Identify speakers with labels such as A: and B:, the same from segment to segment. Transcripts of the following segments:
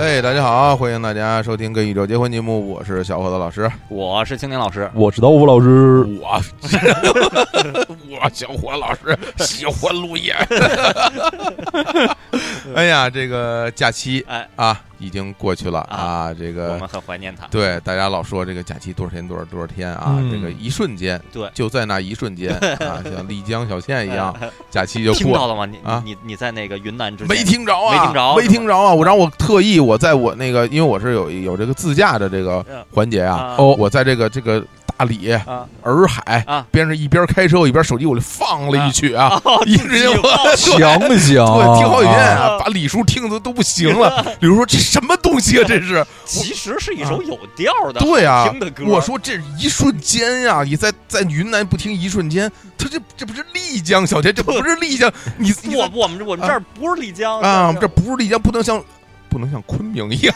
A: 哎，大家好，欢迎大家收听《跟宇宙结婚》节目，我是小伙子老师，
B: 我是青年老师，
C: 我知道吴老师，
A: 我 我小伙老师喜欢录音。 哎呀，这个假期
B: 哎
A: 啊已经过去了啊，这
B: 我
A: 个
B: 们很怀念他。
A: 对大家老说这个假期多少天多少多少天啊，
C: 嗯
A: 这个一瞬间，
B: 对
A: 就在那一瞬间啊，像丽江小县一 样，假期就
B: 听
A: 过
B: 到。了吗？你
A: 啊
B: 你你在那个云南之前
A: 没听着啊，
B: 没听着
A: 没听着啊！我然后我特意我在我那个，因为我是有有这个自驾的这个
B: 嗯
A: 环节啊，
B: 啊
C: 哦，
A: 我在这个这个大理、
B: 啊
A: 洱海
B: 啊
A: 边上一边开车，我一边手机我就放了一曲啊， 一直接我
B: 哦
C: 强不强？
A: 对听好几遍
C: 啊
A: 啊，把李叔听的都不行了。李叔说：“这什么东 西啊？这是
B: 其实是一首有调儿的
A: 对啊
B: 好听的歌。！”
A: 我说：“这一瞬间呀、你在在云南不听一瞬间，他这这不是丽江小天，这不是丽江，你你
B: 我我们我们这儿不是丽江
A: 啊，我们这不是丽江，不能像不能像昆明一样。”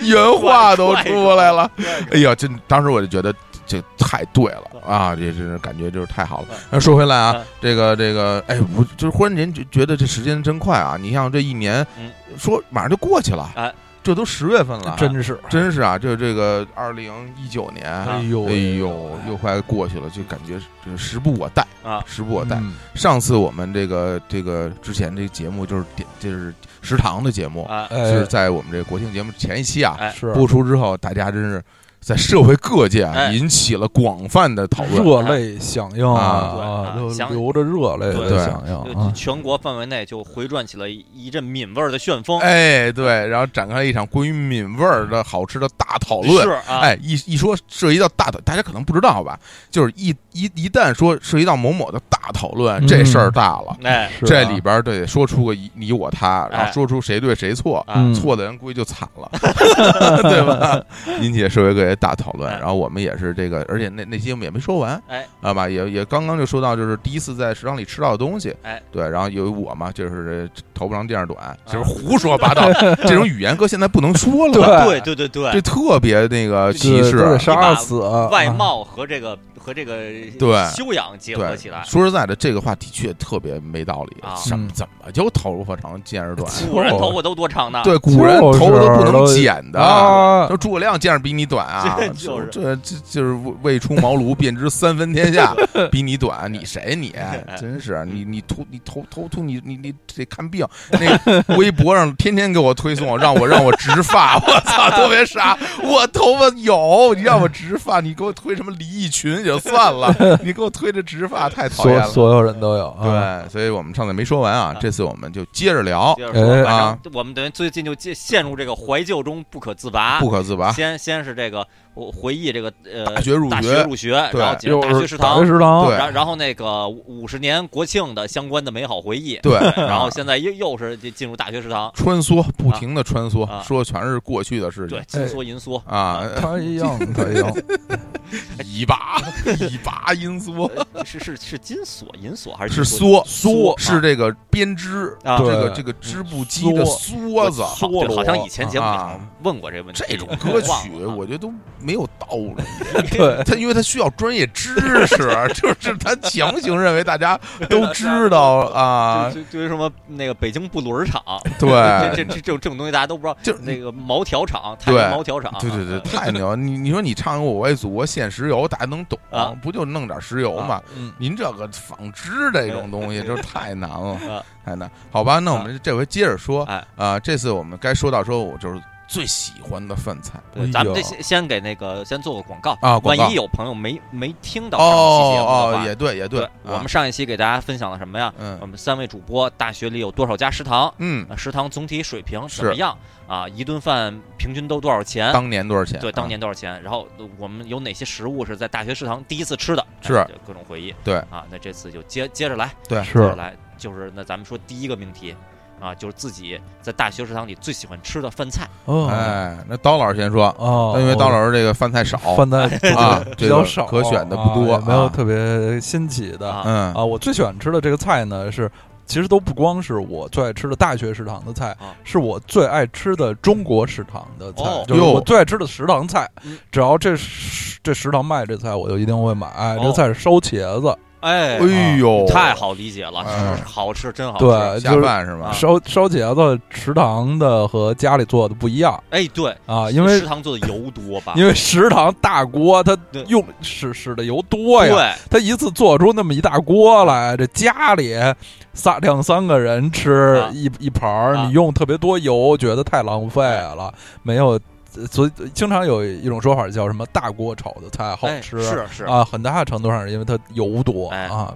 A: 原话都出来了，哎呀，这当时我就觉得这太对了啊，这真是感觉就是太好了。那说回来啊
B: 嗯，
A: 这个这个，哎，我就是忽然间就觉得这时间真快啊！你像这一年
B: 嗯，
A: 说马上就过去了，
B: 哎
A: 这都十月份了，
C: 真是，
A: 真是啊！这这个二零一九年，
C: 哎呦
A: 哎呦，又快过去了，就感觉就是时不我待
B: 啊
A: 时不我待。
C: 嗯
A: 上次我们这个这个之前这个节目就是点就是食堂的节目，
B: 啊，
C: 哎
A: 是在我们这国庆节目前一期啊，
B: 哎
C: 是
A: 播出之后，大家真是在社会各界啊
B: 哎
A: 引起了广泛的讨论。
C: 热泪响应
B: 啊
C: 啊，
B: 对
C: 都
B: 啊
C: 流着热泪
B: 对
C: 在响应
B: 就
C: 啊，
B: 全国范围内就回转起了一阵闽味儿的旋风。
A: 哎，对，然后展开了一场关于闽味儿的好吃的大讨论
B: 是。啊，
A: 哎，一一说涉及到大讨，大家可能不知道吧？就是一一一旦说涉及到某某的大讨论，
C: 嗯
A: 这事儿大了。
B: 哎
C: 是啊
A: 这里边儿得说出个一你我他，然后
B: 哎
A: 说出谁对谁错，
B: 啊
C: 嗯
A: 错的人估计就惨了， 对吧？引起社会各界大讨论。
B: 哎
A: 然后我们也是这个，而且那那些我们也没说完，
B: 哎，
A: 啊吧，也也刚刚就说到，就是第一次在食堂里吃到的东西，
B: 哎，啊
A: 对。然后有我嘛，就是头不长见识短，就是胡说八 道，这种语言搁现在不能说了，
B: 对对对对
A: 这，特别那个歧
C: 对都
A: 视啊
C: 得。杀死啊
B: 外，貌和这个和这个
A: 对
B: 修养结合
A: 对
B: 起，来，
A: 说实在的，这个话的确特别没道理
B: 啊。
A: 什么
C: 嗯
A: 怎么就头发长见识短？
B: 古人头发都多长呢？
A: 对，古人
C: 就是
A: 头发都不能剪的。
C: 啊
A: 说诸葛亮见着比你短啊，
B: 这 就是
A: 这这就是未出茅庐便知三分天 下，比你短，你谁你？真是啊
B: 嗯
A: 你你秃你头头秃你你你得看病。那个微博上天天给我推送，让我让我植 发，我操，特别傻，我头发有，你让我植 发，你给我推什么李义群也就算了，你给我推这植发太讨厌
C: 所
A: 了。
C: 所有人都有啊，
A: 对，所以我们上次没说完啊，这次我们就接着聊，
B: 就是说，
C: 哎
B: 反
A: 啊
B: 正我们等于最近就陷陷入这个怀旧中不可自拔。
A: 不可自拔。
B: 先先是这个我回忆这个呃
A: 大学入
B: 大
A: 学
B: 学入学，
A: 对
B: 然后进入
C: 又
B: 大学
C: 是
B: 食
C: 大学
B: 堂，
C: 食堂，
A: 对
B: 然然后那个五十年国庆的相关的美好回忆，
A: 对，
B: 然后
A: 啊
B: 现在又又是进进入大学食堂，
A: 穿梭，不停的穿梭，
B: 啊
A: 说全是过去的事情
B: 对，金梭银梭，
A: 啊，
C: 他一样，他一 样，
B: 哎
A: 一把一把音缩
B: 呃是是是金锁银锁还
A: 是
B: 是金梭
A: 梭
B: 梭
A: 是这个编织
B: 啊
A: 这
C: 对
A: 个这个织布机的梭子。
B: 好对好像以前节目里
A: 啊
B: 问过这问题，
A: 这种歌曲，
B: 忘了啊
A: 我觉得都没有道理。
C: 对，
A: 它因为它需要专业知识，啊 就是他强行认为大家都知道 啊。
B: 就就就于什么那个北京布轮儿厂，这这
A: 对，
B: 这这种这种东西大家都不知道，
A: 就是
B: 那个毛条厂，台湾毛条厂，啊嗯
A: 对对对，太牛！了！你你说你唱个我爱祖国献石油，大家能懂
B: 啊？
A: 不就弄点石油嘛？
C: 嗯，
A: 您这个纺织这种东 西，这太难了
B: 啊，
A: 太难。好吧，那我们这回接着说
B: 哎
A: 啊、这次我们该说到说我就是最喜欢的饭菜
B: 对，咱们
C: 哎
B: 这
C: 呦
B: 先先给那个先做个广告
A: 啊广告
B: 万一有朋友没没听到
A: 哦
B: 上一期节目的
A: 哦，
B: 话，
A: 也对也
B: 对
A: 啊
B: 我们上一期给大家分享了什么呀？我
A: 嗯
B: 们三位主播大学里有多少家食堂？
A: 嗯，
B: 呃食堂总体水平
A: 是
B: 怎么样啊？一顿饭平均都多少钱？
A: 当年多少钱？
B: 对，当
A: 啊
B: 年多少钱？然后我们有哪些食物是在大学食堂第一次吃的？
A: 是
B: 哎就各种回忆。
A: 对
B: 啊，那这次就接接着来，
A: 对
B: 接着
C: 是
B: 来，就是那咱们说第一个命题啊，就是自己在大学食堂里最喜欢吃的饭菜。
C: 哦
A: 哎，那刀老师先说，
C: 哦，
A: 因为刀老师这个饭菜少，
C: 翻的
A: 啊
C: 比较
A: 这个
C: 少，
A: 可选的不多
C: 啊也没有
A: 啊
C: 特别新奇的
B: 啊
A: 嗯
C: 啊，我最喜欢吃的这个菜呢是，其实都不光是我最爱吃的大学食堂的菜，
B: 啊
C: 是我最爱吃的中国食堂的菜，
B: 哦
C: 就是
A: 哟
C: 我最爱吃的食堂菜
B: 嗯。
C: 只要这食这食堂卖这菜，我就一定会买。
B: 哦
C: 这菜是烧茄子，
B: 哎，
A: 哎呦，
B: 太好理解了，
A: 哎
B: 是好吃真好吃。
C: 嗯对，
A: 下
C: 就是
A: 饭是
B: 啊
A: 吗？
C: 烧烧茄子，食堂的和家里做的不一样
B: 哎，对
C: 啊，因为
B: 食堂做的油多吧？
C: 因为食堂大锅它
B: 对
C: 用使使的油多呀，
B: 对，
C: 他一次做出那么一大锅来，这家里仨两三个人吃
B: 啊
C: 一、一盘儿，
B: 啊
C: 你用特别多油，觉得太浪费了，没有，所以经常有一种说法叫什么大锅炒的菜好
B: 哎
C: 吃，
B: 是是，
C: 啊，很大程度上是因为它油多、
B: 哎
C: 啊，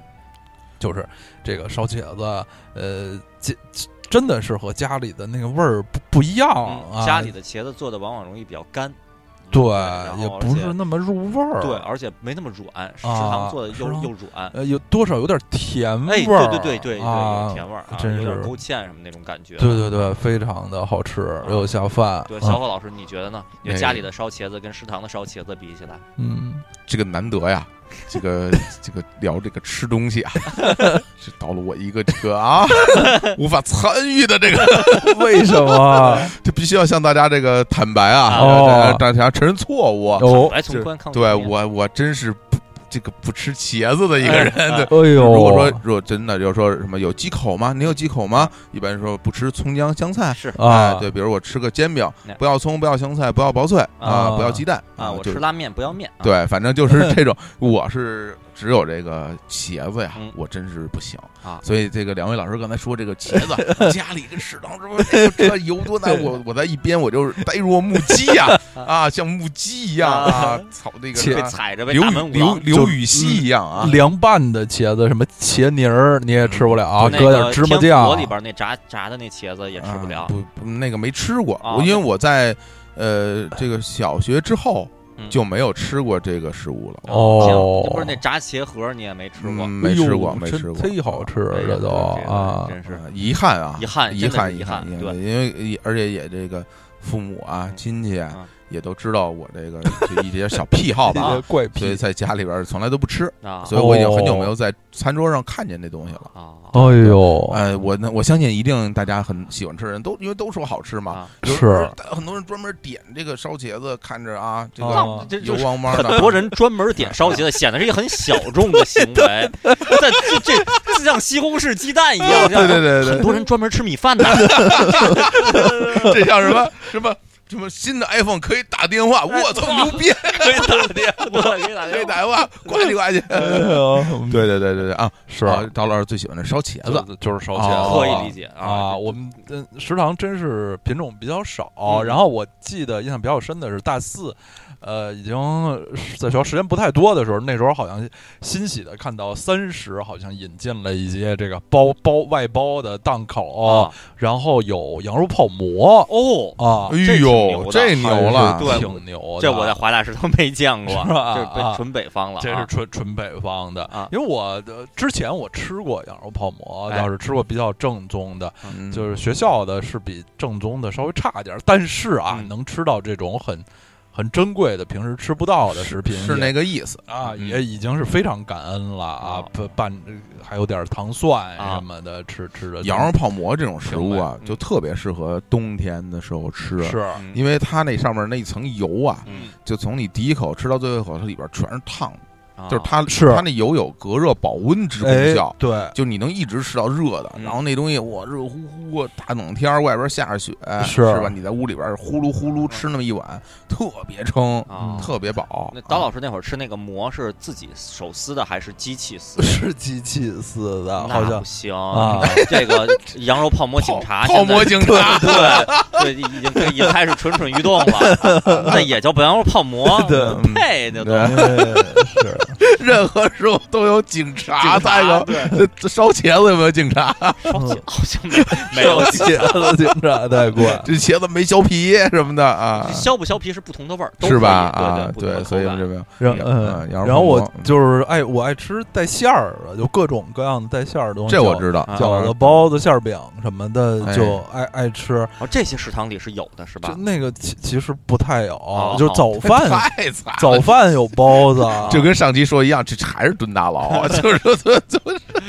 C: 就是这个烧茄子，呃，这真的是和家里的那个味儿不不一样、
B: 嗯
C: 啊，
B: 家里的茄子做的往往容易比较干，嗯
C: 对
B: 然
C: 也
B: 后而
C: 不
B: 且
C: 是那么入味儿，啊
B: 对，而且没那么软，食堂做的
C: 食
B: 又
C: 堂
B: 又软。
C: 呃，有多少有点甜
B: 哎，
C: 味儿，
B: 对对对对对，
C: 啊、
B: 有甜味儿啊，
C: 真
B: 有点
C: 是
B: 勾芡什么那种感觉。啊
C: 对对对，非常的好吃又下饭。
B: 对，
C: 嗯
B: 小伙老师，你觉得呢？你觉得
A: 哎
B: 家里的烧茄子跟食堂的烧茄子比起来，
C: 嗯，
A: 这个难得呀，这个这个聊这个吃东西啊，这到了我一个这个啊无法参与的这个，
C: 为什 么？
A: 这必须要向大家这个坦白啊，
C: 哦
A: 大家承认错误。啊
C: 哦，
B: 来从宽抗
A: 对
B: 击
A: 我我真是不这个不吃茄子的一个人。
B: 哎
A: 对
B: 哎
C: 哎呦，
A: 如果说如果真的就说什么有忌口吗？你有忌口吗？一般说不吃葱姜香菜。
B: 是
C: 啊
A: 哎，，对，比如我吃个煎饼
B: 哎，
A: 不要葱，不要香菜，不要薄脆啊，
C: 啊
A: 不要鸡蛋
B: 啊，我
A: 就
B: 吃拉面不要面。啊，
A: 对，反正就是 这种，我是只有这个茄子呀
B: 嗯，
A: 我真是不行
B: 啊
A: 所以这个两位老师刚才说这个茄子， 家里跟食堂之外，哎呦这油多难，我我在一边我就是呆若木鸡 呀，啊，像木鸡一样啊，草那个
C: 茄
B: 被
A: 啊
B: 踩着呗，
A: 刘
B: 大
A: 禹
B: 门
A: 刘
B: 王
A: 刘禹锡一样啊，
B: 嗯
C: 凉拌的茄子，什么茄泥儿你也吃不了，啊
B: 嗯那
C: 搁
B: 个
C: 点芝
B: 天
C: 麻
B: 妇罗
C: 酱
B: 里边那炸炸的那茄子也吃不了
A: 啊。不不那个没吃过，
B: 啊
A: 我因为我在呃这个小学之后
B: 嗯
A: 就没有吃过这个食物了。
B: 啊
C: 哦
B: 行就不是那炸茄盒你也没吃过
A: 嗯，没吃过，
C: 哎呦
A: 没
C: 真
A: 吃过，啊
C: 忒好吃
B: 哎呀
C: 了都
B: 这个
C: 啊！
B: 真是
A: 呃遗憾啊，
B: 遗憾
A: 遗
B: 真的是
A: 憾，
B: 遗
A: 遗
B: 憾
A: 因
B: 对
A: 为因为也而且也这个父母啊、
B: 嗯
A: 亲戚啊
B: 啊
A: 也都知道我这个这一些小癖好
C: 这
A: 吧，啊
C: 些怪
A: 所以
C: 癖，
A: 在家里边儿从来都不吃，
B: 啊
A: 所以我已经很久没有在餐桌上看见这东西了。
B: 啊
C: 哎呦，
A: 哎，我呢，我相信一定大家很喜欢吃的人都因为都说好吃嘛，
B: 啊，
A: 有
C: 是
A: 有很多人专门点这个烧茄子，看着啊，这个
C: 啊
B: 那哦这
A: 油
B: 就是
A: 汪汪的，
B: 很多人专门点烧茄子，显得是一个很小众的 行为，但这这这像西红柿鸡蛋一 样，
A: 对对对对
B: 很多人专门吃米 饭的，
A: 这叫什么什么什么新的 iPhone 可以打电话，
B: 哎
A: 我操牛逼，
B: 可以打电话， 可以打
A: 可以
B: 电话。
A: 打电话，呱唧呱唧。
C: 哎呦
A: 对对对对对啊！
C: 是
A: 啊刀老师最喜欢的烧茄子，
C: 就是就是烧
A: 哦
B: 可以理解
C: 啊，
B: 啊
C: 我们嗯食堂真是品种比较少。
B: 嗯
C: 然后我记得印象比较深的是大四，呃，已经是在学校时间不太多的时候，那时候好像欣喜的看到三十好像引进了一些这个包包外包的档口，
B: 啊
C: 然后有羊肉泡馍
B: 哦，
C: 啊，
A: 哎
B: 这挺牛
A: 呦，
B: 的
A: 这牛了！
C: 还是
B: 对我
C: 挺牛的。
B: 这我在华大食堂没见过，
C: 是吧
B: 这是
C: 啊
B: 北纯北方了啊，
C: 这是纯纯北方的
B: 啊
C: 因为我的之前我吃过羊肉泡馍，
B: 哎
C: 倒是吃过比较正宗的，
A: 嗯
C: 就是学校的是比正宗的稍微差点儿，但是啊，
B: 嗯
C: 能吃到这种很很珍贵的、平时吃不到的食品也，
A: 是那个意思。
C: 啊，
A: 嗯
C: 也已经是非常感恩了啊
B: 哦。
C: 拌拌还有点糖蒜
B: 啊
C: 什么的，吃吃的
A: 羊肉泡馍这种食物啊
B: 明白，嗯
A: 就特别适合冬天的时候吃，
C: 是
B: 嗯
A: 因为它那上面那一层油啊，
B: 嗯，
A: 就从你第一口吃到最后一口，它里边全是烫的，
B: 啊
A: 就是它
C: 是
A: 它那油有隔热保温之功
C: 哎
A: 效，，
C: 对，
A: 就你能一直吃到热的，
B: 嗯
A: 然后那东西哇热乎乎，啊大冷天儿外边下着雪，是
C: 是
A: 吧？你在屋里边呼噜呼噜吃那么一碗，特别撑，
B: 啊
C: 嗯。
A: 特别饱。
B: 那刀老师那会儿吃那个馍是自己手撕的还是机器撕？
C: 是机器撕的，好
B: 那
C: 像
B: 不行
C: 啊，
B: 这个羊肉泡馍警察
A: 泡泡
B: 现在
A: 馍警察
B: 对对，已经已经开始蠢蠢欲动了，那也叫羊肉泡 馍，
C: 对
B: 不
A: 嗯
B: 配那都
A: 对
C: 哎 是
A: 任何时候都有警察
B: 警
A: 在
B: 察
A: 啊个
B: 对，
A: 这这烧茄子有没有警察？
B: 好像好像没 没有。
A: 啊
C: 茄子警察太贵，
A: 这茄子没削皮什么的啊，
B: 削不削皮是不同的味儿，都
A: 是吧？
B: 可以
A: 啊，
B: 对
A: 对，
B: 不同的口
A: 所以
B: 感
A: 这边
C: 然
A: 羊
C: 嗯
A: 嗯，羊肉
C: 然后我
A: 泡馍
C: 就是爱我爱吃带馅儿的，就各种各样的带馅儿的东西。
A: 这我
C: 饺
A: 知道
B: 啊，
C: 饺子、包子、馅儿饼什么的，
A: 哎
C: 就爱爱吃。
B: 哦，这些食堂里是有的，是
C: 就
B: 吧？
C: 那个其其实不太
B: 哦
C: 有，就是早 饭
A: 哎太惨了，
C: 早饭有包子
A: 啊，就跟上期说一样，这还是蹲大牢，就是说，就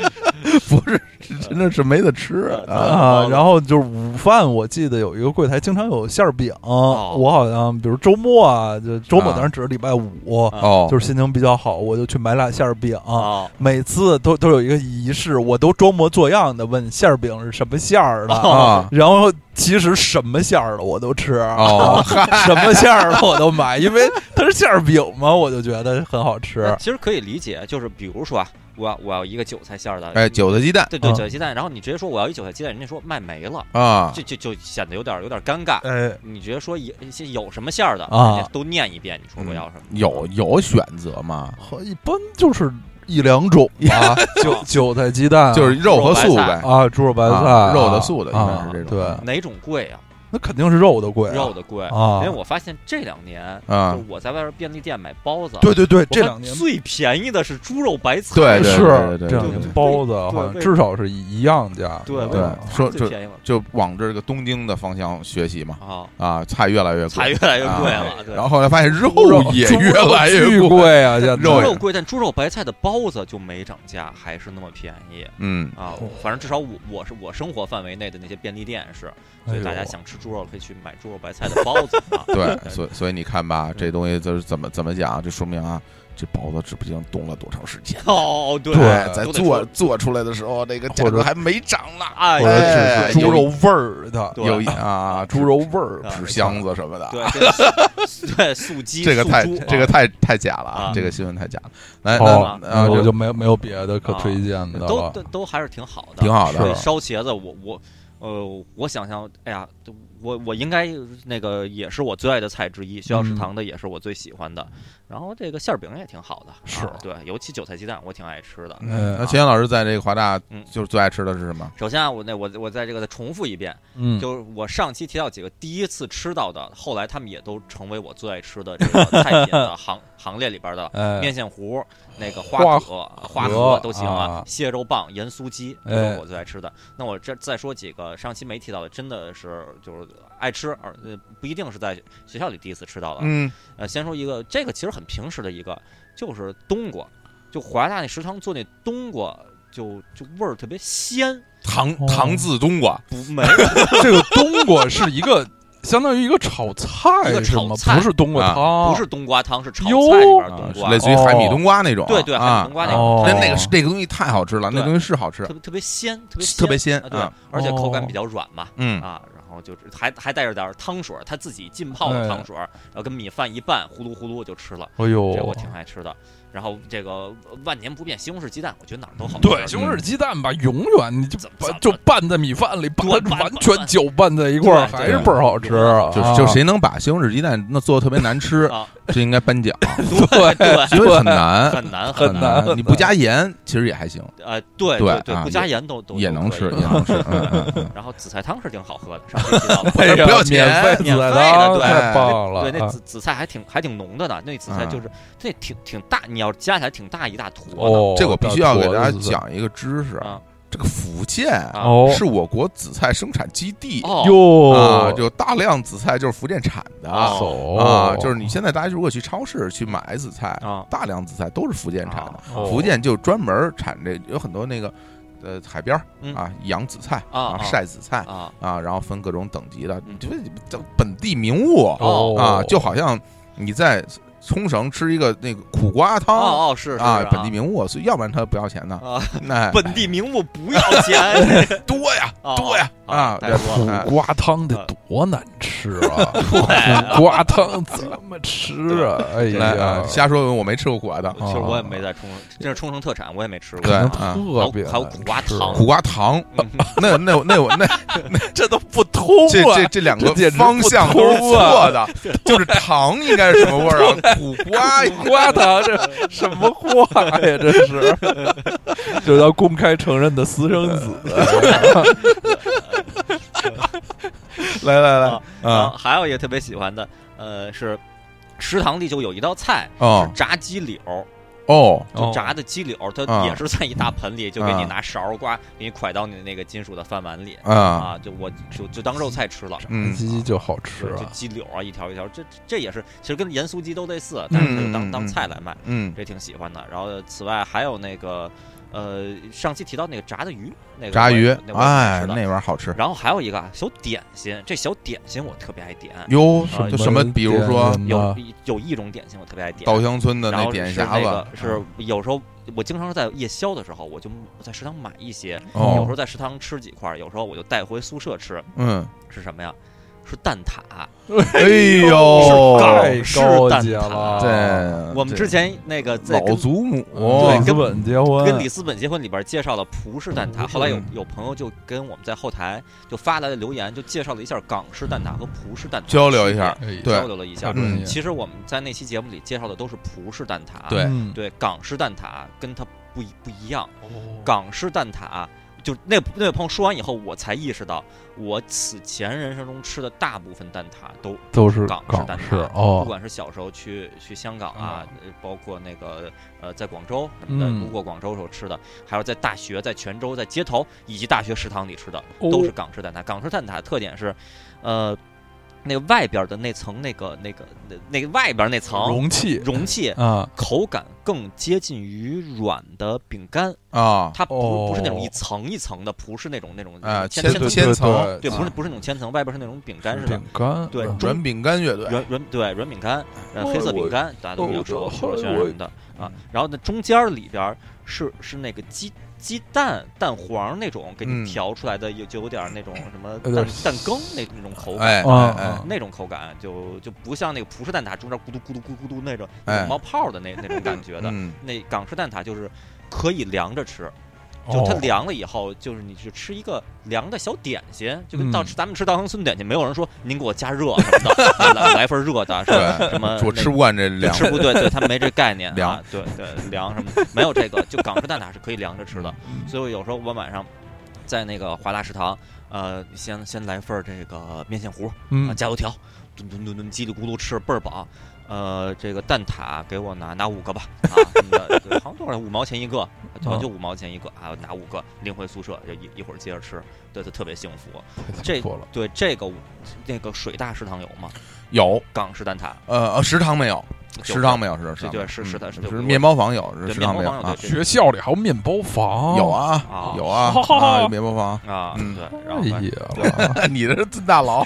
A: 不是，是真的是没得吃
C: 啊，
B: 嗯
C: 然后就是午饭，我记得有一个柜台经常有馅儿饼，
B: 哦
C: 我好像比如周末啊，就周末
A: 啊
C: 当然只是礼拜五，
B: 啊
A: 哦，
C: 就是心情比较好，我就去买俩馅儿饼。
B: 啊，
C: 每次都都有一个仪式，我都装模作样的问馅儿饼是什么馅儿
B: 哦
C: 的，
A: 啊
C: 然后其实什么馅儿的我都吃，
A: 哦
C: 什么馅儿的我都买，因为它是馅儿饼嘛，我就觉得很好吃
B: 那。其实可以理解，就是比如说啊，我要我要一个韭菜馅儿的，
A: 哎，韭菜鸡蛋
B: 对对
C: 嗯
B: 韭菜鸡蛋，然后你直接说我要一韭菜鸡蛋，人家说卖没了，
A: 啊呃
B: 这就就显得有点有点尴尬。
C: 哎，
B: 你直接说有有什么馅儿的
C: 啊
B: 人家都念一遍，你说我要什么？
A: 嗯有有选择吗？
C: 好，哎一般就是一两种 吧，韭韭菜鸡蛋，
A: 就是肉和素
B: 啊肉白
A: 呗
B: 菜，
C: 啊，猪肉白菜、
A: 啊肉的素的
C: 啊
A: 一般是这种
C: 对，
B: 哪种贵啊？
C: 那肯定是肉的贵啊，
B: 肉的贵，
C: 啊
B: 因为我发现这两年就
A: 啊
B: 是，我在外边便利店买包子，
C: 对对对，
B: 我
C: 这
B: 看
C: 两年
B: 最便宜的是猪肉白菜，
A: 对对
C: 是
A: 对对
C: 这两
B: 对
C: 年
B: 对
C: 包子好像
B: 对
C: 至少是一一样价，
B: 对
A: 对
C: 啊，
A: 说
B: 最
A: 就
B: 便宜了
A: 就往这个东京的方向学习嘛，
B: 啊，
A: 啊，菜越来越
B: 菜
A: 贵
B: 越，来越贵
A: 啊
B: 了，对
A: 然后。后来发现
C: 猪肉
A: 肉也
C: 猪肉
A: 越来
C: 巨
A: 越贵，
C: 贵啊，现在
B: 猪
A: 肉
B: 肉贵，但猪肉白菜的包子就没涨价，还是那么便宜
A: 嗯，。
B: 啊
C: 哦！
B: 反正至少我我是我生活范围内的那些便利店是，所以大家想吃猪肉可以去买猪肉白菜的包子啊
A: 对，所以所以你看吧，这东西就是怎么怎么讲，这说明啊，这包子指不定冻了多长时间。
B: 哦，对
C: 对
A: 哎在
B: 都得
A: 做
B: 说
A: 做出来的时候，这个价
C: 或者
A: 格还没涨呢。
B: 哎
C: 或者
B: 呀，
A: 哎
C: 只是猪
A: 有
C: 肉味儿的，
B: 对
A: 有一 啊，
C: 猪肉味儿
B: 对
A: 纸箱子什么的，
B: 对这素 对素鸡，
A: 这个
B: 素
A: 太
B: 猪
A: 这个
B: 啊
A: 太太假了啊
B: 啊，
A: 这个新闻太假了。来，
C: 好
A: 那，啊，
C: 我
A: 就
C: 就没有没有别的可推荐的
B: 啊都
C: 了
B: 都都还是挺好的，
A: 挺好的
B: 所以
C: 是
B: 烧茄子，我我呃，我想想，哎呀，我我应该那个也是我最爱的菜之一，学校
A: 嗯
B: 食堂的也是我最喜欢的。然后这个馅儿饼也挺好的，
C: 是
B: 啊对，尤其韭菜鸡蛋我挺爱吃的。
A: 嗯
C: 嗯
A: 那秦岩老师在这个华大
B: 嗯
A: 就是最爱吃的是什么？
B: 首先啊，我那我我在这个再重复一遍，
C: 嗯，
B: 就是我上期提到几个第一次吃到的，后来他们也都成为我最爱吃的这个菜品的 行行列里边的
C: 哎
B: 面线糊、那个花蛤、花
C: 河
B: 河都行
C: 啊
B: 蟹肉棒、盐酥鸡
C: 哎
B: 这都是我最爱吃的。那我这再说几个上期没提到的，真的是就是爱吃，而呃不一定是在学校里第一次吃到的。
A: 嗯，
B: 呃，先说一个，这个其实很平时的一个，就是冬瓜，就华大那食堂做那冬瓜，就就味儿特别鲜，
A: 糖
C: 哦
A: 糖渍冬瓜，
B: 不 没有
C: 这个冬瓜是一个相当于一个炒
B: 一
C: 菜
B: 个
C: 是
B: 炒
C: 吗？
B: 菜
C: 不是冬瓜
A: 啊
C: 汤，
B: 不是冬瓜汤，是炒
C: 哟
B: 菜里边
A: 啊
B: 冬
A: 是
B: 瓜，
A: 类似于海米冬瓜那种啊，
B: 哦对对，海
A: 啊
B: 底冬，瓜那种，
C: 哦
A: 但
B: 它
A: 那个是那个东西太好吃了，那
B: 对
A: 东西是好吃
B: 特，别特别鲜，特别
A: 特别鲜
B: 啊，对
A: 啊，
B: 而且口感
C: 哦
B: 比较软嘛。
A: 嗯，
B: 啊，然后就是还还带着点儿汤水儿，他自己浸泡
A: 哎
B: 的汤水儿，然后跟米饭一拌，呼噜呼噜就吃了，
C: 哎
A: 哦
C: 呦，
B: 这我挺爱吃的。然后这个呃万年不变西红柿鸡蛋，我觉得哪儿都好吃。
C: 对，西红柿鸡蛋吧，永远你就
B: 嗯怎么
C: 把
B: 怎么
C: 就拌在米饭里，把
B: 对
C: 它
B: 拌
C: 完
B: 拌
C: 全
B: 拌
C: 搅拌在一块儿，
B: 对
C: 还
B: 对
C: 是倍儿好吃啊！
A: 就
C: 啊
A: 就 谁能把西红柿鸡蛋那做的特别难吃，
B: 啊，
A: 这应该颁奖，
B: 对
A: 因
B: 对，
A: 为很难
B: 很难
C: 很难
A: 难，你不加盐其实也还行，
B: 呃，对
A: 对
B: 对
A: 啊
B: 不加盐都都
A: 也
B: 都
A: 能
B: 可
A: 吃，
B: 以 啊
A: 也能吃，嗯嗯嗯。
B: 然后紫菜汤是挺好喝的，上回提到
A: 哎
B: 的。
A: 呀不要钱
C: 免费
B: 免
C: 紫
B: 费
C: 菜
B: 的啊
C: 汤，
B: 对
C: 太棒了！
B: 对，那
C: 啊
B: 紫紫菜还挺还挺浓的呢，那紫菜
A: 啊
B: 就是那挺挺大，你要加起来挺大一大坨呢
C: 哦，
A: 这我必须要给大
C: 大
A: 家
C: 坨子
A: 讲一个知识
B: 啊，
A: 这个福建
B: 啊
C: 哦
A: 是我国紫菜生产基地
B: 哦
C: 哟
A: 啊，就大量紫菜就是福建产的
B: 哦
C: 走
A: 啊，就是你现在大家如果去超市去买紫菜，
B: 啊，
A: 大量紫菜都是福建产的，
B: 哦
A: 福建就专门产这有很多那个呃海边儿
B: 嗯
A: 啊养紫菜
B: 啊啊
A: 晒紫菜
B: 啊
A: 啊，然后分各种等级的，
B: 嗯
A: 你就是这本地名物
C: 哦
A: 啊，就好像你在冲绳吃一个那个苦瓜汤。
B: 哦哦是是
A: 啊，
B: 是
A: 本地名物，所以要不然它不要钱呢。
B: 啊，
A: 那
B: 本地名目不要钱
A: 多呀，
B: 哎哦
A: 多呀
B: 哦
A: 啊！
B: 太多
A: 对
B: 了
A: 啊
C: 苦瓜汤得多难吃 啊！苦瓜汤怎么吃啊？哎
A: 来啊
C: 呀，，
A: 瞎说，我没吃过苦瓜的，
B: 其实我也没在冲绳，这是冲绳特产，我也没吃
A: 哦
B: 过。
A: 对
C: 可 能
B: 啊
A: 啊
C: 特别
B: 还有苦瓜
C: 难吃
B: 糖
A: 苦瓜糖，
B: 嗯
A: 那那我那我 那
C: 这都不通
A: 这
C: 啊
A: 这！这两个
C: 这简直不
A: 方向都是
B: 啊
A: 错的，就是糖应该是什么味 儿啊？苦瓜
C: 苦瓜糖这什么话
B: 啊
C: 呀？这 是，这叫公开承认的私生子。
A: 来来
B: 啊
A: 来
B: 然
A: 啊
B: 后还有一个特别喜欢的，呃，是食堂里就有一道菜
A: 哦
B: 是炸鸡柳儿，
A: 哦
B: 就炸的鸡柳儿，
A: 啊
B: 它也是在一大盆里，就给你
A: 啊
B: 拿勺儿刮，给你蒯到你那个金属的饭碗里
A: 啊
B: 啊，就我就就当肉菜吃了。
A: 嗯
C: 鸡就好吃
B: 对，就
C: 啊！
B: 鸡柳儿啊，一条一条，这这也是，其实跟盐酥鸡都类似，但是它就
A: 嗯嗯
B: 当
A: 嗯
B: 当菜来卖。
A: 嗯
B: 这挺喜欢的。然后此外还有那个呃，上期提到那个炸的鱼，那个
A: 炸
B: 我也
A: 鱼
B: 我那，我也
A: 哎，
B: 吃
A: 那
B: 了
A: 玩意儿好吃。
B: 然后还有一个啊，小点心，这小点心我特别爱点，
A: 哟，
B: 啊
A: 什什么？比如说
B: 有有一种点心我特别爱点，
A: 稻香村的
B: 然后
A: 那点
B: 是
A: 匣子
B: 那个，是有时候我经常是在夜宵的时候，我就我在食堂买一些，
A: 哦
B: 嗯有时候在食堂吃几块，有时候我就带回宿舍吃，
A: 嗯，
B: 是什么呀？是蛋挞，
A: 哎
B: 哦
A: 呦，
B: 高
C: 太
B: 是
C: 高
B: 蛋
C: 级
B: 挞
C: 了，
A: 对，
B: 我们
A: 这
B: 之前那个在
A: 老
B: 跟
A: 祖母，哦
C: 对，
B: 对
C: 跟本结
A: 嗯
C: 婚，
B: 跟里斯本结婚里边介绍了葡式蛋挞，后来有有朋友就跟我们在后台就发来的留言，就介绍了一下港式蛋挞和葡式蛋挞的区别，
A: 交流一下
C: 哎
A: 对
B: 交流了一下
C: 太。专业
A: 嗯
B: 其实我们在那期节目里介绍的都是葡式蛋挞，
A: 对
C: 嗯
B: 对，港式蛋挞跟它不一不一样。
C: 哦
B: 港式蛋挞，就那那位朋友说完以后，我才意识到，我此前人生中吃的大部分蛋挞都
C: 都是
B: 港式蛋
C: 港式
B: 挞，不
C: 哦，
B: 管是小时候去去香港啊
C: 香，
B: 呃包括那个呃在广州什么的，
C: 嗯
B: 路过广州时候吃的，还有在大学、在泉州、在街头以及大学食堂里吃的，
C: 哦
B: 都是港式蛋挞。港式蛋挞特点是，呃，那个外边的那层那个那个那那个外边那层
C: 容器
B: 容器。
C: 啊，
B: 口感更接近于软的饼干，
A: 啊
B: 它不、不是那种
C: 哦
B: 一层一层的，不是那种那种
A: 啊，
B: 千
A: 千
B: 千层，
A: 千层
C: 对
B: 对，不是
A: 啊
B: 不是那种千层，外边是那种饼干似的
C: 饼，干
B: 对
C: 嗯
B: 中
A: 软饼干乐队，
B: 软软对软饼干，呃，
C: 哦
B: 黑色
C: 我
B: 饼干大家都比较熟，
C: 哦
B: 许
C: 我
B: 若瑄什么的啊
A: 嗯。
B: 然后呢，中间儿里边儿是是那个鸡鸡蛋蛋黄那种给
A: 嗯
B: 你调出来的，有就有点儿那种什么
C: 有
B: 蛋
C: 点
B: 蛋羹那那种口感。
A: 哎哎
C: 啊
A: 哎，
B: 那种口感就就不像那个葡式蛋挞中间咕嘟咕嘟咕嘟咕嘟那种
A: 哎
B: 有冒泡的那那种感觉的，
A: 嗯，
B: 那港式蛋挞就是可以凉着吃，
C: 哦
B: 就它凉了以后，就是你去吃一个凉的小点心，就跟到
C: 嗯
B: 吃咱们吃稻香村点心，没有人说您给我加热什么的，来来份热的，是吧？
A: 对，
B: 什么
A: 我吃不惯这
B: 那
A: 凉
B: 个吃不对，对他没这概念啊
A: 凉，
B: 对对凉什么的没有这个，就港式蛋挞是可以凉着吃的，
C: 嗯
B: 所以有时候我晚上在那个华大食堂，呃，先先来份儿这个面线糊，啊，
C: 嗯
B: 加油条，吨吨吨吨叽里咕噜吃倍儿饱。呃，这个蛋挞给我拿拿五个吧，啊，什么的，对好像多少五毛钱一个，好像就五毛钱一个啊，拿五个拎回宿舍，就一一会儿接着吃，对，就特别幸福。
C: 太
B: 这
C: 不错了，
B: 对这个那个水大食堂有吗？
A: 有，
B: 港式蛋挞，
A: 呃，呃食堂没有，
B: 就
A: 食堂没有，食堂
B: 对对是
A: 食
B: 食
A: 堂
B: 堂
A: 没有嗯
B: 是就是我
A: 面包房有，是
B: 对
A: 食堂没有
B: 面包
A: 啊
B: 房有，对
C: 学校里还有面包房，
A: 有，啊
B: 啊
A: 有啊
C: 好好好
A: 啊，有面包房，
B: 啊，
A: 嗯
B: 对，然后
C: 哎
B: 反正
C: 呀，
A: 你这是尊大佬，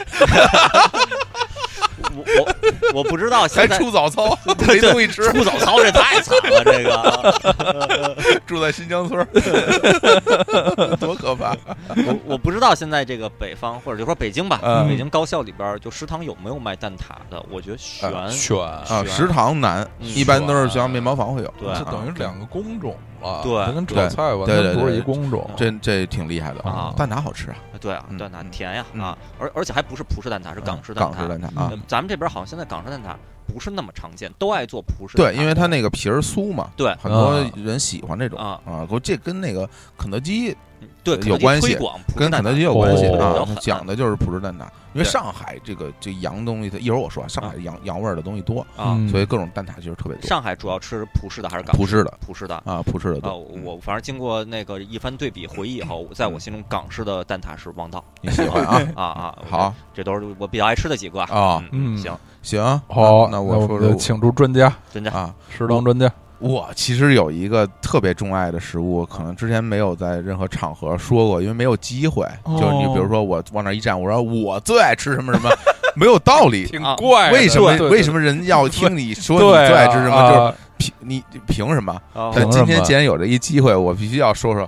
B: 我我我不知道
A: 还
B: 现在
A: 出早 操，没
B: 对对
A: 东西吃，
B: 出早操这太惨了，这个。
A: 住在新疆村 儿，多可怕！
B: 啊我我不知道现在这个北方或者就说北京吧，
A: 嗯
B: 北京高校里边儿就食堂有没有卖蛋挞的？我觉得悬，
C: 选
A: 啊，
B: 是啊
A: 食堂难，
B: 嗯
A: 一般都是像面包房会有，
B: 对
A: 啊
C: 这等于两个工种了，
B: 对
C: 这跟炒菜完
A: 对对对
C: 全不是
A: 对
C: 一工种，
A: 这这挺厉害的
B: 啊
A: 蛋挞好吃啊，
B: 对啊
A: 嗯，
B: 蛋挞
C: 嗯
B: 甜呀
A: 嗯
B: 啊，而而且还不是葡式蛋挞，是港式
A: 港
B: 挞。
A: 式蛋挞啊
B: 呃，咱们这边好像现在港式蛋挞不是那么常见，都爱做葡式蛋挞。
A: 对，因为它那个皮儿酥嘛，
B: 对
A: 很多人喜欢这种
B: 啊
A: 啊，我这跟那个肯德基
B: 嗯对
A: 有
B: 肯德基
A: 关系
B: 推广葡
A: 跟
B: 式蛋
A: 肯德
B: 挞
A: 基有关系
C: 哦
A: 啊
B: 哦，
A: 讲的就是葡式蛋挞，因为
B: 对
A: 上海这个这洋东西的，一会儿我说啊上海洋洋味儿的东西多，
B: 啊，
C: 嗯
A: 所以各种蛋挞其实特别多，
B: 上海主要吃葡式的还是港
A: 嗯葡式的
B: 葡式的？
A: 啊，葡式的
B: 啊，
A: 多。嗯
B: 我反正经过那个一番对比回忆以后，在我心中港式的蛋挞是王道
A: 你喜欢 啊？
B: 啊啊！我
A: 好
B: 这，这都是我比较爱吃的几个
A: 啊
B: 嗯，
C: 嗯
B: 行，
A: 行，
C: 好，
A: 那那
C: 我
A: 我说
C: 们就
A: 说
C: 请出专家，
B: 真的
A: 啊，
C: 食堂专家，
A: 我其实有一个特别钟爱的食物，可能之前没有在任何场合说过，因为没有机会。
C: 哦
A: 就是你比如说我往那儿一站，我说我最爱吃什么什 么，没有道理。
C: 挺
B: 啊
C: 怪的，
A: 为什么
C: 对
A: 为什？么人要听你说
C: 对
A: 你
C: 对啊，
A: 最爱吃什么？就是
C: 啊
A: 凭你凭什么？
B: 啊
A: 但
C: 凭
A: 今
C: 什
A: 天
C: 么
A: 既然有这一机会，我必须要说说，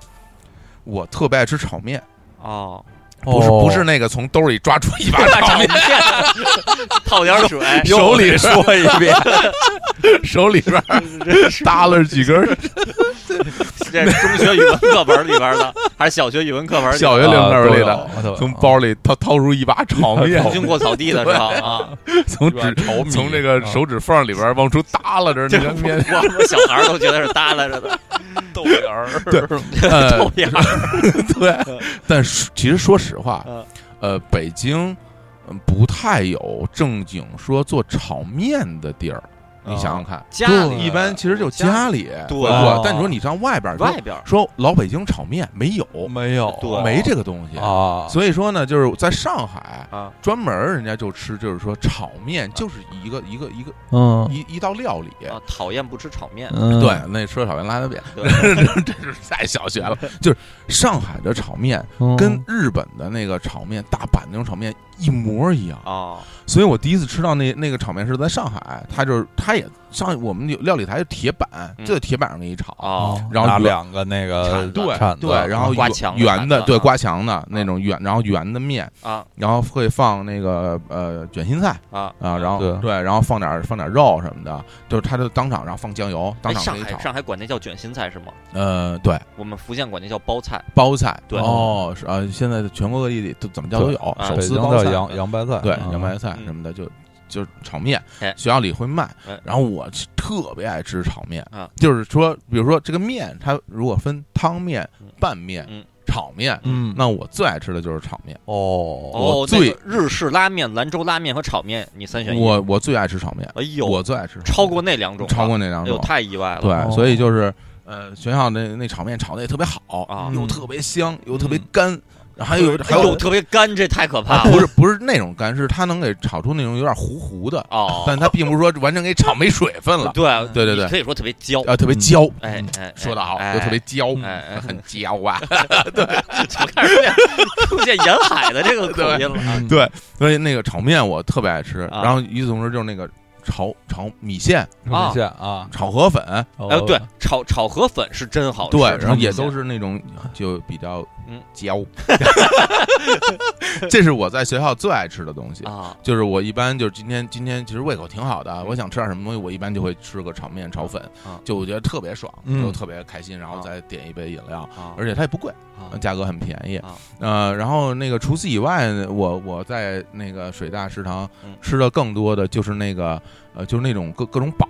A: 我特别爱吃炒面，
B: 哦，
A: 不是
C: 哦
A: 不是那个从兜里抓出 一把炒面，
B: 泡点 水，
A: 手里
C: 又说一遍，
A: 手里 边儿耷拉着几根儿
B: 这是中学语文课本里边 的，还是小学语文课本里？
A: 小学零
C: 啊
A: 头里
C: 都
A: 的，嗯
C: 有都有
A: 从包里掏掏出一把炒 面，
B: 经过草地的时 候啊，
A: 从
C: 一碗
A: 指
C: 炒米
A: 从这个手指缝里边往出耷拉着那嗯个面，
B: 我我小孩儿都觉得是耷拉着 的
C: 豆芽儿，
A: 对呃
B: 豆芽儿
A: 对。 但是其实说实话
B: 嗯，
A: 呃，北京嗯不太有正经说做炒面的地儿。你想想看，
B: 家
C: 对
B: 里
A: 一般其实就家里
B: 对
A: 会
C: 哦
A: 做，但你说你上外边儿说
B: 外边儿
A: 说老北京炒面没有，
C: 没有，
B: 对
A: 没这个东西。
C: 啊，
A: 所以说呢，就是在上海，
C: 啊，
A: 专门儿人家就吃，就是说炒面就是一个一个一个
D: 嗯
A: 一一道料理。
B: 啊，讨厌不吃炒面，
D: 嗯，
A: 对，那吃炒面 拉大便，
B: 对，
A: 这是太小学了。就是上海的炒面
D: 嗯，
A: 跟日本的那个炒面，大阪那种炒面一模一样。
B: 啊，
A: 所以我第一次吃到那那个炒面是在上海，它就是它也上我们有料理台有铁板，
B: 嗯
A: 就在铁板上给你炒，
B: 哦，
A: 然后
C: 拿
A: 圆
C: 两个那个
B: 铲子
A: 对
C: 铲子
A: 对，然后
B: 刮
A: 圆
B: 嗯墙的
A: 圆
B: 那
A: 的
B: 个
A: 对
B: 啊
A: 刮墙的那种圆，然后圆的面，
B: 啊
A: 然后会放那个呃卷心菜
B: 啊
A: 啊，然后
C: 对
A: 对，然后放点放点肉什么的，就是它就当场然后放酱油，当
B: 哎，
A: 场
B: 上
A: 给你
B: 海
A: 炒，
B: 上海管那叫卷心菜是吗？
A: 呃对，
B: 我们福建管那叫包菜，
A: 包菜
B: 对
A: 哦是啊，现在全国各地都怎么叫都有，
B: 对啊
A: 手
C: 北
A: 撕
C: 京
A: 包
C: 叫
A: 菜，
C: 洋洋白菜，
A: 对
C: 啊
A: 洋白菜
B: 嗯
A: 什么的就。就是炒面
B: 哎，
A: 学校里会卖
B: 哎，
A: 然后我是特别爱吃炒面
B: 啊，
A: 就是说，比如说这个面，它如果分汤面
B: 嗯、
A: 拌面
B: 嗯、
A: 炒面，
C: 嗯，
A: 那我最爱吃的就是炒面。
C: 哦，
A: 我
B: 哦，那
A: 最
B: 个日式拉面、兰州拉面和炒面，你三选一。
A: 我我最爱吃炒面，
B: 哎呦，
A: 我最爱吃炒面
B: 超过那两种，
A: 超过那两
B: 哎
A: 种
B: 呦，，太意外了。
A: 对，
D: 哦
A: 所以就是呃，学校那那炒面炒的也特别好，
B: 啊，
A: 又
D: 嗯
A: 特别香，又特别干，还有还
B: 哎呦
A: 有
B: 特别干，这太可怕
A: 不
B: 了。
A: 是不是那种干，是它能给炒出那种有点糊糊的，
B: 哦，
A: 但它并不是说完全给炒没水分了，
B: 对啊
A: 对对对
B: 你可以说特别焦。
A: 啊，特别焦，
B: 哎哎，
A: 说的好，
B: 哎
A: 就特别焦，
B: 哎哎
A: 很焦 啊，
B: 怎么开始出现 出现沿海的这个口音了
C: 嗯
B: 啊？
A: 对，所以那个炒面我特别爱吃，
B: 啊
A: 然后与此同时就是那个炒炒米线、
C: 米线啊，哦
A: 炒河粉，
B: 哎，对，炒炒河粉是真好吃，
A: 对，然后也都
B: 炒米
A: 是那种就比较
B: 嗯
A: 焦，这是我在学校最爱吃的东西
B: 线。啊
A: 就是我一般就是今天今天其实胃口挺好的，我想吃点什么东西，我一般就会吃个炒面、炒粉
B: 嗯啊，
A: 就我觉得特别爽，
C: 嗯
A: 就特别开心，然后
B: 啊
A: 再点一杯饮料，
B: 啊
A: 而且嗯它也不贵，
B: 啊
A: 价格很便宜
B: 啊。
A: 呃，然后那个除此以外，我我在那个水大食堂
B: 嗯
A: 吃的更多的就是那个呃，就是那种各各种堡，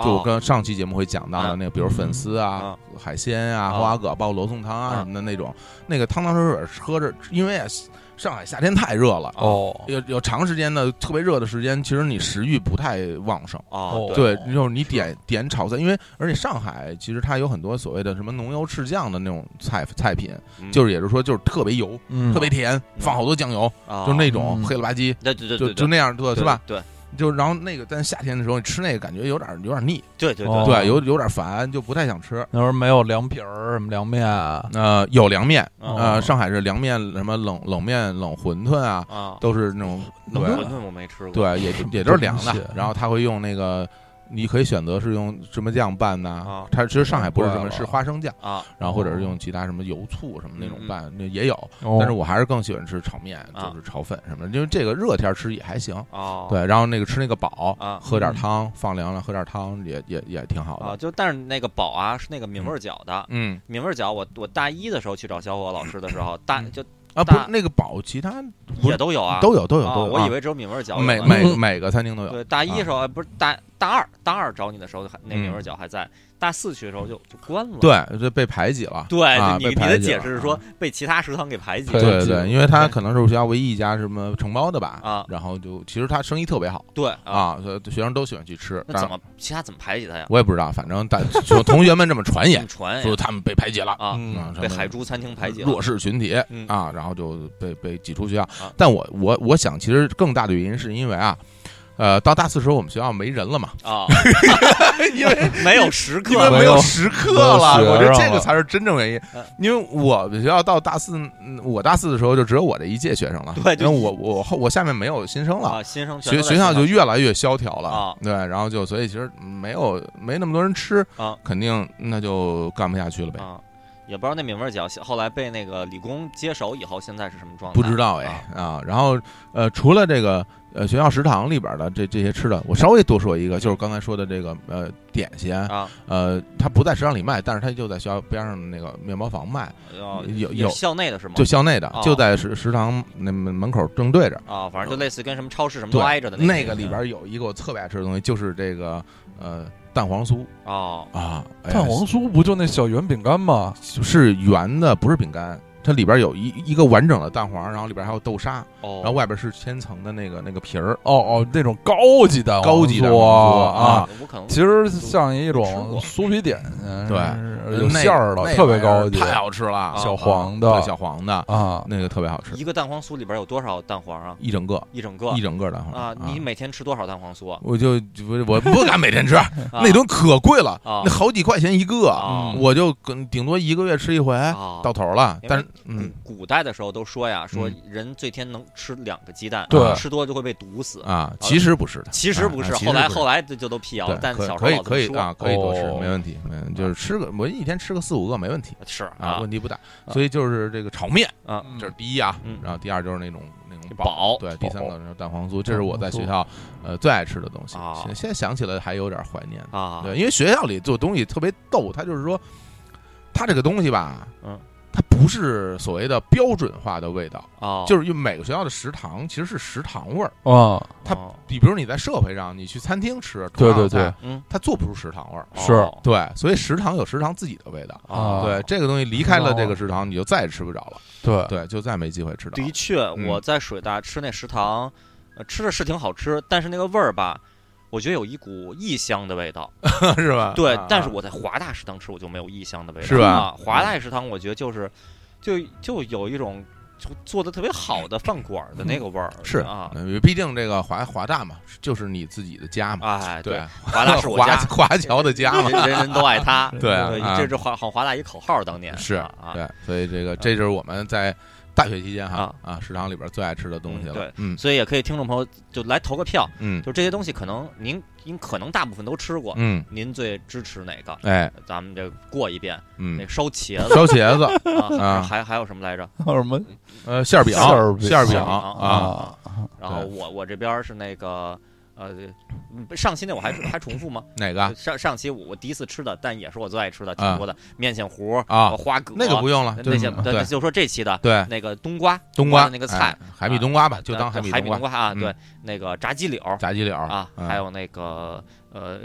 A: 就我
B: 哦
A: 跟上期节目会讲到的
B: 啊
A: 那个，比如粉丝啊
B: 啊、
A: 海鲜啊、
B: 啊
A: 花蛤蜊、包括罗宋汤啊
B: 啊
A: 什么的那种，那个汤汤水水喝着，因为啊上海夏天太热了，
C: 哦，
A: 有有长时间的特别热的时间，其实你食欲不太旺盛。
B: 哦
C: 对
A: 对，就是你点点炒菜，因为而且上海其实它有很多所谓的什么浓油赤酱的那种菜菜品，
B: 嗯
A: 就是是也就是说就是特别油、
C: 嗯
A: 特别甜，放好多酱油，就
B: 就
A: 那种
C: 嗯
A: 黑了吧唧，
B: 哦对对对
A: 就
B: 对
A: 就那样做是吧？？
B: 对
A: 就然后那个，但夏天的时候你吃那个感觉有点有点腻，
B: 对对
C: 哦
B: 对
A: 对，有有点烦，就不太想吃。
C: 那时候没有凉皮儿，什么凉面啊，
A: 呃，有凉面，
B: 啊
A: 呃，上海是凉面，什么冷冷面、冷馄饨啊，
B: 啊！
A: 都是那种
B: 冷馄
A: 对
B: 饨我没吃过，
A: 对，也也都是凉
C: 东西
A: 的。然后他会用那个，你可以选择是用芝麻酱拌呐
B: 啊，
A: 它其实上海不是芝
C: 怪
A: 麻，
C: 了
A: 是花生酱，
B: 啊，
A: 然后或者是用其他什么油醋什么那种
B: 嗯嗯
A: 拌，那也有。
C: 但
A: 但是我还是更喜欢吃炒面，
B: 啊
A: 就是炒粉什么的，因为这个热天吃也还行。
B: 哦，
A: 对，然后那个吃那个饱，
B: 啊
A: 喝点汤，放凉了喝点汤也也也挺好
B: 啊，
A: 的。
B: 就但是那个宝啊是那个闽味儿饺的，
A: 嗯
B: 闽味儿饺我我大一的时候去找小伙老师的时候，大就
A: 啊，不是
B: 大
A: 那个饱，其他不
B: 也
A: 是
B: 都有啊，
A: 都有都有
B: 啊
A: 都有。
B: 我
A: 啊
B: 以为只有闽味儿饺有
A: 每
B: 呢
A: 每每个餐厅都有。啊
B: 对大一时候哎不是大大二大二找你的时候还那
A: 嗯
B: 闽味儿饺还在，大四去的时候就就关了。
A: 对，这被排挤了。
B: 对
A: 啊
B: 你
A: 被
B: 你
A: 排
B: 的
A: 挤
B: 解
A: 了
B: 释是
A: 啊
B: 说被其他食堂给排挤
C: 对
B: 了。
A: 对
C: 记
A: 对，
C: 得
A: 因为他可能是我学校唯一一家什么承包的吧，
B: 啊
A: 然后就其实他生意特别好
B: 对，
A: 啊，所以学生都喜欢去吃。
B: 那
A: 但
B: 怎么其他怎么排挤他呀？
A: 我也不知道，反正大就同学们这么传言
B: 用，船呀
A: 说他们被排挤了，
B: 啊，
A: 嗯，
B: 被
A: 什么
B: 海珠餐厅排挤了
A: 弱势群体
B: 嗯
A: 啊，然后就被被挤出学校
B: 啊。
A: 但我我我想，其实更大的原因是因为啊。呃，到大四时候我们学校没人了嘛，
B: 啊，
A: 因为
B: 没有食
A: 因为
B: 客啊
C: 没
A: 没
C: 有
A: 有时刻了，
C: 没有学
A: 我觉得
C: 生
A: 这个
C: 了
A: 才是真正原因
B: 嗯。
A: 因为我们学校到大四，嗯我大四的时候就只有我这一届学生了，
B: 对就
A: 因为我我后我下面没有新生了，
B: 啊，新生全
A: 学
B: 都在
A: 学校就越来越萧条了
B: 啊，
A: 对，然后就所以其实没有没那么多人吃
B: 啊，
A: 肯定那就干不下去了呗。
B: 啊，也不知道那闽味儿饺后来被那个理工接手以后，现在是什么状态？
A: 不知道哎啊，然后呃，除了这个呃学校食堂里边的这这些吃的，我稍微多说一个，就是刚才说的这个呃点心，
B: 啊，
A: 呃，它不在食堂里卖，但是它就在学校边上的那个面包房卖，
B: 有
A: 有有
B: 有校内的哦是吗？
A: 就校内的
B: 哦，
A: 就在食食堂那门门口正对着。
B: 啊，反正就类似跟什么超市什么都
A: 对，
B: 嗯挨着的
A: 那
B: 个
A: 个里边有一个我特别爱吃的东西，就是这个呃蛋黄酥
B: 哦
A: 啊，哎呀
C: 蛋黄酥不就那小圆饼干吗？
A: 是圆的，不是饼干，它里边有一一个完整的蛋黄，然后里边还有豆沙，
B: 哦，
A: 然后外边是千层的那个那个皮儿，
C: 哦哦，那种高级的
A: 高级的
C: 酥
A: 啊
C: 啊，，
B: 我可能
C: 其实像一
B: 吃
C: 种
B: 过
C: 酥皮点心，
A: 对
C: 是呃有馅儿
A: 那
C: 的，特别
A: 那玩意
C: 高
A: 儿
C: 级，
A: 太好吃了，
C: 小黄的
A: 啊对小黄的
C: 啊，
A: 那个特别好吃，
B: 一个蛋黄酥里边有多少蛋黄啊？
A: 一整个
B: 一整个
A: 一整个蛋黄
B: 啊！你每天吃多少蛋黄酥啊？
A: 我就不是我不敢每天吃，
B: 啊
A: 那东西可贵了，
B: 啊
A: 那好几块钱一个，
B: 啊
C: 嗯
A: 我就跟顶多一个月吃一回，
B: 啊
A: 嗯到头了。
B: 因为
A: 但是嗯
B: 古古代的时候都说呀，说
A: 嗯
B: 人最天能吃两个鸡蛋，啊
C: 对
B: 吃多就会被毒死。
A: 啊，其实不是的，
B: 嗯其实不是
A: 啊，其实
B: 后来
A: 不是
B: 后来就就都辟谣
A: 对
B: 了，，但
A: 可
B: 小时候
A: 可以可以
B: 老这么说
A: 啊，可以多吃
C: 哦，
A: 没问题，没问题，就是吃个我一天吃个四五个没问题
B: 是
A: 啊，问题不大。
B: 啊
A: 所以就是这个炒面，
B: 啊
A: 这是第一啊
B: 嗯，
A: 然后第二就是那种那种
B: 饱
A: 对，第三
C: 饱
A: 个是蛋黄酥，这是我在
C: 蛋黄酥
A: 学校呃最爱吃的东西
B: 啊。
A: 现现在想起来还有点怀念，
B: 啊，
A: 对，因为学校里做东西特别逗，它就是说，它这个东西吧，
B: 嗯，
A: 它不是所谓的标准化的味道，
B: 哦，
A: 就是因为每个学校的食堂其实是食堂味儿。
C: 啊，
A: 它
B: 哦
A: 你比如你在社会上，你去餐厅吃，同
C: 对
A: 样的
C: 对对
A: 菜，
B: 嗯
A: 它做不出食堂味儿。
C: 是
B: 哦
A: 对，所以食堂有食堂自己的味道。
C: 啊
A: 对，这个东西离开了这个食堂，你就再也吃不着了。
C: 对，
A: 对，就再没机会吃到了。
B: 的确，
A: 嗯
B: 我在水大吃那食堂，呃吃的是挺好吃，但是那个味儿吧，我觉得有一股异香的味道。
A: 是吧？
B: 对
A: 啊，
B: 但是我在华大食堂吃，我就没有异香的味道，
A: 是吧嗯
B: 啊华大食堂我觉得就是，就就有一种就做的特别好的饭馆儿的那个味儿，
A: 是
B: 啊，
A: 嗯毕竟这个华华大嘛，就是你自己的家嘛。
B: 哎，
A: 对，，
B: 华大是我
A: 华
B: 家，
A: 华侨的家嘛。
B: 人人人都爱它，
A: 对啊
B: 对，
A: 啊
B: 这是华好华大一口号儿，当年
A: 是
B: 啊，
A: 对，所以这个这就是我们在大学期间哈
B: 啊
A: 啊食堂里边最爱吃的东西
B: 嗯
A: 了
B: 对。
A: 嗯
B: 所以也可以听众朋友就来投个票，
A: 嗯
B: 就这些东西可能您您可能大部分都吃过，
A: 嗯，
B: 您最支持哪个？
A: 哎
B: 咱们这过一遍，那
A: 嗯，
B: 烧茄 子
A: 烧茄子，啊
B: 啊，还还有什么来着？
C: 叫什么
A: 呃馅儿饼，
C: 馅儿饼
A: 馅儿饼
B: 馅儿饼
A: 啊，
C: 啊？
B: 然后
A: 对
B: 我我这边儿是那个呃，嗯上期那我还还重复吗？
A: 哪个
B: 上上期我我第一次吃的，但也是我最爱吃的，挺多的面线糊
A: 啊
B: 花蛤
A: 那个不用了，就
B: 那些
A: 是嗯对
B: 对，就说这期的
A: 对
B: 那个冬瓜
A: 冬瓜
B: 的那个菜
A: 哎，海米冬瓜吧，就
B: 呃
A: 当
B: 海
A: 海米
B: 米
A: 瓜，
B: 瓜啊，
A: 嗯
B: 对，那个炸鸡柳儿
A: 炸鸡柳
B: 啊，
A: 嗯
B: 还有那个呃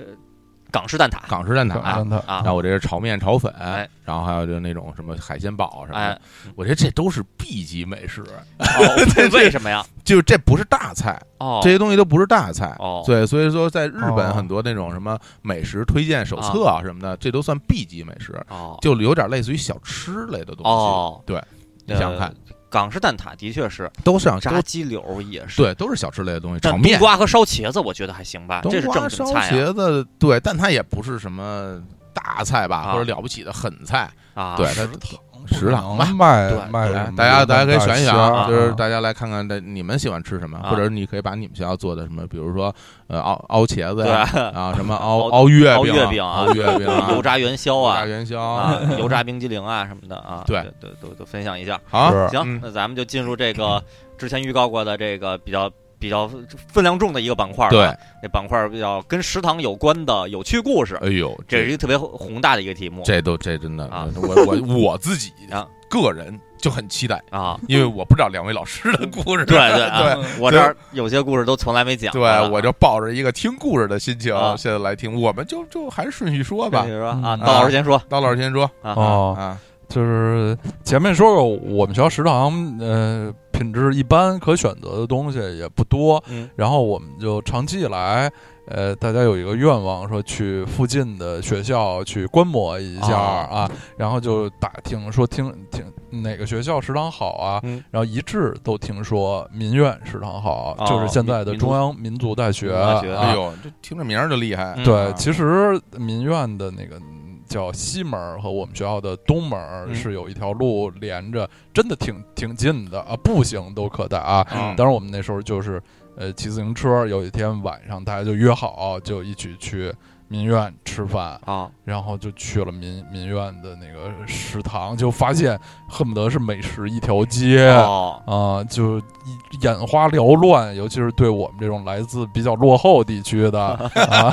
B: 港式蛋挞
A: 港式蛋挞
C: 港式
A: 啊
C: 蛋。
A: 然
C: 挞
A: 后
B: 啊，
A: 我这是炒面、炒粉
B: 哎，
A: 然后还有就那种什么海鲜堡什么
B: 哎
A: 的，，我觉得这都是 B 级美食，
B: 哦为什么呀？
A: 就这不是大菜，
B: 哦
A: 这些东西都不是大菜。
B: 哦
A: 对，所以说在日本
C: 哦
A: 很多那种什么美食推荐手册啊什么的，这都算 B 级美食，
B: 哦
A: 就有点类似于小吃类的东西。
B: 哦，
A: 对，你想想看，
B: 呃，港式蛋挞的确是
A: 都是
B: 炸
A: 都
B: 鸡柳儿也是。
A: 对，都是小吃类的东西，
B: 但
A: 炒
B: 冬
A: 面。
B: 瓜和烧茄子，我觉得还行吧，
A: 冬
B: 这是正
A: 瓜
B: 经
A: 烧
B: 菜啊呀
A: 茄子，对，但它也不是什么大菜吧，
B: 啊
A: 或者了不起的狠菜。
B: 啊！
A: 对，它
C: 食堂
A: 食堂吧
B: 对
C: 卖卖
A: 对
C: 什么
A: 大家大家可以选一选
C: 大虾
A: 啊，
C: 啊
A: 就是大家来看看，这你们喜欢吃什么，
B: 啊
A: 或者你可以把你们学校做的什么，比如说呃熬熬茄子
B: 对
A: 呀，
B: 吧，
A: 啊 什么熬
B: 熬
A: 熬月
B: 熬
A: 饼
B: 月
A: 啊
B: 饼啊
A: 熬月饼啊
B: 油炸元宵
A: 油炸
B: 啊，
A: 元宵
B: 啊，油炸冰激凌啊什么的啊，
A: 对
B: 对，都都分享一下。
A: 好
C: 是
B: 行
A: 嗯，
B: 那咱们就进入这个之前预告过的这个比较比较分量重的一个板块儿
A: 对，
B: 啊，那板块儿比较跟食堂有关的有趣故事，
A: 哎呦，
B: 这是一个特别宏大的一个题目
A: 这都这真的，
B: 啊
A: 我我我自己
B: 啊
A: 个人就很期待，
B: 啊。
A: 因为我不知道两位老师的故事。
B: 对
A: 对
B: 对啊，我这儿有些故事都从来没讲过的啊。
A: 我就抱着一个听故事的心情
B: 啊
A: 现在来听，我们就就还是顺序说吧
B: 跟你。说啊，
C: 嗯
B: 刀老师先说
A: 刀老师先说
B: 啊。
C: 哦，
A: 啊，
C: 就是前面说过，我们学校食堂呃品质一般，可选择的东西也不多。
B: 嗯
C: 然后我们就长期以来，呃，大家有一个愿望，说去附近的学校去观摩一下
B: 啊
C: 啊，然后就打听说听听哪个学校食堂好啊，
B: 嗯
C: 然后一致都听说民苑食堂好，啊
B: 哦
C: 就是现在的
B: 民族
C: 中央民族大学。
B: 民族大学
C: 啊
A: 哎呦，这听着名儿就厉害。啊
B: 嗯
C: 对，其实民院的那个嗯叫西门儿和我们学校的东门儿
B: 嗯
C: 是有一条路连着，真的挺挺近的啊，步行都可达啊。
A: 嗯
C: 当然，我们那时候就是呃骑自行车，有一天晚上大家就约好，就一起去民院吃饭，
B: 啊，
C: 然后就去了民民院的那个食堂，就发现恨不得是美食一条街。
B: 哦，
C: 啊、就一眼花缭乱，尤其是对我们这种来自比较落后地 区的啊，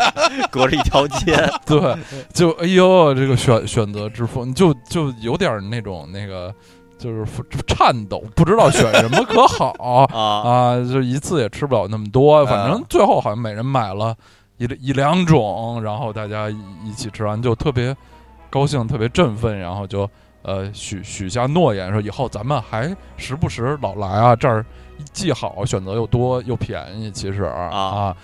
B: 隔着一条 街，
C: 对，就哎呦，这个选选择之风，就就有点儿那种那个，就是颤抖，不知道选什么可好
B: 啊
C: 啊，就一次也吃不了那么多，反正
A: 嗯
C: 最后好像每人买了一一两种，然后大家一一起吃完就特别高兴，特别振奋，然后就呃许许下诺言，说以后咱们还时不时老来啊，这儿既好选择又多又便宜，其实啊
B: 啊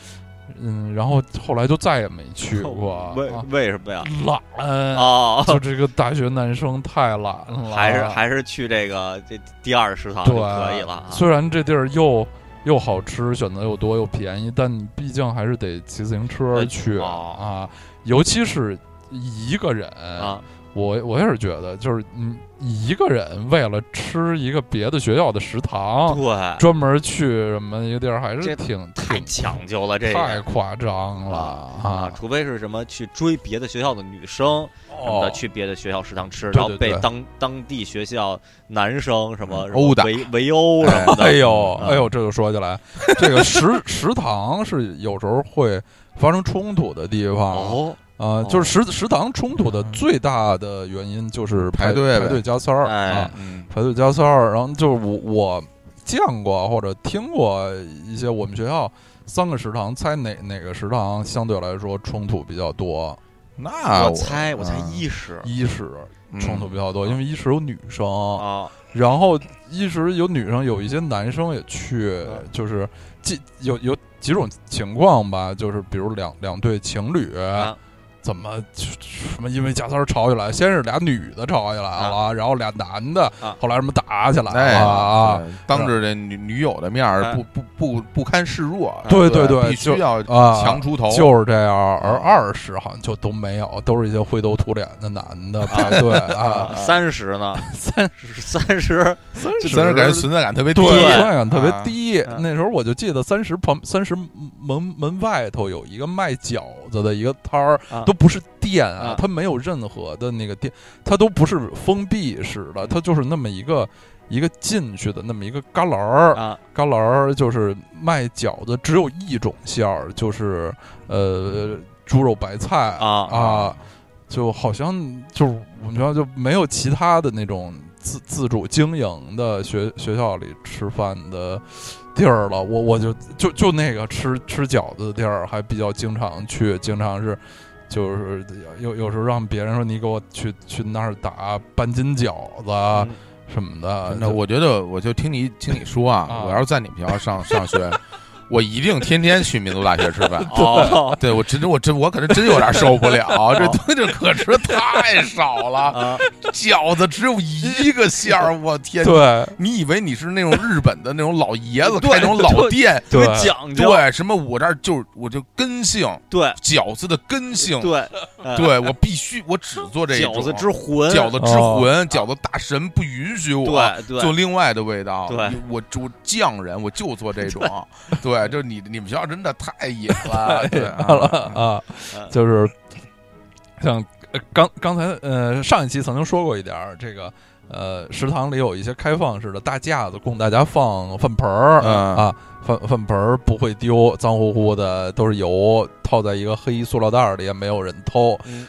C: 嗯，然后后来就再也没去过，
B: 为
C: 啊
B: 为什么呀？
C: 懒。
B: 哦，
C: 就这个大学男生太懒了，
B: 还是还是去这个这第二食堂就
C: 对
B: 可以了啊。
C: 虽然这地儿又又好吃，选择又多又便宜，但你毕竟还是得骑自行车
B: 呃
C: 去、
B: 哦
C: 啊，尤其是一个人。
B: 啊，
C: 我我也是觉得，就是你一个人为了吃一个别的学校的食堂，
B: 对，
C: 专门去什么一个地儿，还
B: 这
C: 是挺
B: 太
C: 挺
B: 讲究了，这
C: 太
B: 个
C: 夸张了
B: 啊，除非是什么去追别的学校的女生什么
C: 哦
B: 的，，去别的学校食堂吃，
C: 对
B: 然后
C: 对
B: 被
C: 对
B: 当当地学校男生什么
A: 嗯
B: 什么
A: 殴打
B: 围围殴什么的。
C: 哎呦，
B: 嗯
C: 哎呦，这就说起来，这个食食堂是有时候会发生冲突的地方。
B: 哦，
C: 啊，
B: 哦
C: 就是食食堂冲突的
A: 嗯
C: 最大的原因就是
A: 排队呗
C: 排队加塞儿
B: 哎
C: 啊，，
B: 嗯
C: 排队加塞儿。然后就是我我见过或者听过一些我们学校三个食堂，猜哪哪个食堂相对来说冲突比较多？
A: 那
B: 我猜我猜
A: 嗯
B: 一食
C: 一食
A: 嗯哦
C: 冲突比较多，因为一食有女生，
B: 啊，
C: 然后一直有女生，有一些男生也去，就是几有有几种情况吧，就是比如两两对情侣，
B: 啊
C: 怎么什么因为加塞儿吵起来，先是俩女的吵起来了，然后俩男的，
B: 啊
C: 后来什么打起来
A: 哎
C: 了啊。
A: 对当着这女女友的面儿
B: 哎
A: 不不不不堪示弱，啊
C: 对
A: 对
C: 对对
A: 必须
C: 就
A: 要
C: 啊
A: 强出头，
C: 就是这样，而二十好像就都没有，都是一些灰头土脸的男的排队 啊，
B: 三十呢？三十三十
C: 三
A: 就咱这感觉存在感特别低
C: 对，，
B: 对
C: 存在感特别低
B: 啊。
C: 那时候我就记得三十旁三十门门外头有一个卖饺子的一个摊儿
B: 啊，
C: 都不是店啊
B: 啊，
C: 它没有任何的那个店，它都不是封闭式的，它就是那么一个。一个进去的那么一个旮旯儿，
B: 啊，
C: 旮旯儿就是卖饺子，只有一种馅儿，就是呃猪肉白菜
B: 啊
C: 啊，就好像就是我们学校就没有其他的那种自自主经营的学学校里吃饭的地儿了。我我就就就那个吃吃饺子的地儿还比较经常去，经常是。就是有有时候让别人说你给我去去那儿打半斤饺子啊
B: 嗯
C: 什么的，
A: 那
C: 就
A: 我觉得，我就听你听你说啊
C: 啊，
A: 我要是在你们学校上上学，我一定天天去民族大学吃饭。
B: 哦
A: 对我真我真我可能真有点受不了，啊这东西可吃太少 了，
B: 啊，
A: 饺子只有一个馅 儿，我天！
C: 对
A: 你以为你是那种日本的那种老爷子
B: 对
A: 开那种老 店？
B: 特
C: 对
B: 别讲究，
A: 对，什么我这儿就是我就根性
B: 对
A: 饺子的根性，
B: 对对
A: 对我必须我只做这一种
B: 饺子之魂，
A: 饺子之
C: 哦
A: 魂，饺子大神不允许我。
B: 对对，
A: 就另外的味道。
B: 对
A: 我我匠人，我就做这种。对，就是你你们学校真的太野 了，对啊
C: 啊，
B: 嗯
C: 就是像呃刚刚才呃上一期曾经说过一点儿，这个呃食堂里有一些开放式的大架子供大家放饭盆儿、
A: 嗯
C: 啊，饭饭盆儿不会丢，脏乎乎的都是油，套在一个黑塑料袋儿里，也没有人偷。
B: 嗯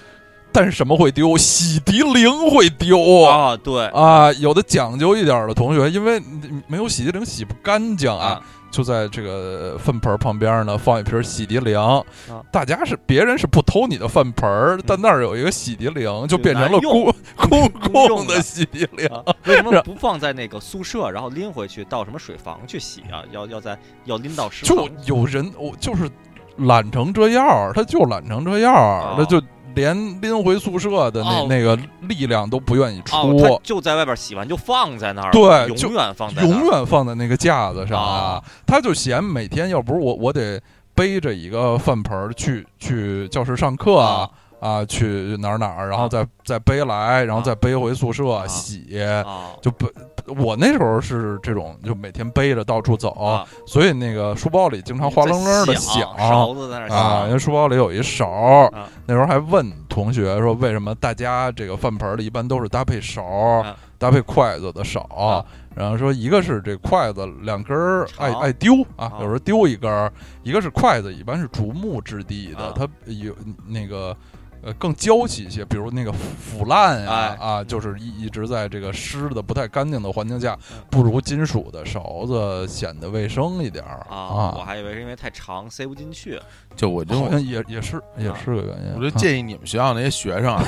C: 但是什么会丢？洗涤灵会丢。
B: 啊，对
C: 啊，有的讲究一点儿的同学，因为你没有洗涤灵洗不干净啊，
B: 啊
C: 就在这个粪盆儿旁边呢放一瓶洗涤灵。
B: 啊
C: 大家是别人是不偷你的粪盆儿，但那儿有一个洗涤灵，就变成了
B: 难嗯用
C: 公 公
B: 公用
C: 共的
B: 的
C: 洗涤 灵。
B: 啊，为什么不放在那个宿舍，然后拎回去到什么水房去洗啊？要要在要拎到食
C: 就
B: 堂，
C: 有人我就是懒成这样儿，他就懒成这样儿，
B: 哦
C: 他就连拎回宿舍的那、
B: 哦
C: 那个力量都不愿意出。
B: 哦，他就在外边洗完就放在那儿，
C: 对就
B: 永远放在那儿，
C: 永远放在那个架子上
B: 啊
C: 啊。他就嫌每天要不是我，我得背着一个饭盆儿去去教室上课啊啊，去哪儿哪儿，然后再再背来，然后再背回宿舍
B: 啊
C: 洗。
A: 哎
B: 啊
C: 就不，我那时候是这种，就每天背着到处走
A: 哦
B: 啊，
C: 所以那个书包里经常哗楞楞的
B: 在
A: 啊
B: 勺子在那儿
C: 啊，人
B: 响，
C: 书包里有一勺儿
B: 啊，
C: 那时候还问同学说，为什么大家这个饭盆儿里一般都是搭配勺儿
B: 啊，
C: 搭配筷子的少
B: 啊？
C: 然后说，一个是这筷子两根儿
B: 长
C: 爱爱丢啊
B: 啊，
C: 有时候丢一根儿；一个是筷子一般是竹木质地的
B: 啊，
C: 它有那个。呃，更娇气一些，比如那个腐烂
B: 哎
C: 啊、啊，就是一一直在这个湿的不太干净的环境下
B: 嗯，
C: 不如金属的勺子显得卫生一点儿
B: 啊，我还以为是因为太长塞不进去，
A: 就我就
C: 好像也也是也是个原因。
A: 我就
C: 啊
A: 建议你们学校那些学生啊，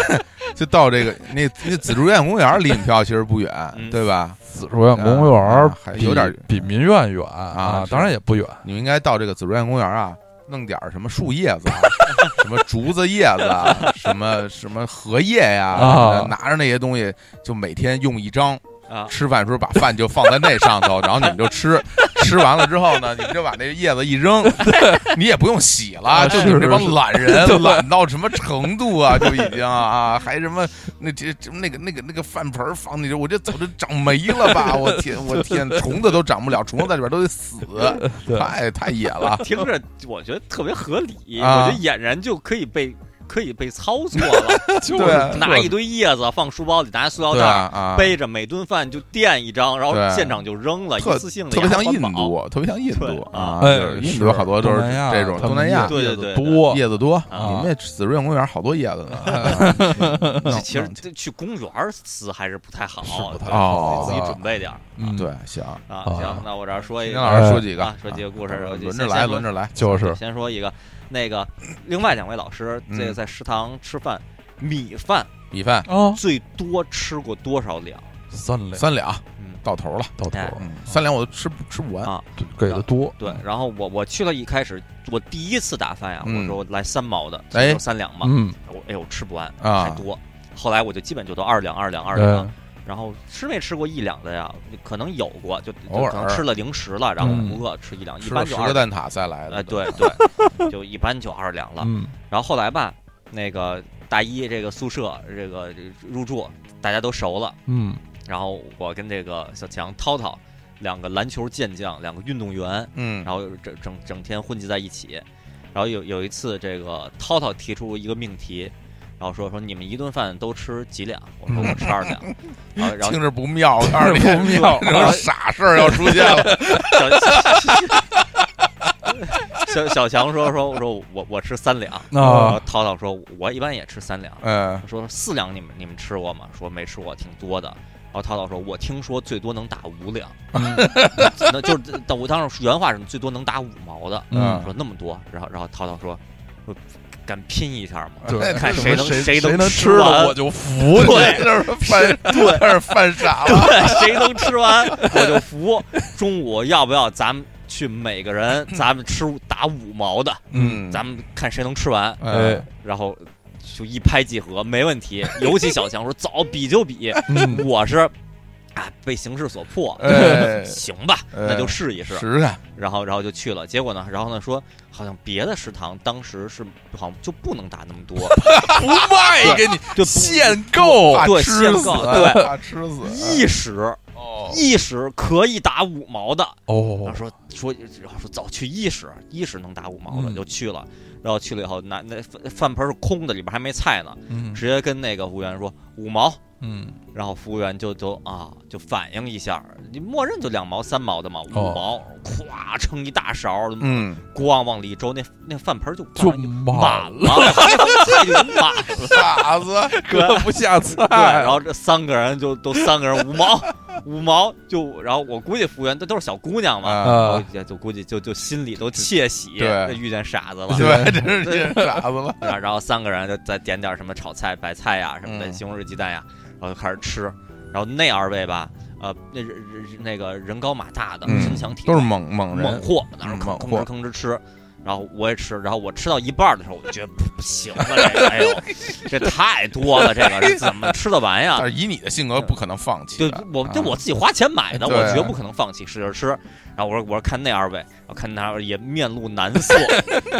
A: 就到这个那那紫竹院公园离你们学校其实不远，
B: 嗯
A: 对吧？
C: 紫竹院公园
A: 啊
C: 儿
A: 还
C: 比
A: 有点
C: 比民院远
A: 啊是
C: 当然也不远。
A: 你们应该到这个紫竹院公园啊，弄点儿什么树叶子啊， 什么竹子叶子啊，什么什么荷叶呀、
C: 啊
A: 拿着那些东西就每天用一张。
B: 啊，
A: 吃饭时候把饭就放在那上 头，然后你们就吃，吃完了之后呢，你们就把那叶子一扔，你也不用洗
C: 啊
A: 了，就你们
C: 是
A: 这帮
C: 是
A: 懒人
C: 对
A: 懒到什么程度啊，就已经啊，还什么那这这那个那个那个饭盆儿放那，我这早就长霉了 吧，我天我天，虫子都长不了，虫子在里边都得死，
C: 对
A: 太太野了。
B: 听着我觉得特别合理，
A: 啊
B: 我觉得俨然就可以被可以被操作 了，
C: 就是
A: 对
B: 拿一堆叶子放书包里，拿塑料
A: 对
B: 袋儿。
A: 啊，啊
B: 背着每顿饭就垫一张，然后
A: 对
B: 现场就扔了，
A: 特
B: 一次性的，
A: 特别像
B: 也
A: 印
B: 环保。
A: 度，特别像印
B: 对
A: 度啊，
C: 哎
A: 就是印
C: 是
A: 度好多都是
C: 东南亚
A: 这种
C: 他们
A: 东南亚
C: 叶
B: 对
C: 子
B: 对对
C: 多，
A: 叶子多，
B: 啊
A: 你们那紫竹院公园好多叶子呢。
B: 这
A: 弄
B: 其实
A: 弄
B: 这去公园儿撕还是不太好，
C: 是不太
A: 好
B: 自己
A: 啊
B: 准备点儿
C: 嗯，
A: 对，行，
B: 啊。
C: 好
B: 行，那我这儿说一
A: 金
B: 个，
A: 老师说几个
B: 啊，说几个故事
A: 啊
B: 我就
A: 轮着
B: 先
A: 来，
B: 先
A: 轮着来。
C: 就是
B: 先说一个，那个另外两位老师
A: 嗯
B: 这个在食堂吃饭，米饭
A: 米饭
C: 啊，
B: 最多吃过多少两？
C: 三两
A: 三两
B: 嗯，
A: 到头了，
C: 到头
B: 哎
C: 了，
A: 嗯，三两我都吃不吃不完
B: 啊。
C: 给的多，
B: 对，然后我我去了一开始我第一次打饭呀，
A: 嗯
B: 我说来三毛的，
A: 哎
B: 有三两嘛，
C: 嗯，
B: 我哎呦吃不完，
A: 啊
B: 太多。后来我就基本就都二两二两二两
C: 对，，
B: 然后吃没吃过一两的呀？可能有过，就就
A: 偶尔
B: 可能吃了零食了，然后
C: 嗯
B: 不饿吃一两，一
A: 吃了
B: 般就
A: 十
B: 二
A: 个
B: 两。
A: 蛋挞再来
B: 哎，
A: 的，
B: 对对，就一般就二两了。
C: 嗯，
B: 然后后来吧，那个大一这个宿舍这个这个入住，大家都熟了。
C: 嗯，
B: 然后我跟这个小强、涛涛两个篮球健将，两个运动员，
A: 嗯
B: 然，后整整整天混迹在一起。然后有有一次，这个涛涛提出一个命题，然后说说你们一顿饭都吃几两？我说我吃二两。然后然后
A: 听着不妙，我告诉 你，
C: 不妙
A: 这种傻事儿要出现了。
B: 小小小强说说我说我我吃三两，然后涛涛说我一般也吃三两，
A: 嗯，
B: 说四两你们你们吃过吗？说没吃过，挺多的。然后涛涛说，我听说最多能打 五两，
C: 嗯
B: 那就是但我当时原话是最多能打五毛的，
C: 嗯
B: 说那么多。然后然后涛涛说，我敢拼一下吗？
C: 对
B: 看
A: 谁
B: 谁能谁能
C: 能
B: 吃
C: 吃
B: 完
C: 了我就服你，
B: 对
A: 这是犯，
B: 对
A: 这是犯傻了。
B: 对，谁能吃完我就服。中午要不要咱们去每 个人咱们吃打五毛的，
A: 嗯，
B: 咱们看谁能吃完，
A: 哎，
B: 然后就一拍即合，没问题。尤其小强说早比就比，
C: 嗯，
B: 我是啊被形势所迫，
A: 哎
B: 呃行吧，
C: 呃
B: 那就试一试。
A: 试试，
B: 然后然后就去了，结果呢，然后呢说好像别的食堂当时是好像就不能打那么多，
A: 不卖给你，
B: 就不哦
C: 限购，
A: 怕
B: 对
A: 吃
B: 限
A: 死，
B: 购
C: 呃
B: 对
A: 怕啊吃死。
B: 一时
A: 哦，
B: 一时可以打五毛的，然
C: 哦
B: 后，说说，然后说早去一室，一室能打五毛的
C: 嗯
B: 就去了，然后去了以后，拿那饭饭盆是空的，里边还没菜呢，
C: 嗯
B: 直接跟那个服务员说五毛，
C: 嗯，
B: 然后服务员就就啊就反应一下，你默认就两毛三毛的嘛，五
C: 哦
B: 毛，咵称一大勺，
A: 嗯，
B: 咣往里一周，那那饭盆就
C: 就
B: 满
C: 满
B: 了， 那菜就满 了。
A: 傻 子，
C: 搁不下菜，啊
B: 对，然后这三个人就都三个人五毛，五毛就，然后我估计服务员这都是小姑娘嘛，
A: 啊，
B: 然后
C: 啊，
B: 也就估计就就心里都窃喜，
A: 对
B: 遇见傻子了。
A: 对，真是真是傻子了。
B: 然后然后三个人就再点点什么炒菜、白菜呀、什么的，
A: 嗯
B: 西红柿鸡蛋呀，然后就开始吃。然后那二位吧，呃，那人人那个人高马大的，
A: 嗯
B: 身强体
A: 都是
B: 壮，
A: 猛猛
B: 猛
A: 人，
B: 货，然后
A: 嗯
B: 吭
A: 猛
B: 吭哧
A: 货
B: 吭哧吃。然后我也吃，然后我吃到一半的时候，我就觉得不不行了，这个，哎 呦，这太多了，这个这怎么吃得完呀
A: 但？是以你的性格不可能放弃
B: 对
A: 的。，
B: 我
A: 啊
B: 这我自己花钱买的，
A: 对啊
B: 我绝不可能放弃，使劲吃。然后我说我说看那二位，我看那二位也面露难 色，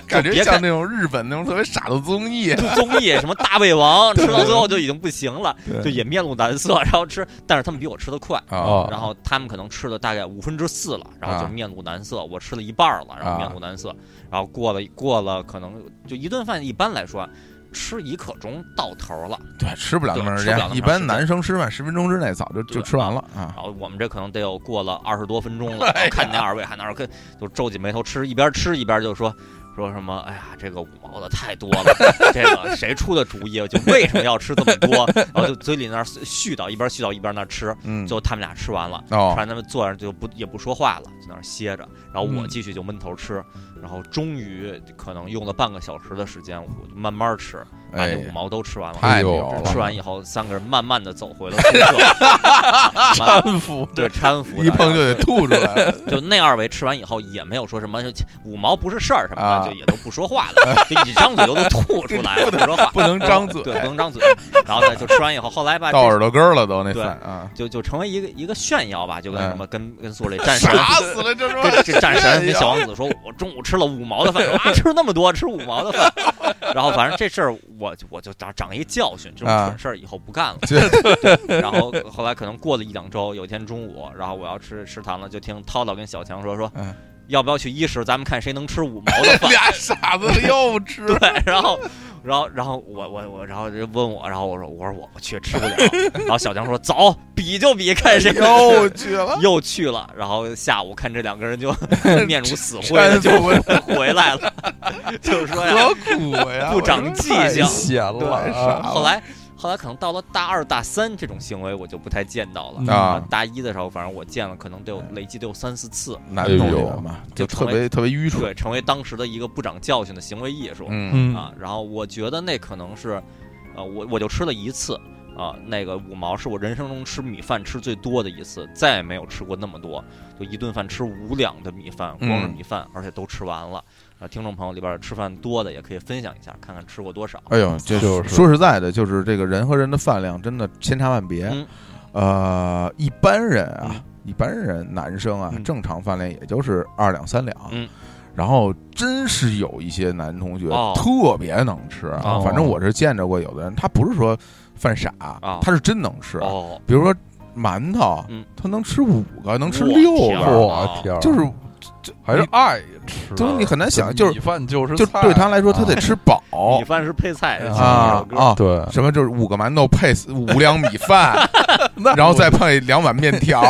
A: 感觉
B: 别
A: 像
B: 看
A: 那种日本那种特别傻的综艺。
B: 就综艺什么大胃王，吃到最后就已经不行了，就也面露难色，然后吃，但是他们比我吃的快。
A: 啊
B: 然后他们可能吃了大概五分之四了，然后
A: 啊
B: 就面露难色。我吃了一半儿了，然后面露难色。然后过了过了，可能就一顿饭，一般来说吃一刻钟到头儿了。
A: 对，吃不了那么长时
B: 对吃不了那
A: 间。
B: 么
A: 一般
B: 长时间
A: 男生吃饭十分钟之内早就就
B: 对
A: 吃完了啊。
B: 然后我们这可能得有过了二十多 分钟了，
A: 哎
B: 然后看那二位还那儿跟就皱起眉头吃，一边吃一边就说说什么，哎呀，这个五毛的太多了， 这个谁出的主意啊？就为什么要吃这么多？然后就嘴里那儿絮叨，一边絮叨一边那儿吃，
A: 嗯
B: 最，后他们俩吃完了。吃
A: 哦，
B: 完他们坐那儿就不也不说话了，在那儿歇着，然后我
C: 嗯
B: 继续就闷头吃，然后终于可能用了半个小时的时间，我就慢慢吃，把
A: 哎
B: 这，五毛都吃完了。
A: 太牛了！
B: 吃完以后，三个人慢慢的走回了 宿舍，慢
C: 安抚
B: 对搀扶，
A: 一碰就得吐出来，
B: 就那二位吃完以后也没有说什么就五毛不是事儿什么的，
A: 啊
B: 就也都不说话了，就一张嘴都能吐出来了，不 说话，
A: 不能张嘴，
B: 对，不能张嘴。然后呢，就吃完以后，后来吧，
A: 到耳
B: 就
A: 朵根儿了都那
B: 对
A: 饭 啊，
B: 就就成为一个一个炫耀吧，就跟
A: 嗯
B: 什么跟跟宿舍里战神。
A: 傻死了，这
B: 这
A: 说
B: 这战神跟小王子说：“我中午吃了五毛的饭，啊，吃那么多，吃五毛的饭。”然后反正这事儿我就我就长长一教训，这种
A: 啊
B: 蠢事儿以后不干了。
A: 这
B: 然后后来可能过了一两周，有一天中午，然后我要吃食堂了，就听涛涛跟小强说说
A: 嗯，
B: 要不要去一食，咱们看谁能吃五毛的 饭。
A: 俩傻子又吃，
B: 对，然后，然后，然后我我我，然后就问我，然后我说我说我我去吃 不了。然后小强说走，比就比，看谁
A: 又
B: 能吃
A: 去了，
B: 又去了，然后下午看这两个 人就 面如死灰
A: 真
B: 的就
A: 不
B: 回来了， 就是说呀，
A: 何苦呀？
B: 不长记
C: 太
B: 性。
C: 闲了
A: 太傻
C: 啊，
A: 了
B: 后来后来可能到了大二大三这种行为我就不太见到了
C: 嗯
A: 啊
B: 大一的时候反正我见了可能得有累计得有三四次，
A: 难
C: 哎呦
A: 弄这个嘛，就
B: 就
A: 特
B: 成为
A: 别特别愚蠢，
B: 对，成为当时的一个不长教训的行为艺术。
A: 嗯，
C: 嗯
B: 啊，然后我觉得那可能是，呃，我我就吃了一次啊，那个五毛是我人生中吃米饭吃最多的一次，再也没有吃过那么多，就一顿饭吃五两的米饭，光是
A: 嗯
B: 米饭，而且都吃完了。啊，听众朋友里边儿吃饭多的也可以分享一下，看看吃过多少。
A: 哎呦，这
C: 就是
A: 说实在的，就是这个人和人的饭量真的千差万别
B: 嗯，
A: 呃，一般人啊
B: 嗯，
A: 一般人男生啊
B: 嗯，
A: 正常饭量也就是二两三两，
B: 嗯
A: 然后真是有一些男同学
B: 哦
A: 特别能吃，啊
B: 哦
A: 反正我是见着过有的人，他不是说犯傻，
B: 哦
A: 他是真能吃。
B: 哦，
A: 比如说馒头，
B: 嗯
A: 他能吃五个，能吃
B: 我
A: 六
B: 天啊
A: 个，
C: 我嗯天儿，
A: 就是
C: 还
A: 哎
C: 是爱吃，
A: 就是你很难想，
C: 这
A: 就
C: 米
A: 是
C: 饭就是
A: 就
C: 菜
A: 对他来说，他
C: 啊
A: 得吃 饱
B: 米饭是配菜
C: 啊
A: 哦啊啊。
C: 对，
A: 什么就是五个馒头配四五两米 饭，然后再配两碗面条，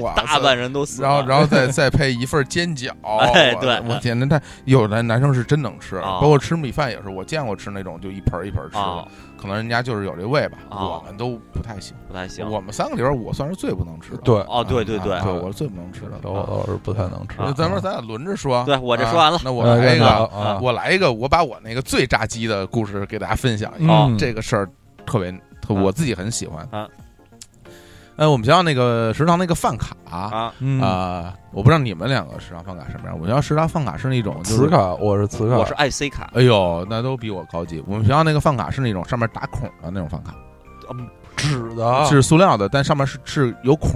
A: 哇塞
B: 大半人都死
A: 然后
B: 了。
A: 然后再再配一份煎饺，
B: 哎对
A: 我我天，那他有的男生是真能吃，
B: 哦
A: 包括吃米饭也是，我见过吃那种就一盆儿一盆儿吃
B: 啊
A: 的，，可能人家就是有这胃吧，
B: 哦
A: 我们都不太行。
B: 不太行。
A: 我们三个里边，我算是最不能吃的。
C: 对
B: 哦，对对对啊
A: 啊，对，我是最不能吃的。
C: 我倒是不太能吃。
A: 那咱们咱俩轮着说，
B: 对我这说完了
A: 啊那我来一
C: 啊
A: 个，
C: 啊
A: 我来一个，我把我那个最炸鸡的故事给大家分享一下。
C: 嗯
A: 这个事儿特别，特
B: 啊
A: 我自己很喜欢
B: 啊。
A: 呃，我们学校那个食堂那个饭卡
B: 啊，
C: 啊，
A: 啊，我不知道你们两个食堂饭卡什么样。我们学校食堂饭卡是那种就是
C: 磁，卡，我是磁卡，
B: 我是 IC 卡，
A: 哎呦，那都比我高级。我们学校那个饭卡是那种上面打孔的那种饭卡，
B: 嗯
C: 纸的，
A: 是塑料的，啊但上面是是有孔，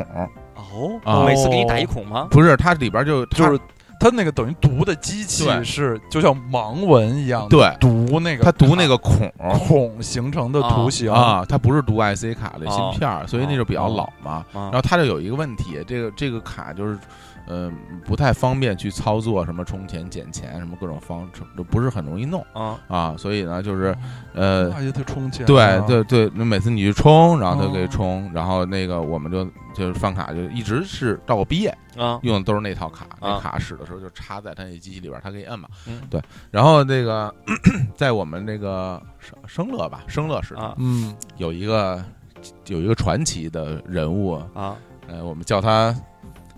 B: 哦，
A: 啊
B: 每次给你打一孔吗？
A: 不是它里边就
C: 就
A: 它
C: 是它那个等于读的机器
A: 对
C: 是就像盲文一样，
A: 对
C: 读那个哎
A: 它读那个孔。
C: 孔形成的图形，
A: 啊，它不是读 IC 卡的芯
B: 哦
A: 片儿，所以那就比较老嘛。
B: 然
A: 然后它就有一个问题，这个这个卡就是，嗯、不太方便去操作什么充钱、减钱什么各种方式，就不是很容易弄
B: 啊，
A: 啊。所以呢，就是，呃，
B: 哦
C: 那也得充钱啊，
A: 对对对，那每次你去充，然后他就给
C: 哦
A: 充，然后那个我们就就是饭卡就一直是到我毕业
B: 啊
A: 用的都是那套卡，那
B: 啊
A: 卡使的时候就插在他那机器里边，他可以摁嘛
B: 嗯。
A: 对，然后那个 在我们那个生生乐吧，生乐食堂
B: 啊
C: 嗯，
A: 有一个有一个传奇的人物，
B: 啊！
A: 呃，我们叫他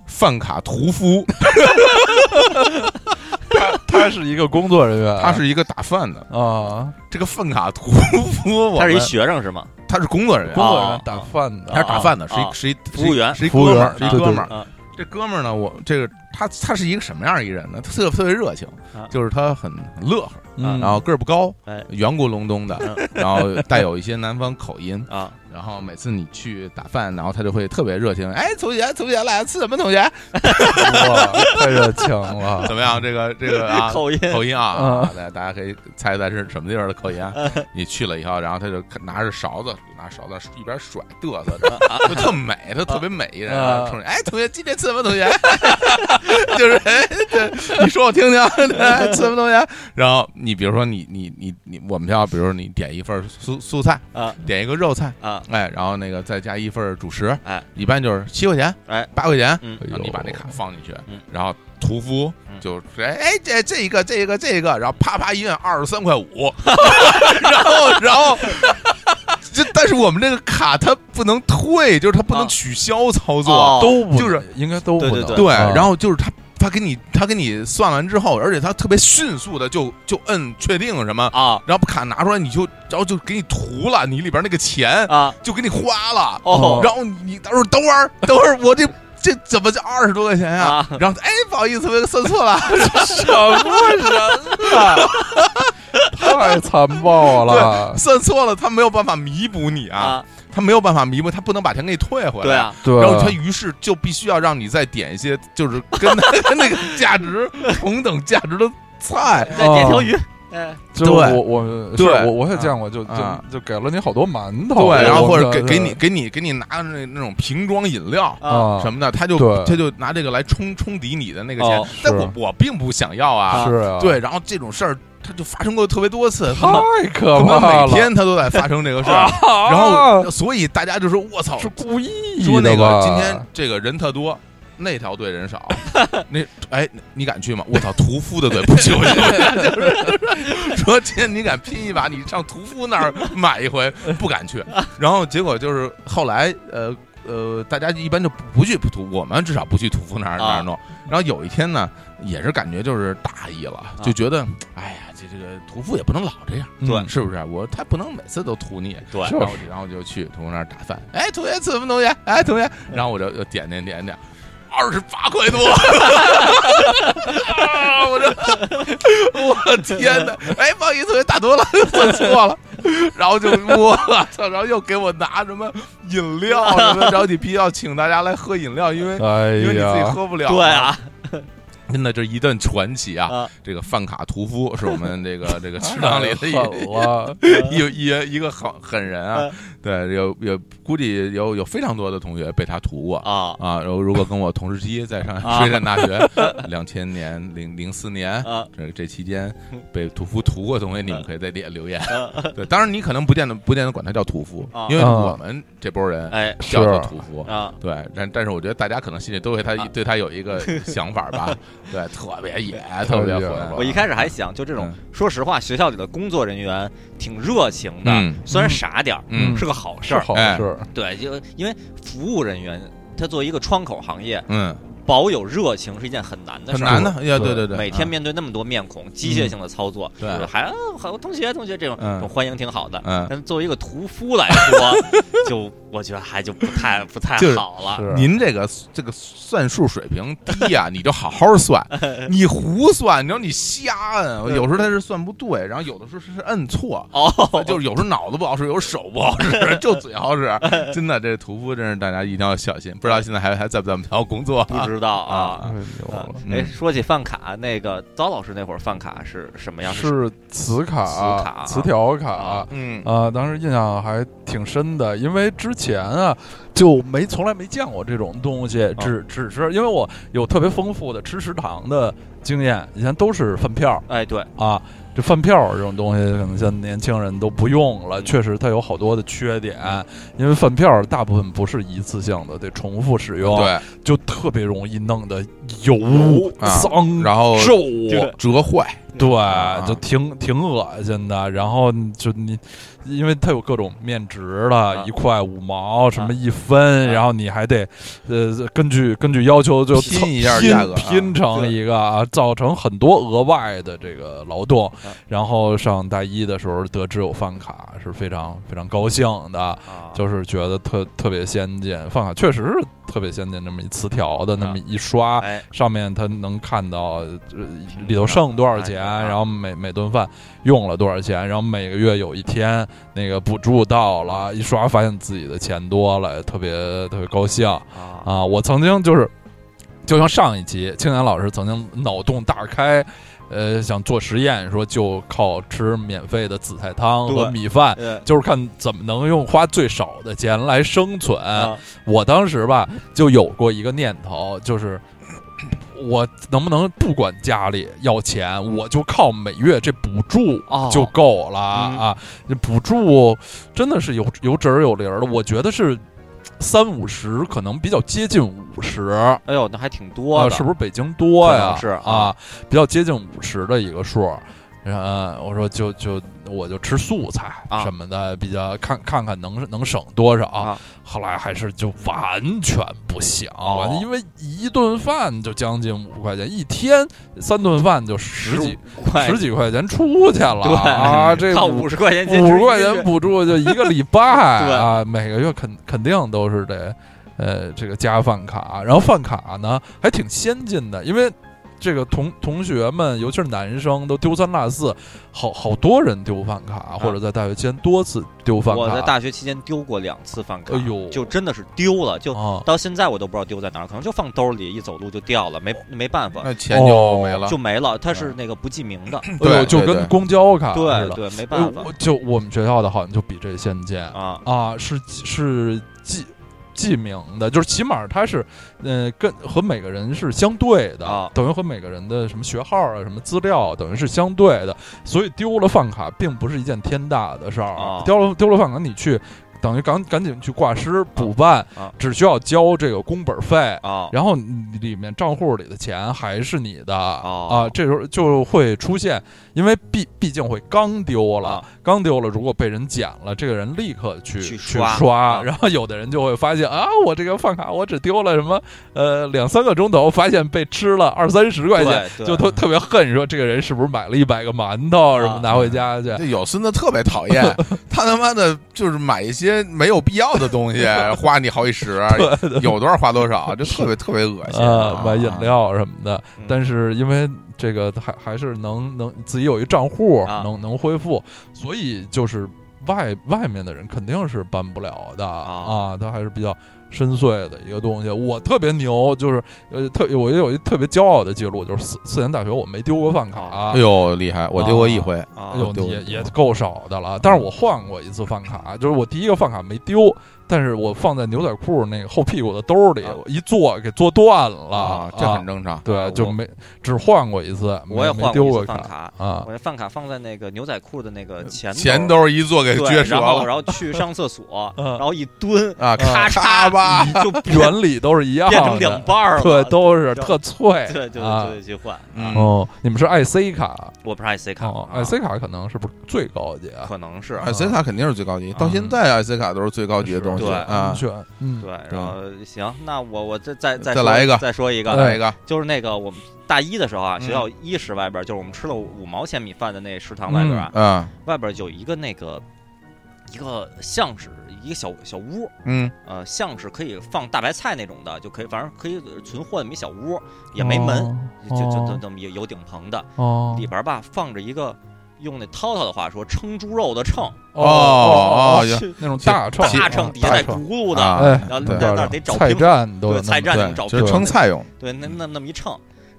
A: 饭卡屠夫，
C: 他是一个工作人员，
A: 他是一个打饭的。
C: 啊，
A: 这个饭卡屠夫，我
B: 他是一
A: 们
B: 学生是吗？
A: 他是工作人
C: 工
A: 员，
C: 作人员
B: 哦
C: 啊打饭的
A: 他是打饭的，
B: 哦
A: 是一
B: 哦
A: 是一
B: 服务员
A: 是一
C: 服务
A: 哥们
C: 员
A: 儿，是一
C: 对
A: 哥
C: 对
A: 们儿。
B: 啊
A: 这哥们儿呢，我这个他他是一个什么样一人呢？他特特别热情
B: 啊，
A: 就是他很很乐呵，
C: 嗯，
A: 然后个儿不高
B: 哎，
A: 圆咕隆咚的， 然后带有一些南方口音，
B: 啊
A: 然后每次你去打饭，然后他就会特别热情，哎，同学同学来吃什么？同学
C: 哇，太热情了，
A: 怎么样？这个这个 啊。
B: 口 音
A: 口音啊，
C: 嗯
A: 啊大家大家可以猜一猜是什么地方的口音啊？你去了以后，然后他就拿着勺子，拿勺子一边甩嘚瑟着，就特美，他特别美一人啊，
C: 啊
A: 冲着哎同学今天吃什么同学？ 就是哎，对你说我听听，对吃什么同学？然后你比如说你你你你，我们学校比如说你点一份素素菜，
B: 啊
A: 点一个肉菜，
B: 啊！
A: 哎，然后那个再加一份主食，
B: 哎，
A: 一般就是七块钱，
B: 哎，
A: 八块钱，
B: 嗯
C: 哎
A: 然
C: 呦
A: 后你把那卡放进去
B: 嗯，
A: 然后屠夫
B: 嗯
A: 就说：“哎，这这一个，这一个，这一个，然后啪啪一摁，二十三块 五，然后然后。这但是我们这个卡它不能退，就是它不能
B: 啊
A: 取消操作，
B: 哦
C: 都不
A: 就是
C: 应该都不
B: 对
C: 能
B: 对对
A: 对。
C: 啊
A: 然后就是它他给你他给你算完之后，而且他特别迅速的就就摁确定什么，
B: 啊
A: 然后把卡拿出来，你就然后就给你涂了，你里边那个钱
B: 啊
A: 就给你花了。
B: 哦
A: 然后你到时候等会儿等会儿我这。这怎么就二十多块钱呀、
B: 啊
A: 然后哎，不好意思，我算错了。
C: 什么人啊！ 太残暴了！
A: 算错了，他没有办法弥补你啊，
B: 啊，
A: 他没有办法弥补，他不能把钱给你退回来。
B: 对啊，
C: 对，
A: 然后他于是就必须要让你再点一些就是跟跟那个价值同等价值的菜。
B: 再点条鱼，
A: 哦
B: 哎，
C: 就是
A: 对
C: 我我
A: 对
C: 是我我也见过，就
A: 啊
C: 就就给了你好多馒头，
A: 对，然后或者给
C: 我
A: 给你给你给你拿那那种瓶装饮料
B: 啊
C: 啊
A: 什么的，他就
C: 对
A: 他就拿这个来冲冲抵你的那个钱
B: 哦，
A: 但
C: 是
A: 我我并不想要啊。
C: 是啊，
A: 对，，然后这种事儿他就发生过特别多次，他妈
C: 太可
A: 他
C: 怕
A: 妈
C: 了，
A: 每天他都在发生这个事儿。
C: 啊
A: 然后，所以大家就说：“我操，
C: 是故意
A: 说那
C: 的
A: 个
C: 吧
A: 今天这个人特多，那条队人少， 那哎你敢去吗？我操，屠夫的队不去不去，就是 说今天你敢拼一把，你上屠夫那儿买一回，不敢 去。然后结果就是后来呃呃，大家一般就不去屠，我们至少不去屠夫那儿那
B: 啊
A: 儿弄。然后有一天呢，也是感觉就是大意了，就觉得哎呀，这这个屠夫也不能老这样。
C: 嗯
A: 是不是？我他不能每次都图你，
B: 对
A: 然后 然后就去同学那儿打饭，哎，同学吃什么东西？哎，同学，然后我就就点点点点，二十八块多， 啊我这我天哪！哎，不好意思，我打多了， 算错了，然后就我操，然后又给我拿什么饮料什么，然后你必须要请大家来喝饮料，因为
C: 哎
A: 因为你自己
C: 呀，
A: 喝不了，
B: 对，啊，
A: 真的这一顿传奇啊！
B: 啊
A: 这个饭卡屠夫是我们这个这个池塘里的 一
C: 太狠 了，
B: 嗯
A: 一一一个狠狠人啊，对，有有估计有有非常多的同学被他屠过
B: 啊
A: 啊。然后如果跟我同时期在上
B: 啊
A: 水产大学 两千年零零四年
B: 啊
A: 这这期间
B: 嗯
A: 被屠夫屠过的同学，你们可以在底下留言。
B: 啊
A: 对，当然你可能不见得不见得管他叫屠夫
B: 啊，
A: 因为我们这波人
B: 哎
A: 叫他
C: 是
A: 屠夫。
B: 啊
A: 对，但但是我觉得大家可能心里都会他
B: 啊
A: 对他有一个想法 吧，对，特别野，特别
C: 特
A: 混
C: 别
A: 嗯
C: 野
A: 乱。
B: 哎我一开始还想，就这种，
A: 嗯
B: 说实话，学校里的工作人员挺热情的，
A: 嗯
B: 虽然傻点儿，
A: 嗯
B: 是个好事
C: 是
B: 儿。
C: 好
A: 哎
C: 事，
B: 对，就因为服务人员，他作为一个窗口行业，
A: 嗯，
B: 保有热情是一件很难的
A: 很
B: 事儿。
A: 难的，呀，对
C: 对
A: 对对，
B: 每天
A: 嗯
B: 面对那么多面孔，机械性的操作，
A: 对
B: 就是还还同学同学这种
A: 嗯
B: 这种欢迎挺好的。
A: 嗯。
B: 但作为一个屠夫来说， 就我觉得还就不太不太
A: 就是
B: 好了。
C: 是
A: 您这个这个算术水平低呀、你就好好算，你胡算，你说你瞎摁，有时候他是算不对，然后有的时候是摁错，
B: 哦，
A: 就是有时候脑子不好使，有时候手不好使，就嘴好使。真的，这屠夫真是大家一定要小心，不知道现在还还在不在我们学校工作
B: 不知道啊。
C: 太牛
B: 啊
C: 了。
A: 嗯
B: 哎，说起饭卡，那个刀老师那会儿饭卡是什么样？
C: 是
B: 磁
C: 磁
B: 卡
C: 卡、磁条卡
B: 啊
A: 嗯
C: 啊，当时印象还挺深的，因为之前啊就没从来没见过这种东
A: 哦
C: 西，只只是因为我有特别丰富的吃食堂的经验，以前都是饭票
B: 哎，对，
C: 啊。这饭票这种东西，可能现在年轻人都不用了。确实，它有好多的缺点，因为饭票大部分不是一次性的，得重复使用，，
A: 对，
C: 就特别容易弄得油、
A: 啊
C: 脏、
A: 然后
C: 皱，
B: 对
A: 折坏，啊
C: 对，就挺挺恶心的。然后你就你，因为它有各种面值
B: 啊
C: 了，一块五毛，什
B: 啊
C: 么一分，
B: 啊
C: 然后你还得呃根据根据要求就
A: 拼
C: 凑
A: 一下
C: 拼
A: 价格啊
C: 拼成
B: 对
C: 一个啊，造成很多额外的这个劳动。然后上大一的时候得知有饭卡，是非常非常高兴的。
B: 啊
C: 就是觉得特特别先进，饭卡确实是特别先进，那么一磁条的，那么一刷，
B: 哎，
C: 上面他能看到呃里头剩多少钱，
B: 哎
C: 然后每每顿饭用了多少钱，然后每个月有一天那个补助到了，一刷发现自己的钱多了，特别特别高兴
B: 啊
C: 啊！我曾经就是，就像上一期青年老师曾经脑洞大开。呃，想做实验，说就靠吃免费的紫菜汤和
B: 对
C: 米饭，
B: 呃
C: 就是看怎么能用花最少的钱来生存。
B: 啊
C: 我当时吧就有过一个念头，就是 我能不能不管家里要钱，我就靠每月这补助
B: 哦
C: 就够了、
B: 嗯
C: 啊！这补助真的是有有指儿有零儿的，我觉得是三五十，可能比较接近五十。
B: 哎呦，那还挺多
C: 啊，
B: 的，
C: 是不是北京多
B: 可
C: 呀？啊
B: 能是
C: 啊，比较接近五十的一个数。呃，我说就就我就吃素菜
B: 啊
C: 什么的，比较看看看能能省多少。
B: 啊
C: 后来还是就完全不想，
B: 哦
C: 因为一顿饭就将近五块钱，一天三顿饭就十几
B: 块
C: 十几块钱出去了
B: 对
C: 啊！这
B: 靠
C: 五
B: 五十块钱进
C: 五
B: 去
C: 十块钱
B: 一
C: 补助就一个礼拜
B: 对
C: 啊，每个月肯肯定都是得呃这个加饭卡，然后饭卡呢还挺先进的，因为。这个同同学们，尤其是男生，都丢三落四，好好多人丢饭卡，或者在大学期间多次丢
B: 个
C: 饭卡。
B: 啊我在大学期间丢过两次饭卡，
C: 哎呦
B: 就真的是丢了，就
C: 啊，
B: 到现在我都不知道丢在哪儿，可能就放兜里，一走路就掉了，没没办法，
A: 那钱就没了
B: 就。没了。它是那个不记名的，
C: 哎呦
A: 对
C: 就
A: 对
C: 跟
A: 对
C: 公交卡似
B: 对
C: 嗯的。
B: 对，没
C: 哎
B: 办法
C: 我就我们学校的好像就比这先进
B: 啊。
C: 啊，是是记记名的，就是起码它是，呃，跟和每个人是相对的，
B: 啊
C: 等于和每个人的什么学号啊、什么资料，等于是相对的，所以丢了饭卡并不是一件天大的事儿，
B: 啊
C: 丢了丢了饭卡你去，等于赶赶紧去挂失补办，
B: 啊
C: 只需要交这个工本费。
B: 啊
C: 然后你里面账户里的钱还是你的、
B: 哦
C: 啊，这时候就会出现，因为毕毕竟会刚丢了，
B: 啊
C: 刚丢了，如果被人捡了，这个人立刻去
B: 去
C: 刷
B: 刷啊
C: 然后有的人就会发现啊，我这个饭卡我只丢了什么呃两三个钟头，发现被吃了二三十块钱，
B: 对对
C: 就特特别恨，说这个人是不是买了一百个馒头什么
B: 啊
C: 拿回家去。
A: 这有孙子特别讨厌，他他妈的就是买一些没有必要的东西，花你好几 十，有多少花多少，这特别特别恶心
C: 呃
A: 啊，！
C: 买饮料什么的
B: 嗯，
C: 但是因为这个还还是能能自己有一账户，
B: 啊
C: 能能恢复，所以就是外外面的人肯定是办不了的
B: 啊
C: 啊，它还是比较深邃的一个东西。我特别牛，就是呃特我有一特别骄傲的记录，就是四四年大学我没丢过饭卡
A: 哎。呦厉害！我丢过一回，
B: 啊
C: 哎呦，
A: 丢
C: 也也够少的了。但是我换过一次饭 卡，就是我第一个饭卡没丢，但是我放在牛仔裤那个后屁股的兜里，
B: 啊
C: 我一坐给坐断了。
A: 啊，这很正常。
C: 对
B: 啊，
C: 就
B: 我
C: 没只换过一次，
B: 我也
C: 没
B: 换
C: 没丢
B: 过一次
C: 卡
B: 饭卡，
C: 啊呃
B: 我。那饭卡放在那个牛仔裤的那个前
A: 钱
B: 兜儿，
A: 兜一坐给
B: 啊对，
A: 撅折
B: 然后
A: 了
B: 然后去上厕所，
C: 嗯
B: 然后一蹲，
A: 啊，
B: 咔
A: 嚓
B: 嚓
A: 吧，
B: 就变
C: 原理都是一样的，
B: 变成两半儿了，
C: 对，都是
B: 对
C: 特脆，
B: 对对对
C: 啊
B: 对，去换。
A: 嗯哎
C: 哦，你们是 IC 卡，
B: 我不是 IC 卡
C: 哦
B: 啊
C: ，IC 卡可能是不是最高级啊？
B: 可能是
A: 艾哎斯卡肯定是最高级，到现在艾斯卡都是最高级的东西
B: 对
A: 啊。
C: 选，嗯，
B: 对，然后行，那我我再再再
A: 呃再
B: 说
A: 来一个
B: 再说一个，
A: 再来一个，
B: 就是那个我们大一的时候啊，
A: 嗯
B: 学校一食外边儿，就是我们吃了五毛钱米饭的那食堂外边儿啊，
A: 嗯
B: 外边儿有一个那个一个像是一个小小屋，
A: 嗯，
B: 呃，像是可以放大白菜那种的，就可以，反正可以存货那么一小屋，也没门，就就就
C: 哦
B: 这么有有顶棚的，
C: 哦
B: 里边儿吧放着一个。用那涛涛的话说，称猪肉的秤，
C: 哦
A: 哦
C: 哦
A: 有
C: 那种大秤，
B: 大
C: 啊
B: 秤底下带
C: 大秤
B: 轱辘的，
A: 啊
C: 哎
B: 然后
A: 对
B: 在那儿得找
C: 菜
B: 平
C: 站都有
B: 对菜
C: 那
B: 站
C: 么
A: 对
B: 能，找
A: 就是
B: 平
A: 称菜用，
B: 对，那那那么一秤，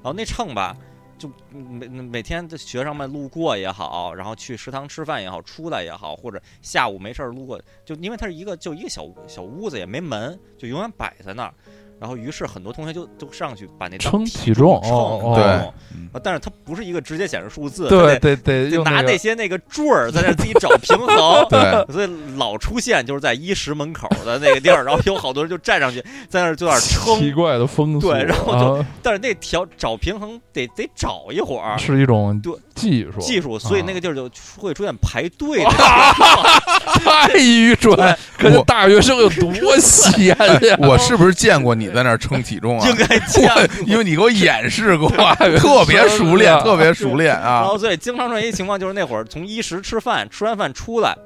B: 然后那秤吧，就嗯每每天这学生们路过也好，然后去食堂吃饭也好，出来也好，或者下午没事儿路过，就因为它是一个就一个小小屋子，也没门，就永远摆在那儿。然后，于是很多同学就就上去把那当
C: 称
B: 体
C: 体重
B: 秤
C: 哦哦
B: 对
A: 哦嗯，
B: 啊但是它不是一个直接显示数字，它
C: 对
B: 得
C: 对对，
B: 得
C: 用
B: 拿
C: 那
B: 那
C: 个
B: 些那个柱儿在那儿自己找平 衡
A: 对，
B: 所以老出现就是在衣食门口的那个地儿，然后有好多人就站上去，在那儿就在那儿称
C: 奇怪的风俗，
B: 对然后就
C: 啊
B: 但是那调找平衡得得找一会儿
C: 是一种
B: 对
C: 技术，
B: 技术，所以
C: 啊
B: 那个地儿就出会出现排队 的
C: 太愚蠢
B: 对，
C: 可是
A: 我
C: 大学生有多闲
B: 哎
C: 呀！
A: 我是不是见过你在那儿称体重啊？
B: 应该这样。
A: 我 因为你给我演示 过，
C: 对
A: 特别熟练，
C: 对
A: 特别熟练
B: 然
A: 啊！
B: 后所以经常出现一情况就是那会儿从一食吃饭，吃完饭出来。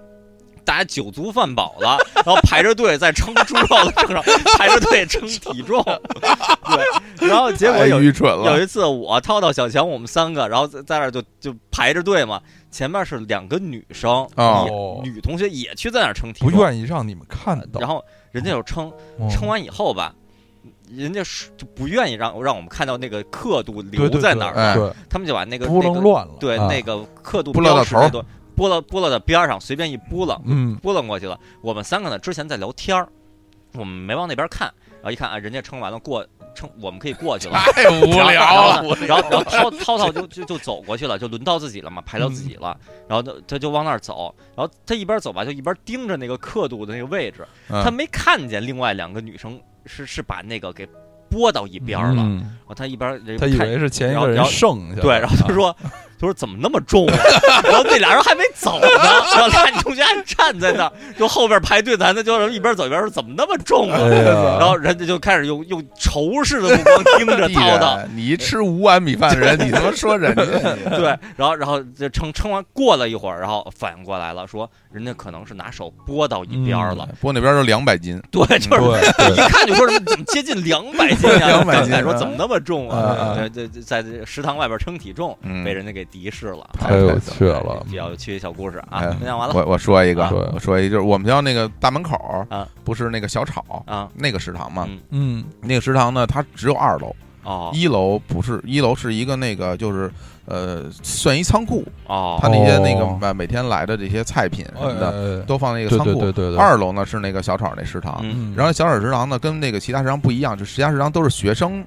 B: 大家酒足饭饱了， 然后排着队在称猪肉的秤上排着队称体 重，对，然后结果
A: 太
B: 有
A: 愚蠢
B: 有
A: 了，
B: 一次我涛涛小强我们三个，然后在在那儿就就排着队嘛，前面是两个女生，
A: 哦
B: 也女同学也去在那儿称体
C: 不
B: 重，
C: 愿意让你们看到，哦
B: 然后人家有称，
A: 嗯
B: 称完以后吧，人家是就不愿意让让我们看到那个刻度留
C: 对对
B: 在那儿，
A: 对哎
C: 对，
B: 他们就把那个
C: 不
B: 那
C: 能
B: 个
C: 乱了。
B: 对
C: 啊
B: 那个刻度
A: 拨拉
B: 标
A: 到
B: 识
A: 头儿
B: 那段拨拉拨拉到边儿上，随便一拨拉，
C: 嗯，
B: 拨楞过去了。我们三个呢之前在聊天儿，我们没往那边看，然后一看啊，人家称完了过称，我们可以过去了。
A: 太
C: 啊
A: 无
B: 然
A: 聊
B: 后
A: 了。
B: 呢然后然后涛涛涛就就就走过去了，就轮到自己了嘛，排到自己了。
C: 嗯
B: 然后他他就往那儿走，然后他一边走吧，就一边盯着那个刻度的那个位置，他
A: 嗯
B: 没看见另外两个女生是是把那个给拨到一边儿了。
C: 嗯
B: 然后他一边儿就
C: 他以
B: 看
C: 为是前一个
B: 然后然
C: 人
B: 后
C: 剩下的，
B: 对，然后他
C: 啊
B: 说：“他说怎么那么重啊？ 然后那俩人还没走呢，然后他中间还站在那儿，就后边排队的男的就一边走一边说怎么那么重啊？
C: 哎呀
B: 然后人家就开始用用仇视的目光盯着
A: 地
B: 叨叨。
A: 人，你一吃五碗米饭的人，你他妈说人家 你
B: 对，然后然后就撑撑完，过了一会儿，然后反应过来了，说人家可能是拿手拨到一边儿了。
A: 不过那边都两百斤，
B: 对，就是
C: 对
B: 一
C: 对，
B: 看就说什么怎么接近两百斤啊？
A: 200斤
B: 刚才说
A: 啊
B: 怎么那么重啊
A: 啊？啊
B: 对对，对在这食堂外边称体重，
A: 嗯
B: 被人家给敌视了。 哎
C: 太有趣了
B: 比，较有趣的小故事啊
A: 哎，
B: 分享完了
A: 我我说一个
B: 啊，
C: 对
A: 我说一个，就是我们学校那个大门口
B: 啊，
A: 不是那个小炒
B: 啊。
A: 那个食堂嘛
B: 嗯，
C: 嗯
A: 那个食堂呢，它只有二楼，
B: 哦
A: 一楼不是，一楼是一个那个就是呃，算一仓库，
B: 哦
A: 它那些
C: 哦
A: 那个每每天来的这些菜品什么的
C: 哎
A: 都放那个
C: 对对
A: 仓
C: 对
A: 库。
C: 对对，
A: 二楼呢是那个小炒那食堂，
B: 嗯
C: 嗯，
A: 然后小炒食堂呢跟那个其他食堂不一样，就其他食堂都是学生，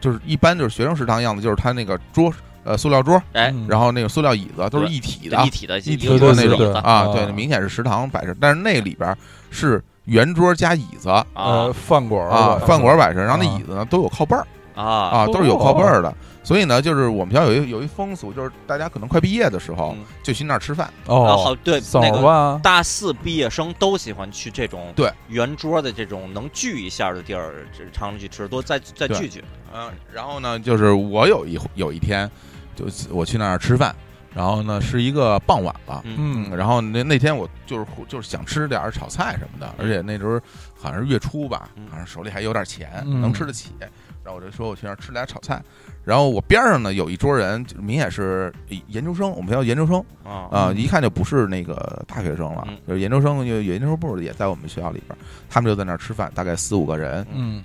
A: 就是一般就是学生食堂样子，就是它那个桌呃塑料桌，
B: 哎，
C: 嗯
A: 然后那个塑料椅子都是一体的
B: 一体的
A: 啊一体
B: 个
A: 的
B: 那
A: 那
B: 种
A: 种
B: 的
A: 啊
C: 啊，
A: 对，明显是食堂摆设，但是那里边是圆桌加椅子
B: 啊
C: 呃饭馆儿
A: 啊，
C: 吧
A: 饭馆摆设，然后
C: 啊
A: 那椅子呢都有靠背儿
B: 啊
A: 啊，都是有
C: 哦
A: 靠背儿的。所以呢，就是我们学校有一有一风俗，就是大家可能快毕业的时候
B: 嗯
A: 就去那儿吃饭，
B: 啊！
C: 哦啊
B: 好，，对
C: 早
B: 那个。
C: 吧，
B: 大四毕业生都喜欢去这种
A: 对
B: 圆桌的这种能聚一下的地儿，这常常去吃，多再再
A: 对
B: 聚聚。
A: 嗯，然后呢，就是我有一有一天，就是我去那儿吃饭，然后呢是一个傍晚了，
B: 嗯
C: 嗯，
A: 然后那那天我就是就是想吃点儿炒菜什么的，而且那时候好像是月初吧
B: 嗯，
A: 好像手里还有点钱，
C: 嗯
A: 能吃得起。然后我就说我去那儿吃点儿炒菜，然后我边上呢有一桌人，就明显是研究生，我们学校研究生
B: 啊
A: 啊、
C: 嗯
A: 一看就不是那个大学生了
B: 嗯，
A: 就是研究生，有有研究生部的也在我们学校里边儿，他们就在那儿吃饭，大概四五个人，
C: 嗯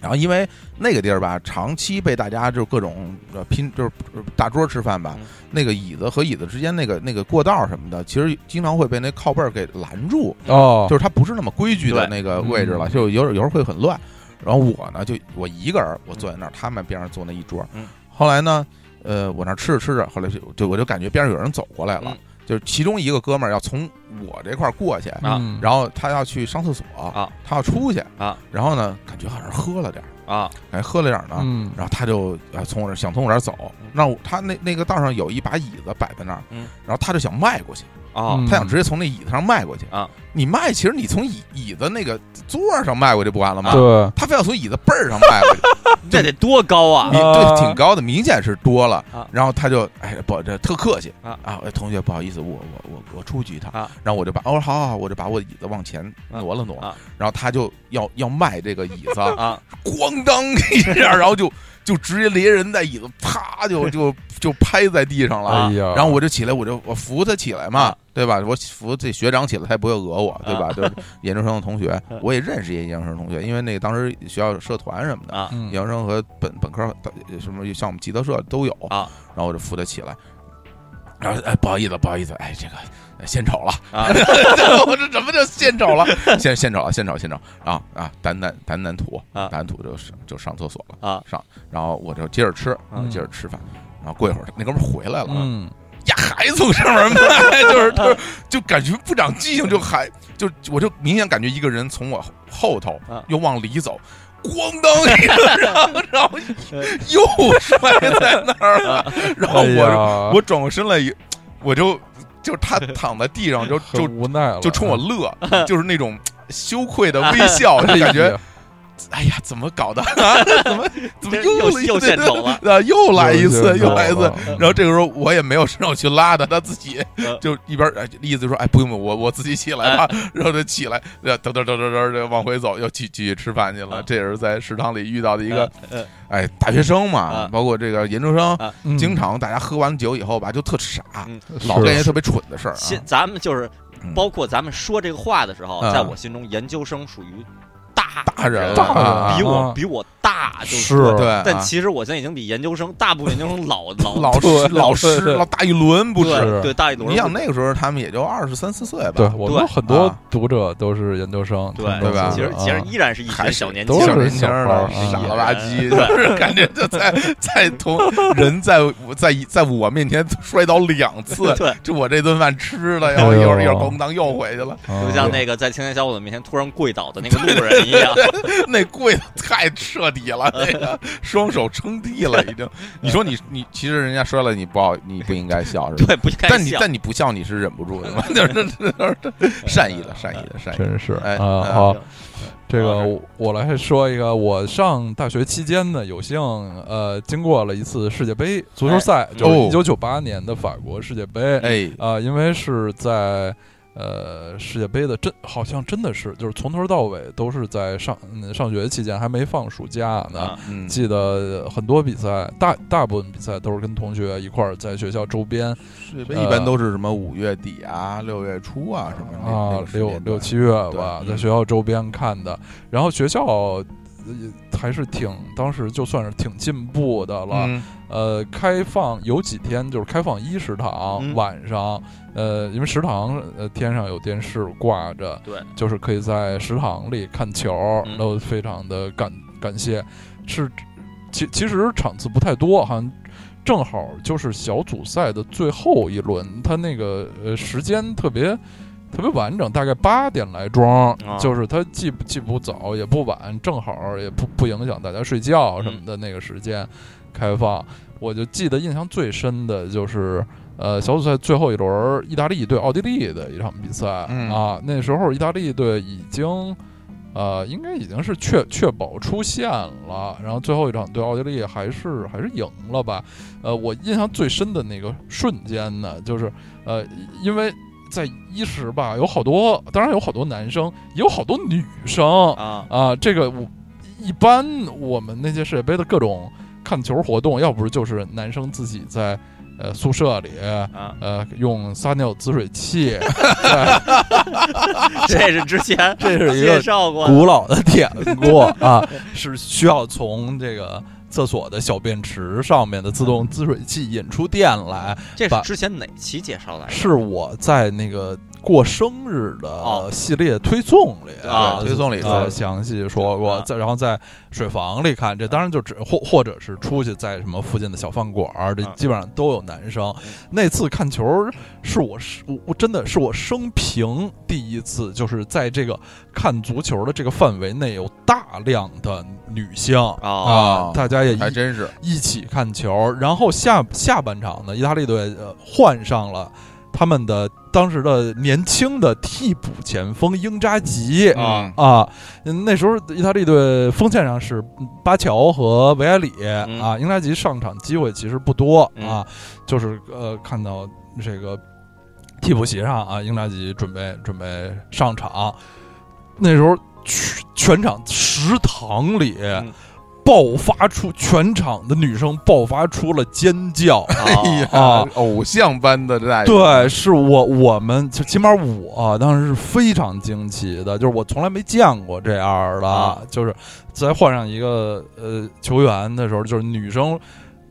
A: 然后因为那个地儿吧，长期被大家就是各种呃拼，就是呃大桌吃饭吧，
B: 嗯
A: 那个椅子和椅子之间那个那个过道什么的，其实经常会被那靠背儿给拦住，
C: 哦，
A: 就是它不是那么规矩的
B: 对
A: 那个位置了，
C: 嗯
A: 就有有时候会很乱。然后我呢，就我一个人，我坐在那儿，他们边上坐那一桌
B: 嗯。
A: 后来呢，呃，我那儿吃着吃着，后来就就我就感觉边上有人走过来了，
B: 嗯
A: 就是其中一个哥们儿要从我这块儿过去，
B: 啊
C: 嗯
A: 然后他要去上厕所
B: 啊，
A: 他要出去
B: 啊，
A: 然后呢，感觉好像是喝了点儿，
B: 啊
A: 哎，喝了点儿呢，
C: 嗯
A: 然后他就啊从我这儿想从我这儿走，那我他那那个道上有一把椅子摆在那儿，
B: 嗯
A: 然后他就想迈过去，
B: 啊
C: 嗯
A: 他想直接从那椅子上迈过去
B: 啊，
A: 你迈其实你从椅椅子那个座儿上迈过去不完了
B: 嗯
A: 吗？
B: 啊
C: 对，
A: 他非要从椅子背儿上迈 过去，
B: 这得多高啊
A: 你！
C: 啊
A: 对挺高的，明显是多了
B: 啊。
A: 然后他就哎不这特客气
B: 啊
A: 啊，哎同学不好意思，我我我我出去一趟
B: 啊，
A: 然后我就把哦好好好，我就把我椅子往前挪了挪
B: 啊啊，
A: 然后他就要要迈这个椅子，
B: 啊，
A: 咣当 一下，然后就就直接连人带椅子，啪就 就就拍在地上了。
B: 啊
C: 哎呀，
A: 然后我就起来，我就我扶他起来嘛
B: 啊，
A: 对吧？我扶这学长起来，他也不会讹我，对吧？就是研究生的同学
B: 嗯，
A: 我也认识一些研究生同学，因为那个当时学校社团什么的，
B: 啊
C: 嗯
A: 研究生和本本科呃什么像我们吉他社都有
B: 啊。
A: 然后我就扶他起来，然后哎不好意思不好意思，哎这个呃献丑了，
B: 啊
A: 我这怎么就献丑了？ 献献丑了，献丑，献丑啊啊！掸掸掸掸土，
B: 啊
A: 掸掸土就上就上厕所了，
B: 啊
A: 然后我就接着吃，
C: 嗯
A: 接着吃饭。然后过一会儿，那哥们儿回来了，
C: 嗯
A: 呀，还从上面迈， 就是就是就感觉不长记性，就还就我就明显感觉一个人从我后头
B: 啊
A: 又往里走，咣当一下，然后然后 又摔在那儿 了，然后
C: 哎
A: 我就
C: 呀
A: 我转过身来一，我就就他躺在地上就
C: 很
A: 就
C: 无奈了，嗯
A: 就冲我 乐，就是那种羞愧的微笑，就
C: 哎呀
A: 感觉哎呀，怎么搞的？ 啊怎么怎么又
B: 又又献丑了
A: 啊，又来一次，
C: 又
A: 又来一次。，
C: 又
A: 然后这个时候我也没有伸手去拉他，他自己
B: 嗯
A: 就一边哎意思说哎不用我我自己起来吧，
C: 哎
A: 然后就起来，呃然后噔噔噔噔噔就往回走，又继继续吃饭去了
B: 啊。
C: 嗯
A: 这也是在食堂里遇到的 一个
B: 呃
A: 哎大学生嘛
B: 啊，
A: 包括这个研究生
B: 啊，
C: 嗯
A: 经常大家喝完酒以后吧就特傻，
B: 嗯
A: 老干一些
C: 是
A: 特别蠢的事儿啊。
B: 现咱们就是
A: 嗯
B: 包括咱们说这个话的时候，
A: 嗯
B: 在我心中，研究生属于大
A: 大人
B: 人，
A: 了
C: 大人
B: 比我
C: 啊
B: 比我大，就是对
A: 对，
B: 但
A: 啊
B: 其实我现在已经比研究生大部分研究生老老
A: 老
C: 对
A: 师老
C: 对
A: 师
C: 对
A: 老大一轮不止。
B: 对
C: 是
B: 对大一轮儿不。
A: 你想那个时候他们也就二十三四岁吧，
C: 对，我
B: 对
C: 们很多
A: 啊
C: 读者都是研究生，啊
B: 对
C: 他们都
A: 对吧
C: 是
B: 其实其实依然是一
A: 还
B: 群
A: 是
B: 小年
C: 都
B: 轻
A: 小
C: 是
A: 年轻儿
C: 小
A: 了
C: 孩儿，嗯
A: 傻了吧唧，
B: 对，
A: 就是感觉就在在同人在我在在我面前摔倒两次
B: 对，
A: 就我这顿饭吃了，然后
C: 哎呦
B: 嗯
A: 一会儿一会儿咣当又回去了，
C: 啊
B: 就像那个在青年小伙子面前突然跪倒的那个路人一样呀、
A: 那跪的太彻底了，那 个双手撑地了， 已经。你说你你，其实人家摔了你不好，你不应该笑是吧？
B: 对，不该
A: 但你
B: 笑
A: 但你不笑，你是忍不住的 嘛，就是就是善意的，善意的，善意的。
C: 真是
A: 哎
C: 啊，
A: 嗯
C: 好
B: 行，
C: 这个
B: 好
C: 我我来说一个，我上大学期间呢，有幸呃经过了一次世界杯足
B: 哎
C: 球赛，就是
A: 哦
C: 一九九八年的法国世界杯，
A: 哎，
C: 啊，因为是在呃世界杯的真好像真的是就是从头到尾都是在上嗯上学期间还没放暑假呢，
B: 啊
A: 嗯，
C: 记得很多比赛，大大部分比赛都是跟同学一块儿在学校周边
A: 世界杯一般都是什么五月底啊、六月初啊什么的那
C: 啊
A: 个时
C: 六
A: 间段
C: 六七月吧，
A: 对嗯
C: 在学校周边看的，然后学校。呃还是挺，当时就算是挺进步的了。
A: 嗯
C: 呃，开放有几天就是开放一食堂，
B: 嗯
C: 晚上，呃，因为食堂呃天上有电视挂着，
B: 对，
C: 就是可以在食堂里看球，
B: 嗯
C: 都非常的感感谢。是，其其实场次不太多，好像正好就是小组赛的最后一轮，它那个呃时间特别。特别完整，大概八点来钟，
B: 啊
C: 就是它既不既不早也不晚，正好也不不影响大家睡觉什么
B: 嗯
C: 的那个时间开放。我就记得印象最深的就是，呃，小组赛最后一轮儿意大利对奥地利的一场比赛、
A: 嗯
C: 啊，那时候意大利队已经，呃，应该已经是确确保出线了，然后最后一场对奥地利还是还是赢了吧？呃，我印象最深的那个瞬间呢，就是呃，因为。在一时吧，有好多，当然有好多男生，也有好多女生，
B: 啊，
C: 啊，这个我一般我们那些世界杯的各种看球活动，要不是就是男生自己在呃宿舍里。
B: 啊，
C: 呃，用撒尿滋水器，在
B: 这是之前
C: 这是一
B: 介
C: 个
B: 绍过的
C: 古老的典故啊，是需要从这个厕所的小便池上面的自动滋水器引出电来。
B: 这
C: 把
B: 是之前哪期介绍来着？
C: 是我在那个过生日
B: 哦
C: 的系列推送里
B: 啊
A: 推送里
C: 呃
A: 说
C: 详细说过
B: 啊，
C: 在然后在水房里看，这当然就只或或者是出去在什么附近的小饭馆儿，这
B: 嗯
C: 基本上都有男生
B: 嗯。
C: 那次看球是我是我我真的是我生平第一次，就是在这个看足球的这个范围内有大量的女性
B: 哦
C: 啊，大家也一
A: 还真是
C: 一起看球。然后下下半场呢，意大利队呃换上了他们的当时的年轻的替补前锋英扎吉。
A: 嗯
C: 啊，嗯那时候意大利队锋线上是巴乔和维埃里、
B: 嗯
C: 啊，英扎吉上场机会其实不多、
B: 嗯
C: 啊，就是呃看到这个替补席上啊，英扎吉准备准备上场，那时候全全场食堂里。
B: 嗯
C: 爆发出全场的女生爆发出了尖叫，
A: 哎
B: 啊
A: 呀
C: 啊
A: 偶像般的待遇
C: 对，是我我们就起码我当时是非常惊奇的，就是我从来没见过这样的，
B: 啊
C: 就是在换上一个呃球员的时候，就是女生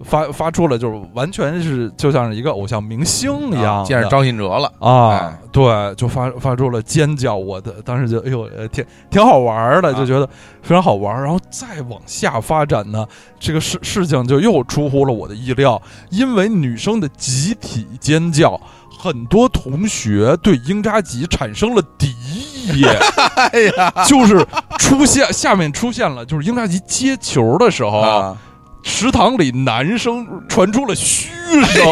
C: 发发出了就是完全是就像是一个偶像明星一样的，
A: 啊见着张信哲了，
C: 啊
A: 哎，
C: 对，就发发出了尖叫，我的当时就哎呦，呃挺挺好玩儿的，
B: 啊
C: 就觉得非常好玩儿。然后再往下发展呢，这个事事情就又出乎了我的意料，因为女生的集体尖叫，很多同学对英扎吉产生了敌意，
A: 哎呀，
C: 就是出现下面出现了，就是英扎吉接球的时候，
A: 啊，
C: 食堂里男生传出了嘘声。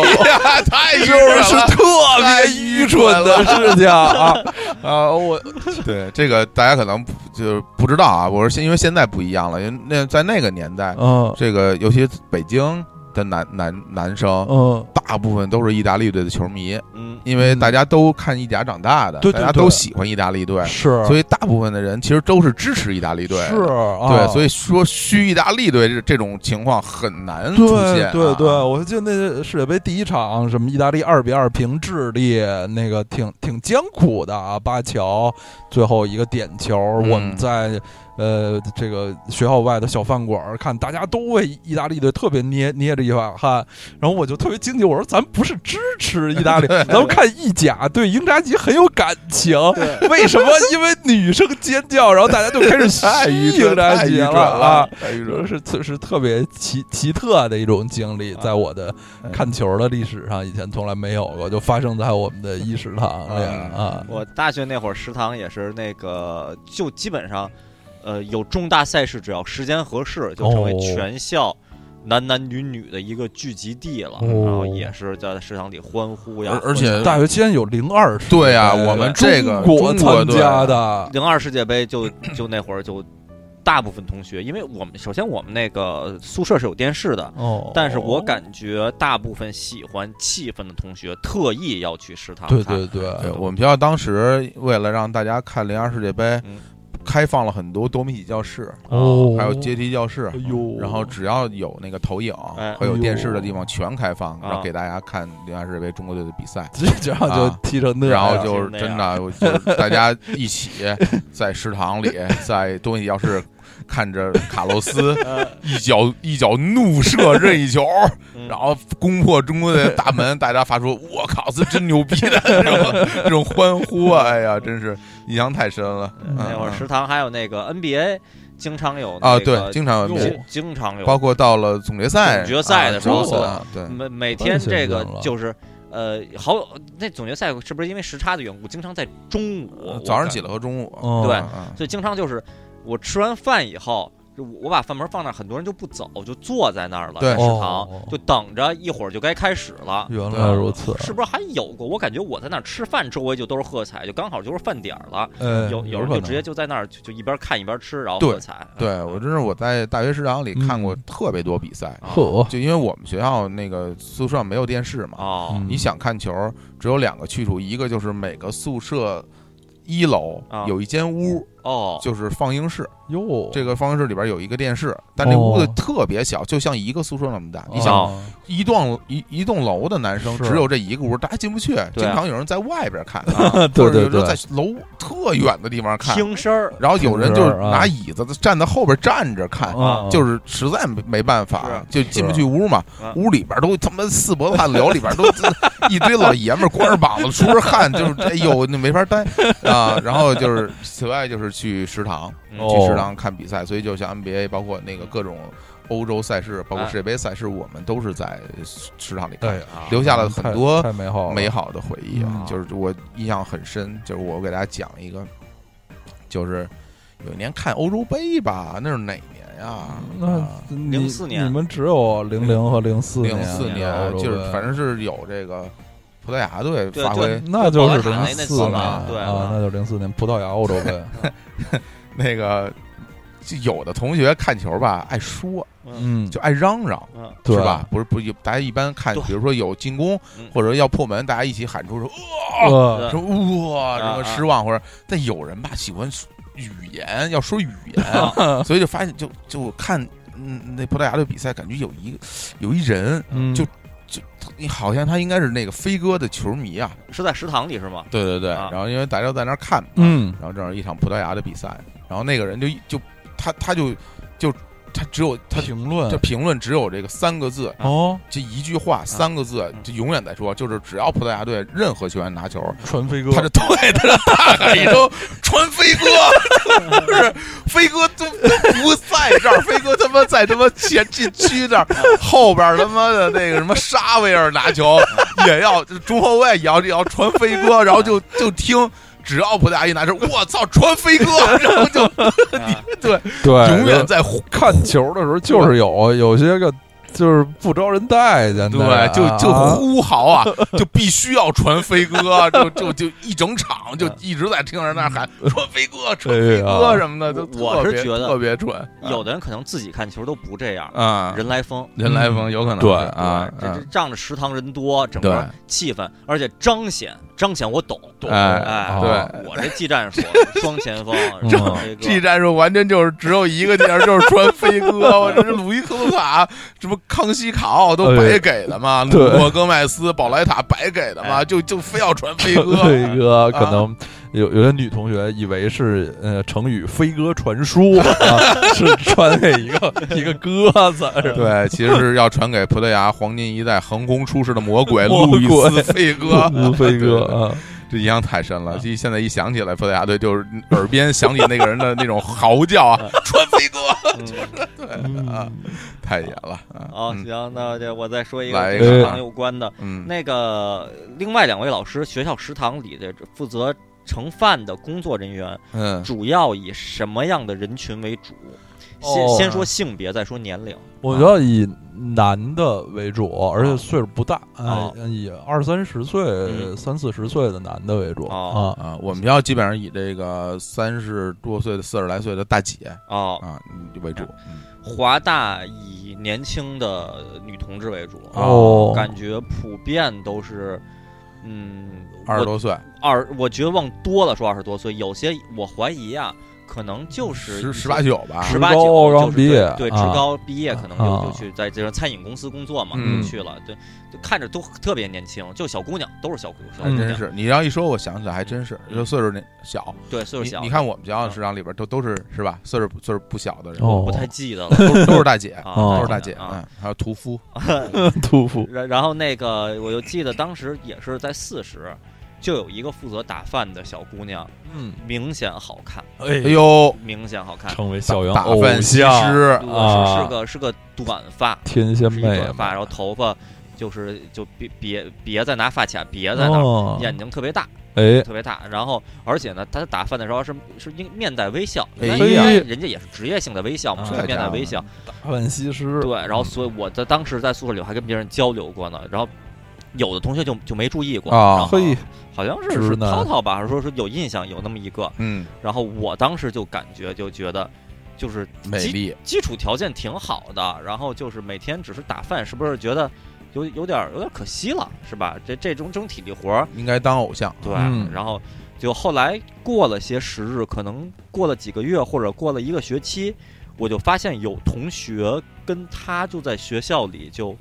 A: 太
C: 就
A: 就是是
C: 特别愚蠢的事情啊！啊，我
A: 对这个大家可能不就是不知道啊，我是因为现在不一样了，因为那在那个年代，
C: 嗯
A: 这个尤其北京的男男男生，
C: 嗯，
A: 大部分都是意大利队的球迷，
B: 嗯
A: 因为大家都看意甲长大的，
C: 对对
A: 大家
C: 对
A: 都喜欢意大利队，
C: 是，
A: 所
C: 以
A: 以大部分的人其实都是支持意大利队的。
C: 是，啊
A: 对，所
C: 以
A: 以说虚意大利队这这种情况很难出现、啊
C: 对对对，，我记得那世界杯第一场，什么意大利二比二平智利，那个挺挺艰苦的啊，巴乔最后一个点球，
A: 嗯
C: 我们在。呃，这个学校外的小饭馆儿看，大家都为意大利队特别捏捏着一把汗，然后我就特别惊奇，我说咱不是支持意 大利，咱们看意甲对英扎吉很有感情， 为什么？因为女生尖叫，然后大家就开始嘘
A: 太愚
C: 英
A: 蠢
C: 扎
A: 太
C: 吉
A: 愚蠢
C: 啊
A: 了，，太愚蠢
C: 说
A: 了。
C: 是特是特别奇奇特的一种经历，
B: 啊
C: 在我的
A: 哎
C: 看球的历史上，以前从来没有过，就发生在我们的一食堂里
A: 啊
C: 啊。
B: 我大学那会儿食堂也是那个，就基本上呃，有重大赛事，只要时间合适，就成为
C: 哦
B: 全校男男女女的一个聚集地了。
C: 哦
B: 然后也是在食堂里欢呼呀，
A: 而而且
C: 大学期间有零二世界杯，
A: 哎对啊我们这个
C: 中国
A: 中国
C: 参
A: 队
C: 加的，
B: 零二世界杯就就那会儿就大部分同学，因为我们首先我们那个宿舍是有电视的。
C: 哦，
B: 但是我感觉大部分喜欢气氛的同学特意要去食堂
C: 对
B: 看
C: 对对，
A: 对呃我们学校当时为了让大家看零二世界杯
B: 嗯，
A: 开放了很多多媒体教室，
C: 哦，
A: 还有阶梯教室
C: 哎，呦，
A: 然后只要有那个投影
B: 哎
A: 和有电视
C: 哎呦
A: 的地方全开放，
B: 啊
A: 然后给大家看零二世界杯中国队的比赛。
C: 这这样就踢成那
A: 然
C: 样，
B: 哦
A: 后就是真的，我就是大家一起 在食堂里，在多媒体教室看着卡洛斯一脚一脚怒射任意球，
B: 嗯
A: 然后攻破中国队的大门，大家发出“我靠，这真牛逼”的这种这种欢呼啊！哎呀，真是印象太深了。嗯
B: 那会儿食堂还有那个 NBA，经常有
A: 啊，
B: 那个
A: 对，经常有
C: 哟
A: 面，
B: 经经常有
A: 包括到了总决赛、
B: 总决赛的时候嗯
A: 啊
B: 对
A: 啊对，
B: 每每天这个
C: 太神了
B: 就是呃，好那总决赛是不是因为时差的缘故，经常在中午
A: 嗯早上
B: 我
A: 起来和中午，
C: 哦
B: 对
A: 嗯
B: 所以经常就是我吃完饭以后，就我我把饭盆放那儿，很多人就不走，就坐在那儿了，
A: 对
B: 在食堂
C: 哦
B: 就等着一会儿就该开始了。
C: 原
A: 嗯
C: 来如此，
B: 是不是还有过？我感觉我在那儿吃饭，周围就都是喝彩，就刚好就是饭点儿了。
C: 哎
B: 有
C: 有
B: 人就
C: 可能
B: 直接就在那儿就就一边看一边吃，然后
A: 对
B: 喝彩。
A: 啊对我真是我在大学食堂里看过
C: 嗯
A: 特别多比赛，
B: 哦啊
C: 嚯，
A: 就因为我们学校那个宿舍没有电视嘛，
B: 哦
C: 嗯
A: 你想看球只有两个去处，一个就是每个宿舍一楼
B: 啊
A: 有一间屋，
B: 哦，
A: 就是放映室，
C: 哟，
A: 这个放映室里边有一个电视，但这屋子特别小，就像一个宿舍那么大。啊你想，
C: 哦
A: 一栋一一栋楼的男生
C: 是
A: 只有这一个屋，大家进不去，经常有人在外边 看，
B: 啊
C: 啊对
A: 或者
C: 对
A: 有时候
C: 对，
A: 在楼特远的地方看，
B: 听声儿
A: 然后有人就是
C: 听着啊
A: 拿椅子站在后边站着看，
C: 啊
A: 就是实在没没办法，就进不去屋嘛
B: 啊，
A: 屋里边都他妈四脖子汗流，里边都 这一堆老爷们儿光着膀子出着汗，就是哎呦那没法待 啊。然后就是此外就是去食堂，
B: 嗯
A: 去
C: 哦
A: 食堂看比赛，所以就像 NBA 包括那个各种欧洲赛事，包括
B: 啊
A: 世界杯赛事，我们都是在食堂里看
C: 对，
B: 啊
A: 留下了很多
C: 太太美好了
A: 美好的回忆啊
C: 嗯，
A: 就是我印象很深，就是我给大家讲一个，就是有一年看欧洲杯吧，那是哪年呀？啊
C: 那你
B: 04年
C: 你们只有零零和零四啊
A: 零四
B: 年
A: 年，啊就是反正是有这个葡萄牙队
B: 对
A: 发挥
B: 对
C: 哎那就是
B: 保加
C: 零
B: 塔那那
C: 四
B: 次
C: 年
B: 嘛对
C: 啊，那就零四年葡萄牙欧洲杯，
A: 那个，就有的同学看球吧爱说，
B: 嗯
C: 嗯，
A: 就爱嚷嚷。
B: 嗯
A: 是
C: 对
A: 吧？？不是不是，大家一般看，
B: 对
A: 比如说有进攻
B: 嗯
A: 或者要破门，大家一起喊出说
C: 呃，
A: 什么哇，什
B: 啊
A: 么
B: 啊
A: 失望，或者但有人吧喜欢说语言，要说语
B: 啊
A: 言， 所以就发现就就看嗯那葡萄牙的比赛，感觉有一个有一人，
C: 嗯，
A: 就你好像他应该是那个飞哥的球迷啊，
B: 是在食堂里 是吗？
A: 对对对，
B: 啊
A: 然后因为大家都在那儿看，，
C: 嗯，
A: 然后正好一场葡萄牙的比赛，然后那个人就一就他他就就他只有
B: 嗯
A: 他。
C: 评论
A: 这评论只有这个三个字，
C: 哦，
A: 这一句话三个字，就永远在说，就是只要葡萄牙队任何球员拿球，
C: 传飞哥，
A: 他就对，他就大
B: 哎
A: 喊一声“传飞哥”，就是飞哥都都不在这儿，飞哥他妈在他妈前禁区那儿，后边他妈的那个什么沙维尔拿球也要中后卫也要也要传飞哥，然后就就听。只要葡萄牙一拿球，我操，传飞哥，然后就
B: 啊
C: 哎对，
A: 永远在呼
C: 看球的时候就是有有些个就是不招人待见的，
A: 对，就就
C: 啊
A: 呼嚎啊，就必须要传飞哥，就就就一整场就一直在听着那喊
C: 嗯
A: 传飞哥，
C: 哎
A: 传飞
C: 啊
A: 哥什么的，就
B: 我我
A: 特
B: 是
A: 别
B: 觉得
A: 特别蠢，
B: 有的人可能自己看球都不这样，
A: 啊，
B: 人来疯。
A: 人来疯有可能是
C: 嗯对
A: 啊，
B: 这这
A: 啊
B: 仗着食堂人多，整个
A: 对
B: 气氛，而且彰显彰显我懂，懂
A: 哎
B: 哎，
C: 哦
A: 对
B: 我这技战 术，双前锋，
C: 这
B: 然后飞哥
A: 这战术完全就是只有一个劲儿，就是传飞哥。我这是鲁伊克鲁卡，什么康熙卡奥都白给的嘛，
C: 哎对
A: 鲁伯戈麦斯、宝莱塔白给的
B: 哎
A: 嘛，就就非要传 飞哥。
C: 飞哥可能有有些女同学以为是呃成语“飞鸽传书”，啊、是传给一个一个鸽子， 是吧
A: 对，其实是要传给葡萄牙黄金一代横空出世的魔鬼
C: 魔
A: 路
C: 鬼嗯
A: 易斯飞哥。
C: 飞
A: 对
C: 鸽
A: 对对
C: 啊，
A: 这印象太深
C: 嗯
A: 了，就现在一想起来葡萄牙队，就是耳边响起那个人的那种嚎叫啊，传飞哥，
B: 嗯
A: 对啊，太野了啊
B: 哦，！行，那这我再说一
A: 来
B: 个
A: 一
B: 跟
C: 个
B: 食堂有关的，
A: 嗯，
B: 那个另外两位老师，学校食堂里的负责盛饭的工作人员
A: 嗯，
B: 主要以什么样的人群为主？先
C: 哦
B: 先说性别，再说年龄。
C: 我觉得以男的为主，而且岁数不大，
B: 啊
C: 哎以二三十岁、
B: 嗯
C: 三四十岁的男的为主啊
B: 哦。
A: 啊，我们学校基本上以这个三十多岁的、四十来岁的大姐
B: 哦，
A: 啊为主。嗯
B: 华大以年轻的女同志为主，
C: 啊
A: 哦
B: 感觉普遍都是，嗯，
A: 二十
B: 我
A: 多岁，
B: 二，我觉得往多了说二十多岁，有些我怀疑啊，可能就是一
A: 十
B: 些
A: 十八九啊吧，
B: 十
C: 职
B: 八
C: 高
B: 九
C: 刚毕业
B: 对，职
C: 啊
B: 高毕业可能就
C: 啊
B: 就去在这种餐饮公司工作嘛，
A: 嗯
B: 就去了，对，就看着都特别年轻，就小姑娘，都是小姑小姑
A: 还
C: 嗯
A: 真
B: 娘，
A: 是。你要一说，我想起来还真是，就岁数那小，
B: 对，岁数
A: 你
B: 小，
A: 你看我们学校的食堂里边都都是是吧，岁数不岁数不小的人，
C: 哦
B: 不太记得了，
A: 都是都是大姐，
B: 啊
C: 哦
A: 都是大姐，
B: 啊。
A: 嗯，还有屠夫，
C: 屠夫
B: 然然后那个，我就记得当时也是在四十，就有一个负责打饭的小姑娘，
C: 嗯，
B: 明显好看，
C: 哎
A: 哎呦，
B: 明显好看，
C: 成为校园
A: 打
C: 偶
A: 饭西
C: 像，
A: 施，
B: 我是
C: 啊
B: 是个是个短发，
C: 天仙
B: 是一
C: 妹
B: 短发，然后头发就是就别别别再拿发卡别在那儿，
C: 哦，
B: 眼睛特别大，
C: 哎，
B: 特别大。然后，而且呢，他打饭的时候是是应面带微笑，
A: 哎
B: 人
A: 呀
B: 家人家也是职业性的微笑嘛，
C: 啊嗯
B: 是面带微笑。
C: 打饭西施，
B: 对，然后所以我在当时在宿舍里还跟别人交流过呢，然后有的同学就就没注意过，
A: 啊
B: 然后
C: 嘿，
B: 好像
C: 直
B: 是是
C: 男
B: 涛涛吧，说说有印象有那么一个，
A: 嗯，
B: 然后我当时就感觉就觉得。就是
A: 美
B: 基
A: 丽，
B: 基础条件挺好的，然后就是每天只是打饭，是不是觉得有有点有点可惜了，是吧？这这种这种体力活儿，
A: 应该当偶像，
B: 对，
C: 嗯
B: 然后就后来过了些时日，可能过了几个月或者过了一个学期，我就发现有同学跟他就在学校里就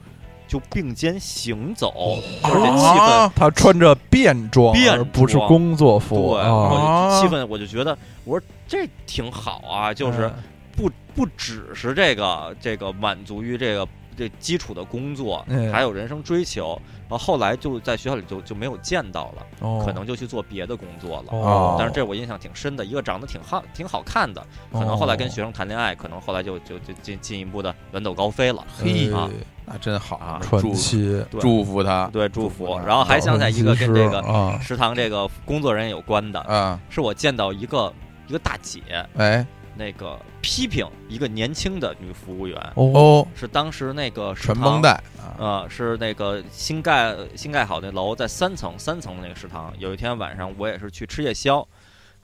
B: 就并肩行走，就是这气氛。
A: 啊
C: 他穿着便装，
B: 便
C: 而不是
B: 装
C: 工作服，
B: 对，然
C: 啊
B: 后
A: 啊
B: 就气氛我就觉得，我说这挺好啊，就是
C: 嗯
B: 不不只是这个这个满足于这个这基础的工作
C: 嗯，
B: 还有人生追求。然后后来就在学校里就就没有见到了，
C: 哦
B: 可能就去做别的工作了。
A: 哦
B: 但是这我印象挺深的，一个长得挺好挺好看的，
A: 哦
B: 可能后来跟
C: 哦
B: 学生谈恋爱，可能后来就就就进进一步的远走高飞了。
A: 嘿
B: 啊
A: 那真好
B: 啊
C: 哎传
A: 祝
C: 奇，
B: 对
A: 祝福他，
B: 对，祝
A: 祝福
B: 福。
A: 啊
B: 然后还想起来一个跟这
C: 传
B: 个
C: 奇师啊，
B: 食堂这个工作人员有关的，
A: 啊，
B: 是我见到一个一个大姐，
A: 哎，
B: 那个批评一个年轻的女服务员，
C: 哦
A: 哦，
B: 是当时那个食
A: 传绷
B: 堂
A: 带啊，
B: 呃，是那个新盖新盖好那楼在三层，三层的那个食堂。有一天晚上，我也是去吃夜宵，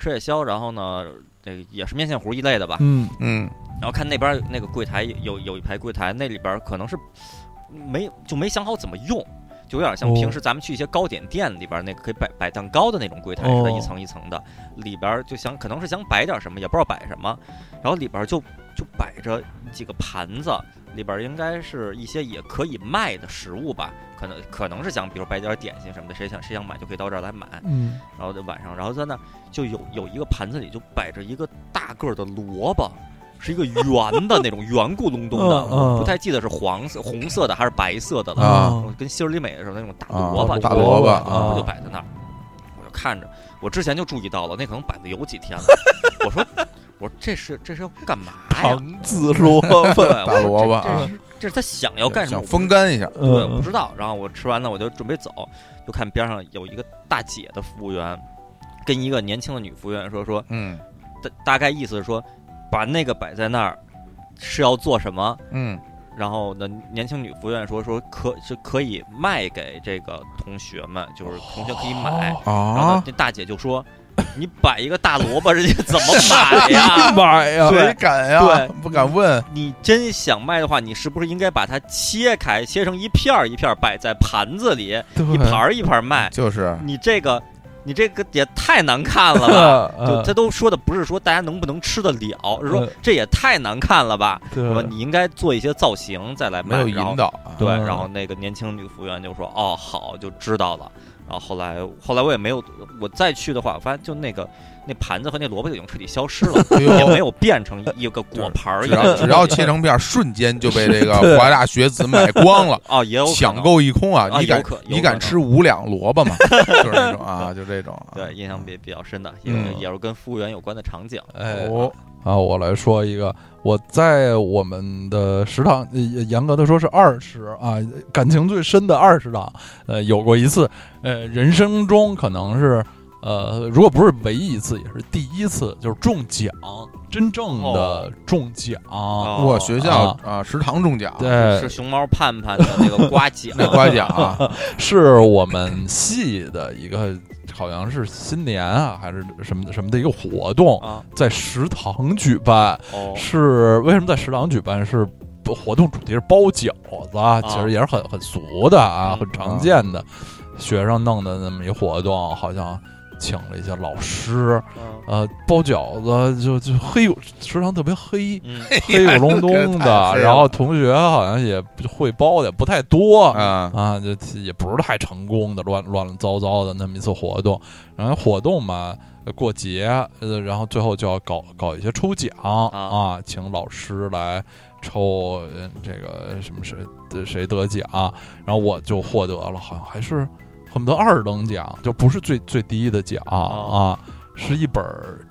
B: 吃夜宵，然后呢，这个也是面线糊一类的吧。
C: 嗯，
A: 嗯，
B: 然后看那边那个柜台有有一排柜台，那里边可能是没就没想好怎么用，就有点像
C: 哦
B: 平时咱们去一些糕点店里边那个可以摆摆蛋糕的那种柜台，
C: 哦
B: 是它一层一层的，里边就想可能是想摆点什么，也不知道摆什么，然后里边就就摆着几个盘子，里边应该是一些也可以卖的食物吧，可能可能是想比如摆点点心什么的，谁想谁想买就可以到这儿来买，
C: 嗯，
B: 然后在晚上，然后在那就有有一个盘子里就摆着一个大个儿的萝卜，是一个圆的那种 圆咕隆咚的，
C: 嗯嗯
B: 我不太记得是黄色、红色的还是白色的了，
A: 啊
B: 我跟希尔里美的时候那种大
A: 啊
B: 萝卜，
A: 大
B: 就
A: 萝卜
B: 大萝
A: 啊
B: 卜就摆在那儿，我就看着，我之前就注意到了，那可能摆的有几天了，我说我说这是这是要干嘛哎呀？
C: 糖渍萝卜，
B: 对，我
A: 大
B: 说
A: 萝卜
B: 这这
A: 啊，
B: 是这是他想要干什
A: 想
B: 么？我不
A: 风干一下，
B: 对，我不
C: 嗯
B: 知道。然后我吃完了，我就准备走，就看边上有一个大姐的服务员，跟一个年轻的女服务员说说，
A: 嗯
B: 大大概意思是说，把那个摆在那儿是要做什么。
A: 嗯，
B: 然后呢，年轻女服务员说说可是可以卖给这个同学们，就是同学可以买。哦
C: 哦
B: 然后呢
A: 啊，
B: 那大姐就说：“你摆一个大萝卜，人家怎么买 呀？”
C: 妈哎呀，
B: 对
A: 哎谁敢呀？
B: 对
A: 不敢问，
B: 你真想卖的话，你是不是应该把它切开，切成一片儿一片儿摆在盘子里，一 盘儿一盘儿卖？
A: 就是
B: 你这个，你这个也太难看了 吧！就他
C: 吧？
B: 都说的不是说大家能不能吃得了，是说
C: 嗯
B: 这也太难看了吧？
C: 对
B: 是吧？你应该做一些造型再来
A: 没
B: 卖。
A: 有
B: 然后
A: 引导 啊，
B: 对，
C: 嗯
B: 然后那个年轻女服务员就说：“哦，好，就知道了。”然后后来，后来我也没有，我再去的话，我发现就那个那盘子和那萝卜就已经彻底 消失了，
A: 哎
B: 也没
A: 呦。
B: 有变成一一个果盘儿一
A: 哎只
B: 样的
A: 要
B: 东西。
A: 只要切成片儿，瞬间就被这 个
C: 对
A: 华大学子买光了，
B: 哦，也有可能
A: 抢购一空啊！
B: 啊
A: 你敢
B: 有可有可
A: 你敢
B: 能
A: 吃五两萝卜吗？就是那种啊，就这种啊。
B: 对，印象比比较深的，也
A: 嗯
B: 也是跟服务员有关的场景。
C: 哎，
A: 哦，
C: 啊，我来说一个，我在我们的食堂，呃严格的说是二食啊，感情最深的二食堂，呃，有过一次，呃，人生中可能是呃，如果不是唯一一次，也是第一次，就是中奖，真正的
B: 哦
C: 中奖。
B: 哦
A: 我学校啊，食堂中奖，，
C: 对
B: 是，熊猫盼盼的那个刮奖
A: 那刮奖啊，
C: 是我们系的一个，好像是新年啊，还是什么什么的一个活动，
B: 啊，
C: 在食堂举办。
B: 哦，
C: 是为什么在食堂举办？是活动主题是包饺子，啊、其实也是很很俗的啊，
B: 嗯
C: 很常见的，
A: 嗯
C: 学生弄的那么一活动，好像请了一些老师，
B: 嗯
C: 呃，包饺子就就黑有食堂特 别黑。
B: 嗯
A: 哎
C: 黑不隆咚
A: 这太
C: 的，
A: 黑了
C: 然后同学好像也会包的也不太多
A: 啊，
C: 啊，就也不是太成功的，乱乱糟糟的那么一次活动。然后活动嘛，呃过节，呃，然后最后就要搞搞一些抽奖啊
B: 啊
C: 请老师来抽呃这个什么谁呃谁得奖，然后我就获得了，好像还是恨不得二等奖，就不是最最低的奖啊
B: 哦，
C: 是一本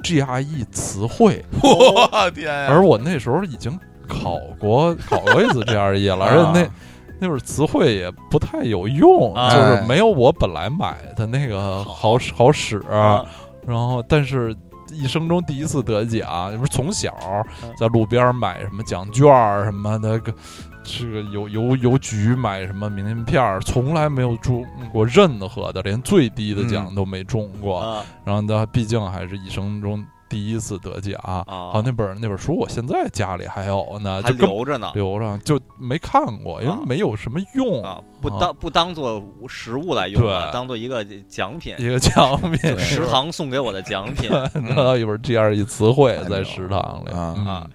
C: GRE E 词汇，
B: 哦
A: 我天
B: 哎
A: 呀！
C: 而我那时候已经考过考过一次 GRE 了，而且那
A: 啊。
C: 那会儿词汇也不太有用，
B: 啊
C: 就是没有我本来买的那个好使好使。
B: 啊
C: 然后，但是一生中第一次得奖，不是从小
B: 嗯
C: 在路边买什么奖券儿什么的，个这个邮邮邮局买什么明信片儿，从来没有中过任何的，连最低的奖都没中过。
B: 啊
C: 然后他毕竟还是一生中第一次得奖。
B: 啊
C: 好，那本儿那本儿书我现在家里还有呢，
B: 还
C: 就根本
B: 留着呢
C: 留着，就没看过，因为
B: 啊
C: 没有什么用。
B: 啊，不当不当做食物来用
C: 对
B: 了，当做一个奖品，
C: 一个奖品，
B: 食堂送给我的奖品
A: 嗯
C: 拿到一本 GRE 词汇在
A: 哎
C: 食堂里
A: 啊
C: 嗯
B: 啊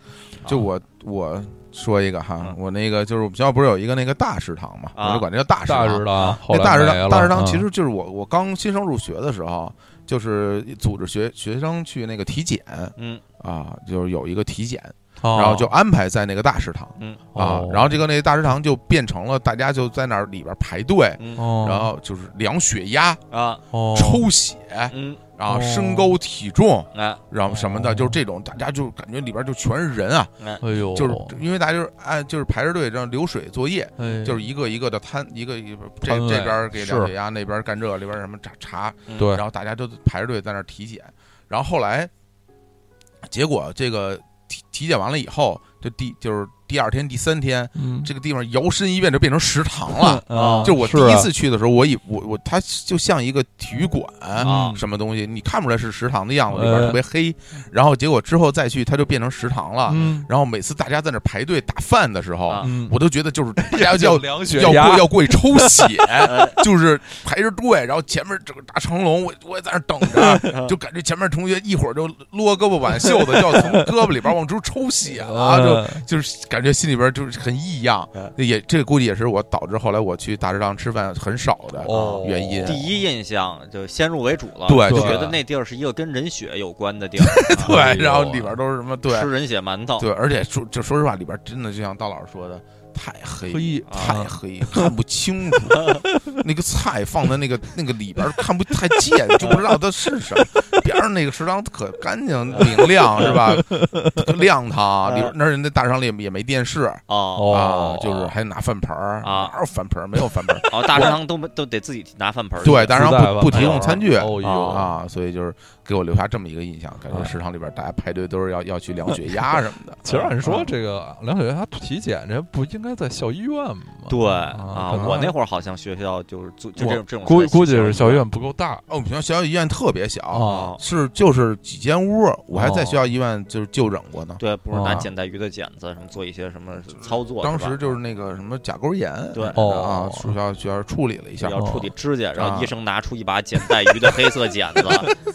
A: 就我我说一个哈
B: 嗯，
A: 我那个就是我们学校不是有一个那个大食堂嘛，
B: 啊
A: 我就管这叫大食
C: 大
A: 堂啊
C: 食。堂，后
A: 那
C: 来
A: 大食
C: 没了
A: 堂，大食堂
C: 嗯
A: 其实就是我我刚新生入学的时候，就是组织学学生去那个体检
B: 嗯
A: 啊，就是有一个体检，
C: 哦
A: 然后就安排在那个大食堂
B: 嗯
A: 啊
C: 哦，
A: 然后这个那个大食堂就变成了大家就在那儿里边排队，
B: 嗯
C: 哦，
A: 然后就是量血压、
B: 啊
C: 哦
A: 抽血，
B: 嗯
A: 然后
C: 哦
A: 身高体重，
B: 哎
A: 然后什么
C: 哦
A: 的，就是这种，大家就感觉里边就全是人啊，
B: 哎
C: 哎呦，
A: 就是因为大家就是按就是排着队这样流水作业，
C: 哎
A: 就是一个一个的摊，一个一个这
C: 摊位
A: 这边儿给
C: 是
A: 量血压，那边儿干这，里边儿什么查查，
C: 对
A: 然后大家都排着队在那儿体检，然后后来结果这个体体检完了以后，就第就是第二天、第三天，
C: 嗯。
A: 这个地方摇身一变就变成食堂了
C: 啊，
A: 就我
C: 是
A: 第一次去的时候，我以我我它就像一个体育馆
C: 啊
A: 什么东西，你看不出来是食堂的样子，里边
C: 哎
A: 儿特别黑。然后结果之后再去，它就变成食堂了。
C: 嗯
A: 然后每次大家在那儿排队打饭的时候，
B: 啊
C: 嗯，
A: 我都觉得就是大家要
C: 量血
A: 要
C: 压
A: 过要过去抽 血，就是排着队，然后前面整个大长龙，我我也在那儿等 着，就感觉前面同学一会儿就撸胳膊挽袖子，就要从胳膊里边往出抽血了，啊就
C: 嗯
A: 就是感觉心里边就是很异样
B: 嗯，
A: 也这估计也是我导致后来我去大食堂吃饭很少的
C: 哦
A: 原因。
B: 第一印象就先入为主了，
A: 对
B: 就
A: 对，
B: 觉得那地儿是一个跟人血有关的地儿啊
C: 哎
A: 对，
C: 呦
A: 然后里边都是什么对
B: 吃人血馒头，
A: 对，而且说就说实话，里边真的就像道老师说的，太黑
C: 嘿
A: 太黑，看不清楚。那个菜放在那个那个里边儿看不太见，就不知道它是什么。边上那个食堂可干净明亮是吧？亮堂，里边那儿那大食堂里也没电视
B: 哦
A: 啊
C: 哦，，
A: 就是还拿饭盆儿
B: 啊，
A: 哪有饭盆儿？没有饭盆儿。
B: 哦，大食堂都没都得自己拿饭盆儿去，
A: 对，大食
C: 自带
A: 堂
C: 吧
A: 不不提供餐具。
C: 哦呦，
A: 啊，所以就是给我留下这么一个印象，感觉
C: 哎
A: 食堂里边大家排队都是要要 去量血压什么的。
C: 其实按说
A: 嗯
C: 这个量血压体检这不应该在校医院吗？
B: 对
C: 啊
B: 啊，
C: 可
B: 我
C: 能
B: 那会儿好像学校就是做就
C: 我
B: 这种这种
C: 估
B: 学习
C: 估计是
B: 校
C: 校医院不够大
A: 哦，我们学校学校医院特别小，
C: 啊，
A: 是就是几间屋，我还
C: 哦
A: 在学校医院就是就诊过呢。
B: 对，不是
C: 啊
B: 拿剪带鱼的剪子什么做一些什么操作，
A: 当
B: 是吧
A: 时就是那个什么甲沟炎，
B: 对
A: 啊
C: 哦，
A: 学校学校处理了一下，
B: 要处理指甲，然
A: 啊
B: 后医生拿出一把剪带鱼的黑色剪 子，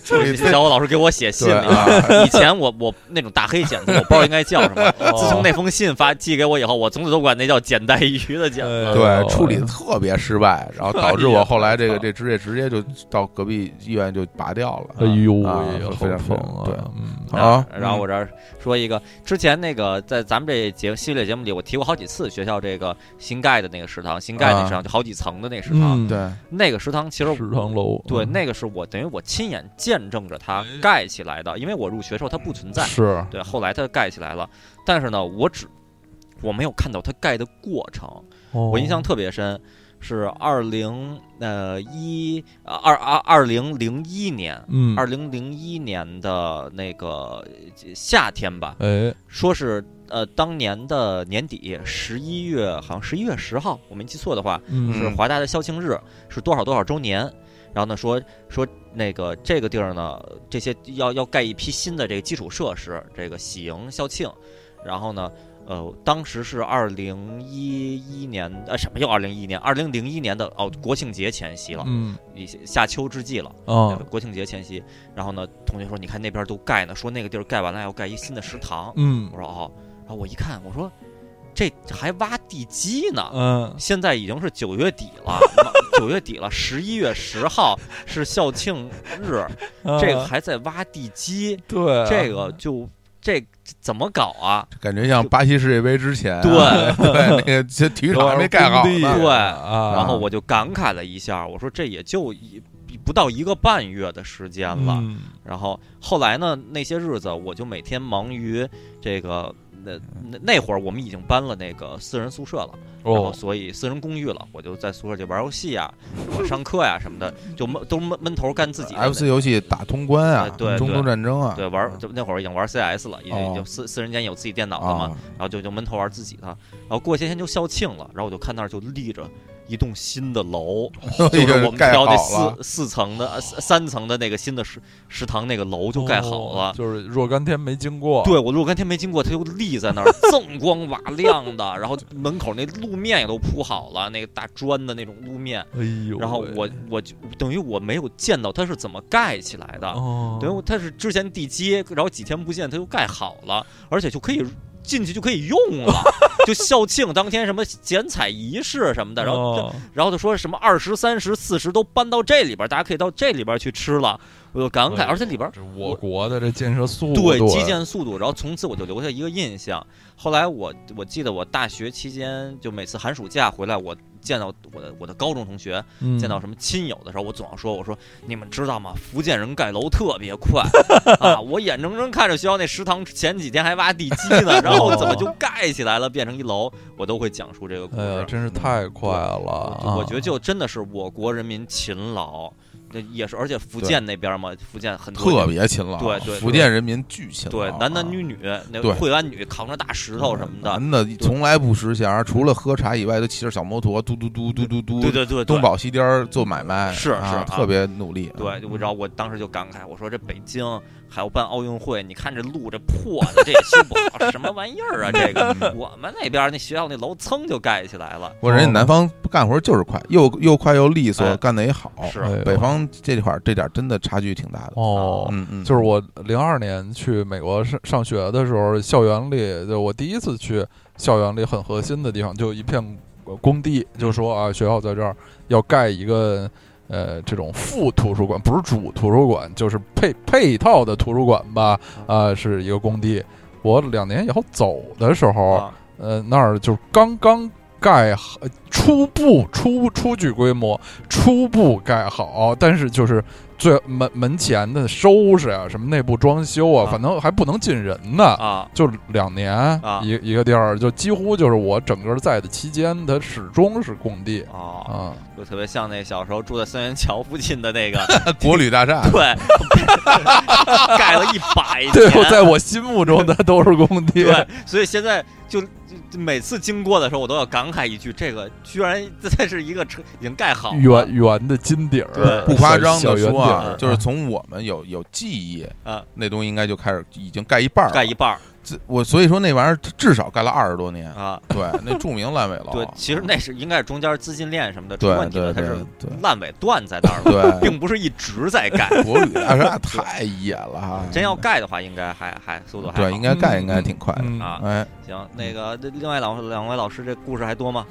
A: 处理
B: 小欧老师给我写信
A: 对
B: 里。
A: 啊，
B: 以前我我那种大黑剪子，我不知道应该叫什 么。自从那封信发寄给我以后，我从此都管那叫剪带鱼的剪
C: 哎
B: 子。
A: 对，处理的特别失败，然后导致
B: 哎
A: 我
B: 呀
A: 后来这个
B: 我操
A: 这职业直接就到隔壁医院就拔掉了。
C: 哎呦
A: 啊
C: 喂，
A: 非常
C: 疯
A: 非
C: 啊
A: 常！
C: 嗯
A: 对啊
B: 然后我这儿说一个，之前那个在咱们这节系列节目里，我提过好几次学校这个新盖的那个食堂，新盖那食堂就好几层的那食堂，
C: 啊嗯，
A: 对，
B: 那个食堂其实
C: 食堂楼，
B: 对，
C: 嗯
B: 那个是我等于我亲眼见证着它
C: 哎
B: 盖起来的，因为我入学时候它不存在。
C: 是
B: 对，后来它盖起来了，但是呢，我只我没有看到它盖的过程，
C: 我哦
B: 我印象特别深。是二零呃一二二二零零一年，
C: 嗯，
B: 二零零一年的那个呃夏天吧，
C: 哎，
B: 说是呃当年的年底十一月，好像十一月十号，我没记错的话，
C: 嗯
B: 是华大的校庆日，是多少多少周年。然后呢，说说那个这个地儿呢，这些要要盖一批新的这个基础设施，这个喜迎校庆。然后呢，呃，当时是二零一一年，呃，什么叫二零一一年？二零零一年的哦，国庆节前夕了，
C: 嗯
B: 你夏秋之际了。
C: 啊，
B: 国庆节前夕，然后呢，同学说你看那边都盖呢，说那个地儿盖完了要盖一新的食堂。
C: 嗯
B: 我说哦，然后我一看，我说这还挖地基呢，
C: 嗯，
B: 现在已经是九月底了，九月底了，十一月十号是校庆日，这个
C: 啊
B: 还在挖地基，
C: 对啊
B: 这个就这怎么搞啊？
A: 感觉像巴西世界杯之前啊，
B: 对
A: 对，那个这体育场还没盖好
C: 工地
A: 呢，
B: 对
C: 啊，
B: 然后我就感慨了一下，我说这也就一不到一个半月的时间了。
C: 嗯
B: 然后后来呢，那些日子我就每天忙于这个。那那那会儿我们已经搬了那个私人宿舍了，然后
C: 哦，
B: 所以私人公寓了，我就在宿舍里玩游戏啊，我上课呀、什么的，就闷都闷闷头干自己的那
A: FC 呃游戏打通关啊
B: 哎，对
A: 中东
B: 对
A: 战争啊，
B: 对，玩就那会儿已经玩 CS 了，已经
A: 哦
B: 已经私私人间有自己电脑了嘛，
A: 啊，
B: 然后就就闷头玩自己的，然后过些天就校庆了，然后我就看那儿就立着一栋新 的楼， 就
A: 已
B: 是
A: 经
B: 我们学
A: 盖好
B: 校那
A: 了，
B: 四四层的呃三三层的那个新的食食堂那个楼就盖好
C: 哦
B: 了。
C: 就是若干天没经过，
B: 对，我若干天没经过，它就立在那儿， 锃光瓦亮的。然后门口那路面也都铺好了，那个大砖的那种路面。
C: 哎呦喂，
B: 然后我我就等于我没有见到它是怎么盖起来的，
C: 哦，
B: 等于它是之前地基，然后几天不见它就盖好了，而且就可以进去就可以用了， 就校庆当天什么剪彩仪式什么的，然后
C: 哦
B: 然后就说什么二十三十四十都搬到这里边儿，大家可以到这里边儿去吃了，我就感慨，
C: 哎呦
B: 而且里边儿
C: 这我国的这建设速度，
B: 对基建速度，然后从此我就留下一个印象。后来我我记得我大学期间，就每次寒暑假回来，我见到我的我的高中同学，
C: 嗯
B: 见到什么亲友的时候，我总要说，我说你们知道吗？福建人盖楼特别快啊！我眼睁睁看着学校那食堂前几天还挖地基呢，然后怎么就盖起来了，变成一楼，我都会讲述这个故
C: 哎啊呀，
B: 事。
C: 真是太快
B: 我
C: 了！
B: 我觉得就真的是我国人民勤劳，那也是，而且福建那边嘛，福建很多
A: 特别勤劳，
B: 对对对
A: 福建人民巨勤劳
B: 对
A: 啊，
B: 男男女女，那
A: 对嗯
B: 惠安女扛着大石头什么的，
A: 男的从来不识闲儿，除了喝茶以外，都骑着小摩托，嘟嘟嘟嘟嘟嘟，
B: 对对对对
A: 东。跑西颠儿做买卖，
B: 是
A: 啊
B: 是啊
A: 特别努力，
B: 对，我然后我当时就感慨，我说这北京还要办奥运会，你看这路这破的，这也修不好，什么玩意儿啊？这个 我们那边那学校那楼蹭就盖起来了，
A: 我人家南方干活就是快，又又快又利索，
B: 哎
A: 干得也好。
B: 是
C: 哎呦
A: 北方这块儿这点儿真的差距挺大的。
C: 哦，
A: 嗯嗯，
C: 就是我零二年去美国上上学的时候，校园里就我第一次去校园里很核心的地方，就一片呃工地，就说啊，学校在这儿要盖一个呃这种副图书馆，不是主图书馆，就是配配套的图书馆吧，啊、是一个工地。我两年以后走的时候，
B: 啊
C: 呃，那儿就是刚刚盖好，呃初步初初具规模，初步盖好，但是就是最门门前的收拾啊，什么内部装修啊，
B: 啊
C: 反正还不能进人呢。
B: 啊
C: 就两年
B: 啊
C: 一一个地儿，就几乎就是我整个在的期间，它始终是工地
B: 啊，
C: 啊。
B: 就特别像那小时候住在三元桥附近的那个，
A: 国旅大厦，
B: 对， 盖了一百
C: 对，我
B: 年，
C: 在我心目中它都是工地。
B: 对，所以现在就。就每次经过的时候，我都要感慨一句：这个居然这是一个车已经盖好了
C: 圆圆的金底儿，
B: 对
A: 不夸张
C: 小
A: 的
C: 圆
A: 说
C: 底
A: 啊
C: 儿，，
A: 就是从我们有有记忆
B: 啊，
A: 那东西应该就开始已经盖一半儿了，
B: 盖一半儿
A: 这我所以说那玩意儿至少盖了二十多 年。
B: 啊，
A: 对，那著名烂尾楼，
B: 对，其实那是应该是中间资金链什么的出
A: 哦对
B: 问题了，它
A: 对
B: 是
A: 对
B: 烂尾断在那 儿了，
A: 对
B: 并不是一直在盖。
A: 国旅大厦哎太野了 哈，
B: 真要盖的话，应该还还速度还
A: 对
B: 好
A: 应该盖应该挺快的。
C: 嗯
B: 啊。
A: 哎，
B: 行，那个那另外两两位老师，这故事还多吗？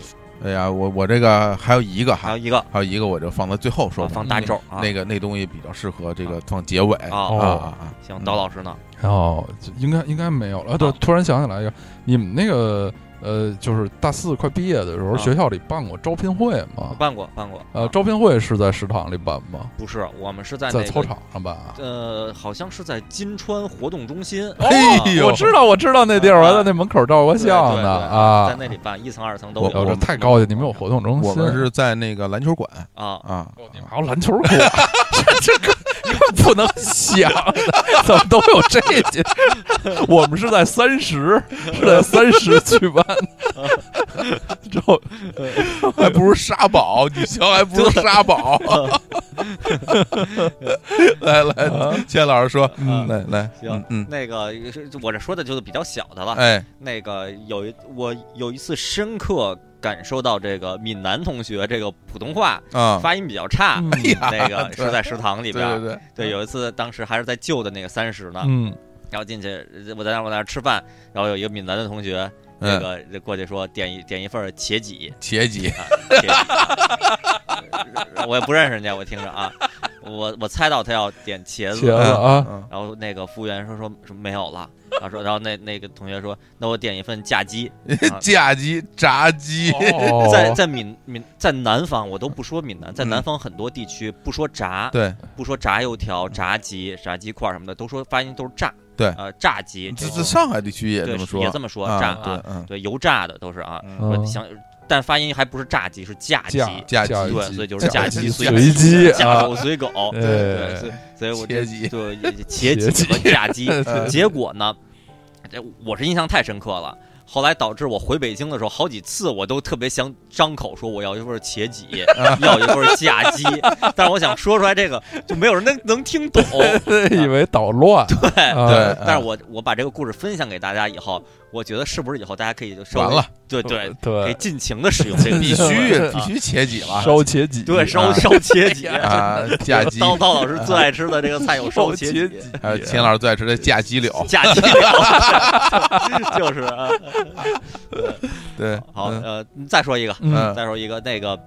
A: 哎呀，我我这个还有一个
B: 还
A: 哈
B: 有，一个
A: 还有一个我就放到最后说
B: 啊
A: 吧，
B: 放大咒啊，
A: 那个那东西比较适合这个放结尾
B: 啊
A: 啊啊啊！
B: 行，刀老师呢？
C: 哦，就应该应该没有了。对，
B: 啊
C: 突然想起来一个，你们那个呃，就是大四快毕业的时候，
B: 啊
C: 学校里办过招聘会
B: 我
C: 嘛。
B: 办过办过，
C: 呃，
B: 啊
C: 招聘会是在食堂里办吗？
B: 不是我们是在
C: 在
B: 那个
C: 操场上办啊？
B: 呃，好像是在金川活动中心，啊
A: 哎呦
C: 我知道，我知道那地儿，我还在那门口照 过
B: 对对
C: 相呢
B: 对
C: 啊。
B: 在那里办一层二层都
A: 我
B: 有嗯
C: 哦，这太高级，你们有活动中心？
A: 我们 是在那个篮球馆
B: 啊，
A: 啊，
C: 哦你们还有篮球馆，这这个这不能想的，怎么都有这 些？我们是在三十，是在三十举办 的， 之后
A: 还不如沙堡，你瞧，还不如沙堡。 来来，钱老师说，嗯，来来，
B: 啊行啊
A: 嗯嗯，
B: 呃那个是我这说的就是比较小的了。
A: 哎，
B: 那个有一我有一次深刻感受到这个闽南同学这个普通话
A: 啊，
B: 发音比较差，
C: 嗯
B: 那个
A: 对
B: 是在食堂里
A: 对
B: 边啊
A: 对
B: 儿。
A: 对，
B: 对，有一次当时还是在旧的那个三十呢，
C: 嗯，
B: 然后进去，呃我在那我在那吃饭，然后有一个闽南的同学，那
A: 嗯，
B: 个就过去说点一点一份儿茄几，
A: 茄几，
B: 啊，茄几我也不认识人家，我听着啊，我我猜到他要点茄
C: 茄
B: 子，
C: 子啊，
A: 嗯
B: 然后那个服务员说说说没有了，然后说然后那那个同学说那我点一份炸鸡，啊
A: 嫁鸡、 炸鸡，
C: 哦
B: 在 在闽闽在南方我都不说闽南，在
A: 嗯
B: 南方很多地区不说炸，
A: 对，
B: 不说炸油条、炸鸡、炸鸡块什么的，都说发音都是炸，
A: 对
B: 呃炸鸡
A: 这
B: 种
A: 这上海地区也
B: 对
A: 这么
B: 也
A: 说
B: 这，么说炸
A: 啊，对
B: 啊，，
A: 嗯
B: 对油炸的都是啊，
A: 嗯，
C: 嗯
B: 我想但发音还不是炸鸡是架鸡，
C: 架
A: 嫁
C: 嫁
A: 鸡，
B: 对，所以就是
A: 嫁
B: 嫁
A: 鸡
B: 鸡
A: 随
B: 随
A: 鸡
C: 随机
B: 架
C: 啊，
B: 狗随狗，
C: 哎
B: 对，所以所以我这
A: 茄鸡
B: 对茄
C: 茄
B: 鸡
C: 鸡
B: 和架 鸡，
A: 嗯
B: 结果呢，这我是印象太深刻了。后来导致我回北京的时候，好几次我都特别想张口说我要一份茄几，要一份架鸡，但是我想说出来这个就没有人能能听懂。
C: 啊
B: 呃
C: 以为捣乱，
B: 对
C: 啊
A: 对
B: 但是我我把这个故事分享给大家以后，我觉得是不是以后大家可以就稍微
A: 完了，
B: 对对，可以
C: 对，
B: 尽情的使用这个
A: 必
B: 词
A: 须
B: 啊
A: 必须茄几了，
C: 烧茄子，
B: 对烧
A: 啊
B: 烧茄几，
A: 啊，嫁 鸡，
B: 当当老师最爱吃的这个菜有烧茄哎
C: 茄
B: 几，
A: 还有钱老师最爱吃的嫁鸡柳，
B: 架鸡柳，就是啊。
A: 对，
B: 好，
A: 嗯
B: 呃，再说一个，
A: 嗯
B: 再说一个，那个，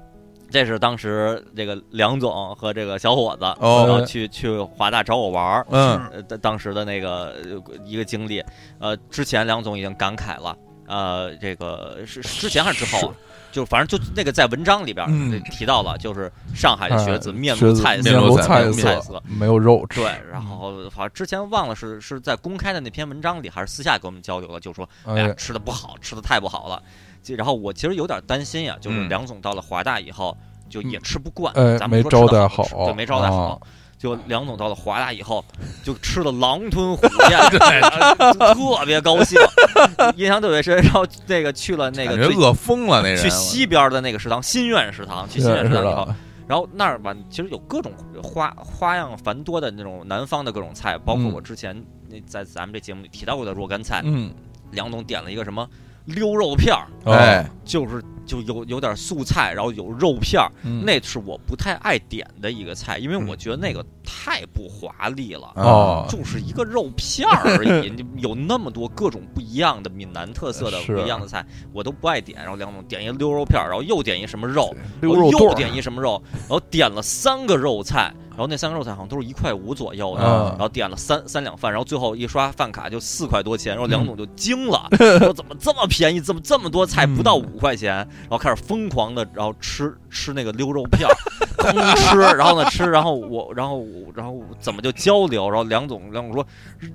B: 这是当时这个梁总和这个小伙子，然
A: 哦，
B: 后去去华大找我玩儿，
A: 嗯
B: 呃，当当时的那个呃一个经历，呃，之前梁总已经感慨了，呃，这个是是之前还是之后啊？就反正就那个在文章里边儿
A: 嗯
B: 提到了，就是上海的学子
C: 哎
B: 面
C: 学
B: 露
C: 子
B: 菜色，
C: 面
A: 露
B: 露
A: 菜
B: 色，
A: 色
B: 菜色。
C: 没有肉 吃，
B: 对，然后好像之前忘了是是在公开的那篇文章里，还是私下给我们交流了，就说哎呀
C: 哎，，
B: 吃的不好，吃的太不好了。就然后我其实有点担心呀、啊就是
A: 嗯
B: 梁总到了华大以后，就也吃不惯，
C: 嗯哎
B: 咱们不说
C: 没招
B: 吃
C: 待
B: 的
C: 好
B: 吃对，没招待好。
C: 啊
B: 就梁总到了华大以后，就吃的狼吞虎 咽，特别高兴， 印象特别深。然后那个去了那
A: 感
B: 个
A: 觉
B: 最
A: 饿疯了那人，啊
B: 去西边的那个食堂新苑食堂，去新苑
C: 是
B: 食堂以后，
C: 的，
B: 然后那儿吧，其实有各种花花样繁多的那种南方的各种菜，包括
C: 嗯
B: 我之前那在咱们这节目里提到过的若干菜，
C: 嗯，
B: 梁总点了一个什么溜肉片儿，
C: 哦
A: 我
C: 啊
A: 哎，
B: 就是就有有点素菜，然后有肉片儿，
C: 嗯，
B: 那是我不太爱点的一个菜，因为
A: 嗯
B: 我觉得那个太不华丽了。
A: 啊
C: 哦，
B: 就是一个肉片儿而已，你有那么多各种不一样的闽南特色的
C: 是
B: 不一样的菜，我都不爱点。然后梁总点一溜肉片儿，然后又点一什么肉，
C: 溜
B: 然后
C: 哦肉
B: 又
C: 段儿
B: 点一什么肉，然后点了三个肉菜，然后那三个肉菜好像都是一块五左右的，
C: 嗯
B: 然后点了三三两饭，然后最后一刷饭卡就四块多钱，然后梁总就惊 了，说怎么这么便宜，怎么这么多菜
C: 嗯
B: 不到五块钱，然后开始疯狂的，然后吃吃那个溜肉片儿，狂吃，然后呢吃，然后我然后我然后我怎么就交流，然后梁总梁总说，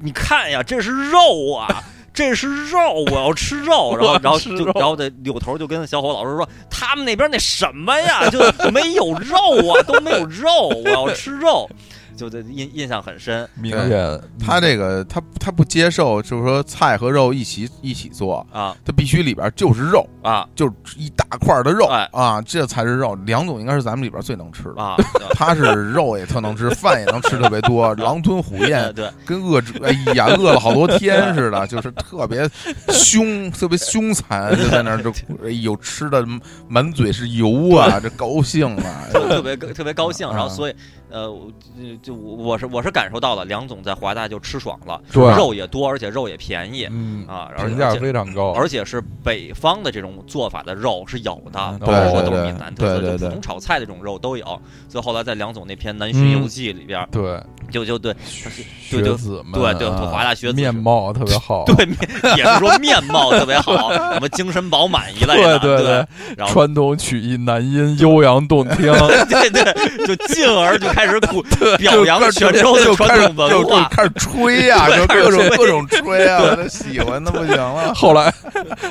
B: 你看呀，这是肉 啊。这是肉，啊我要吃肉，然后，然后
C: 吃
B: 就，
C: 肉
B: 然后得扭头就跟小伙老师说，他们那边那什么呀， 就没有肉啊，都没有肉，我要吃肉， 就这印印象很深。
C: 明
A: 对
C: 显
A: 他这个他他不接受，就是说菜和肉一起一起做，
B: 啊
A: 他必须里边就是肉，
B: 啊
A: 就是一大块的肉
B: 哎
A: 啊，这才是肉。梁总应该是咱们里边最能吃 的。
B: 啊！
A: 他是肉也特能吃，饭也能吃特别 多，狼吞虎
B: 对
A: 咽，
B: 呃对
A: 跟饿着哎呀饿了好多天似的， 就是特别凶，特别凶残，就在那 儿就哎呦吃的满嘴是油啊，这高兴 啊，
B: 特特别特别高兴，
C: 嗯
A: 啊
B: 然后所以呃，我就就我我是我是感受到了梁总在华大就吃爽了，
C: 对啊
B: 肉也多，而且肉也便宜
C: 嗯，
B: 啊，而
C: 评
B: 且
C: 价
B: 而且
C: 非常高，
B: 而且是北方的这种做法的肉是有的，
A: 嗯对
B: 包括
C: 对
B: 都
A: 对
B: 是闽南特色，
A: 对对
B: 就
A: 对
B: 普通炒菜的这种肉都有。所以后来在梁总那篇《南巡游记》里边，
C: 对，
B: 就就
A: 嗯
B: 对
C: 学
B: 就
C: 子们
B: 对对
C: 啊
B: 华大学子
C: 面
B: 是
C: 貌特别好，
B: 对，面 也是说面貌特别 好，什么精神饱满一类的，
C: 对对
B: 对，然后
C: 传统曲艺男音悠扬动听，
B: 对对，就进而就开始 鼓表扬
A: 就
B: 泉州的
A: 就开
B: 传
A: 始
B: 统文
A: 就就
B: 化，
A: 开始吹呀，
B: 对
A: 就
B: 开始
A: 各种
B: 吹
A: 各种吹啊，我都喜欢的不行 了。
C: 后来，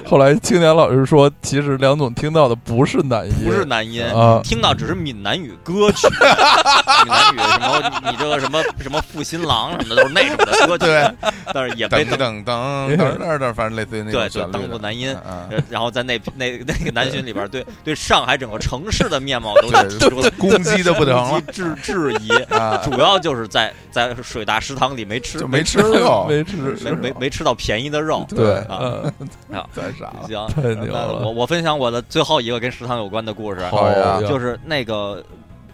C: 后来青年老师说，其实梁总听到的不是男音，
B: 不是南音。
C: 啊，
B: 听到只是闽南语歌曲， 闽南语什么你这个什么什么负心郎什么的都是那种的歌曲，
A: 对，
B: 但是也被
A: 噔噔噔噔噔噔，反正类似于那种
B: 对就
A: 旋律
B: 当
A: 的
B: 做男音，
A: 嗯嗯
B: 呃然后在那那那个南巡里边，对对上海整个城市的面貌都
A: 嗯 对
B: 提出了
A: 攻击的不得了
B: 质质疑，
A: 啊，
B: 主要就是在在水大食堂里没吃
A: 就没吃肉，
C: 没吃，
B: 哦没没没吃到便宜的肉。
C: 对，
B: 啊
C: 嗯，
A: 太傻了。
B: 行，
C: 太牛
B: 那我
C: 了，
B: 我分享我的最后一个跟食堂有关的故事，呃
A: 好呀
C: 呀，
B: 就是那个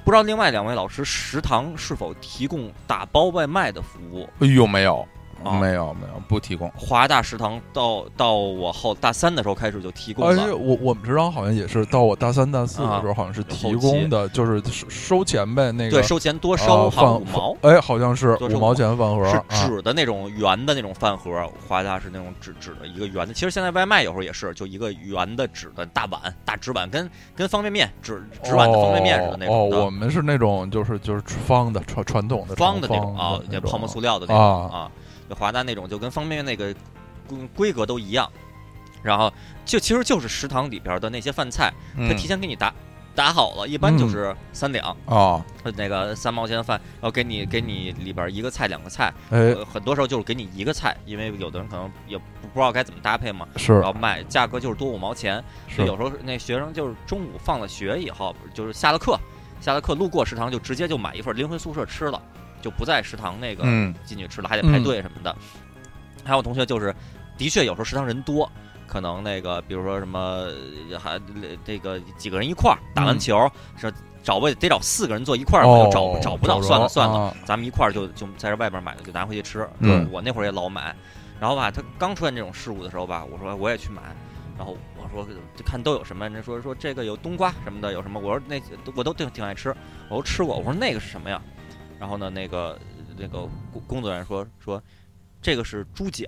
B: 不知道另外两位老师食堂是否提供打包外卖的服务？
A: 哎呦，没有，
B: 啊
A: 没有，没有，不提供。
B: 华大食堂到到我后大三的时候开始就提供
A: 啊
C: 而且
B: 了，
C: 我我们食堂好像也是到我大三大四
B: 啊
C: 的时候，好像是提供的，就是收收钱呗，那个
B: 对，收钱多
C: 啊
A: 哦
B: 收好像
C: 饭
B: 五毛。
C: 哎，好像是
B: 多收
C: 五毛钱饭盒
B: 是
C: 啊，
B: 纸的那种圆的那种饭盒，华大是那种纸纸的一个圆的。其实现在外卖有时候也是，就一个圆的纸的大碗、大纸碗，跟跟方便面纸纸碗的方便面似的那
C: 哦，
B: 种
C: 哦我
B: 的，
C: 们是那种就是就是方的传传统的
B: 方
C: 的
B: 的那种啊，
C: 那
B: 那
C: 种
B: 泡沫塑料的那种
C: 啊，
B: 啊。就华大那种就跟方便面那个规规格都一样，然后就其实就是食堂里边的那些饭菜，他
A: 嗯
B: 提前给你打打好了，一般
C: 嗯
B: 就是三两，
A: 哦，
B: 呃那个三毛钱的饭，然后给你给你里边一个菜两个菜。
C: 哎，
B: 呃很多时候就是给你一个菜，因为有的人可能也不不知道该怎么搭配嘛，
C: 是
B: 然后卖价格就是多五毛钱。所以
C: 是
B: 有时候那学生就是中午放了学以后，就是下了课，下了课路过食堂就直接就买一份拎回宿舍吃了，就不在食堂那个
A: 嗯，
B: 进去吃了，还得排队什么的。还有同学就是，的确有时候食堂人多，可能那个比如说什么呃还这个几个人一块儿打完
C: 嗯
B: 球，是找位得找四个人坐一块儿嘛，
C: 哦
B: 就找找不到，
C: 着
B: 算了算了。
C: 啊
B: 咱们一块儿就就在这外边买的，就拿回去吃。
A: 嗯
B: 对我那会儿也老买，然后吧，他刚出现这种事物的时候吧，我说我也去买，然后我说就看都有什么，人家说说这个有冬瓜什么的，有什么，我说那我都挺挺爱吃，我说吃过，我说那个是什么呀？然后呢，那个那个工工作人员说说这个是猪脚，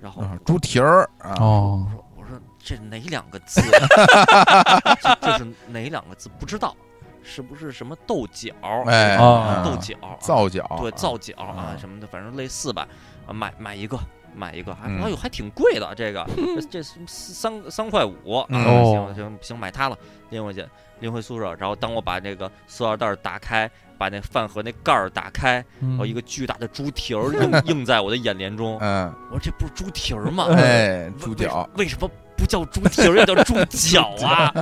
B: 然后
A: 啊猪蹄儿啊，
C: 哦
B: 我，说我说这哪两个字？啊 这这是哪两个字？不知道，是不是什么豆角？
A: 哎
C: 啊
B: 豆角，
A: 皂角，
B: 对皂角啊
A: 啊
B: 什么的，反正类似吧。啊，买买一个，买一个，还
A: 嗯
B: 哎呦还挺贵的，这个这这是三三块五啊，
A: 嗯
C: 哦
B: 行行行，买它了，拎回去，拎回宿舍。然后当我把这个塑料袋儿打开，把那饭盒那盖儿打开，然
A: 哦
B: 后一
C: 个
B: 个巨大的猪蹄儿映映在我的眼帘中，
A: 嗯，
B: 我说这不是猪蹄儿吗？
A: 哎，
B: 为
A: 猪脚，，
B: 为为什么？不叫猪蹄儿，要叫 猪脚啊！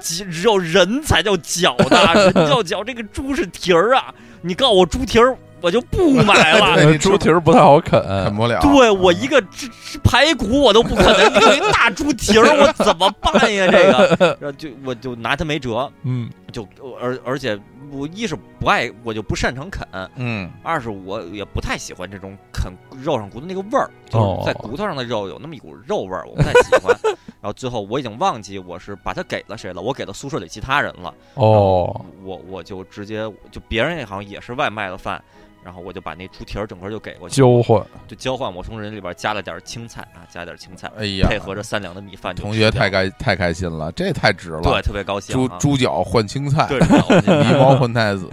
B: 只只有人才叫脚呢，人叫脚，这个猪是蹄儿啊！你告诉我猪蹄儿，我就不买了。
A: 对你吃
C: 哎猪蹄儿不太好啃，
A: 啃不了。
B: 嗯对我一个只只排骨我都不可能，你给我一大猪蹄儿，我怎么办呀？这个，然后就我就拿他没辙，
C: 嗯，
B: 就而而且我一是不爱，我就不擅长啃；
A: 嗯，
B: 二是我也不太喜欢这种啃肉上骨头那个味儿，就是在骨头上的肉有那么一股肉味儿，我不太喜欢。然后最后我已经忘记我是把它给了谁了，我给了宿舍里其他人了。
C: 哦，
B: 我我就直接就别人也好像也是外卖的饭，然后我就把那猪蹄儿整个就给过去了。
C: 交换，
B: 就交换，我从人里边加了点青菜啊，加点青菜，
A: 哎呀，
B: 配合着三两的米饭就
A: 同
B: 吃
A: 学
B: 掉
A: 太开太开心了，这太值了。
B: 对，特别高兴、
A: 猪
B: 啊，
A: 猪脚换青菜，
B: 对，然后 我就
A: 狸猫换太子。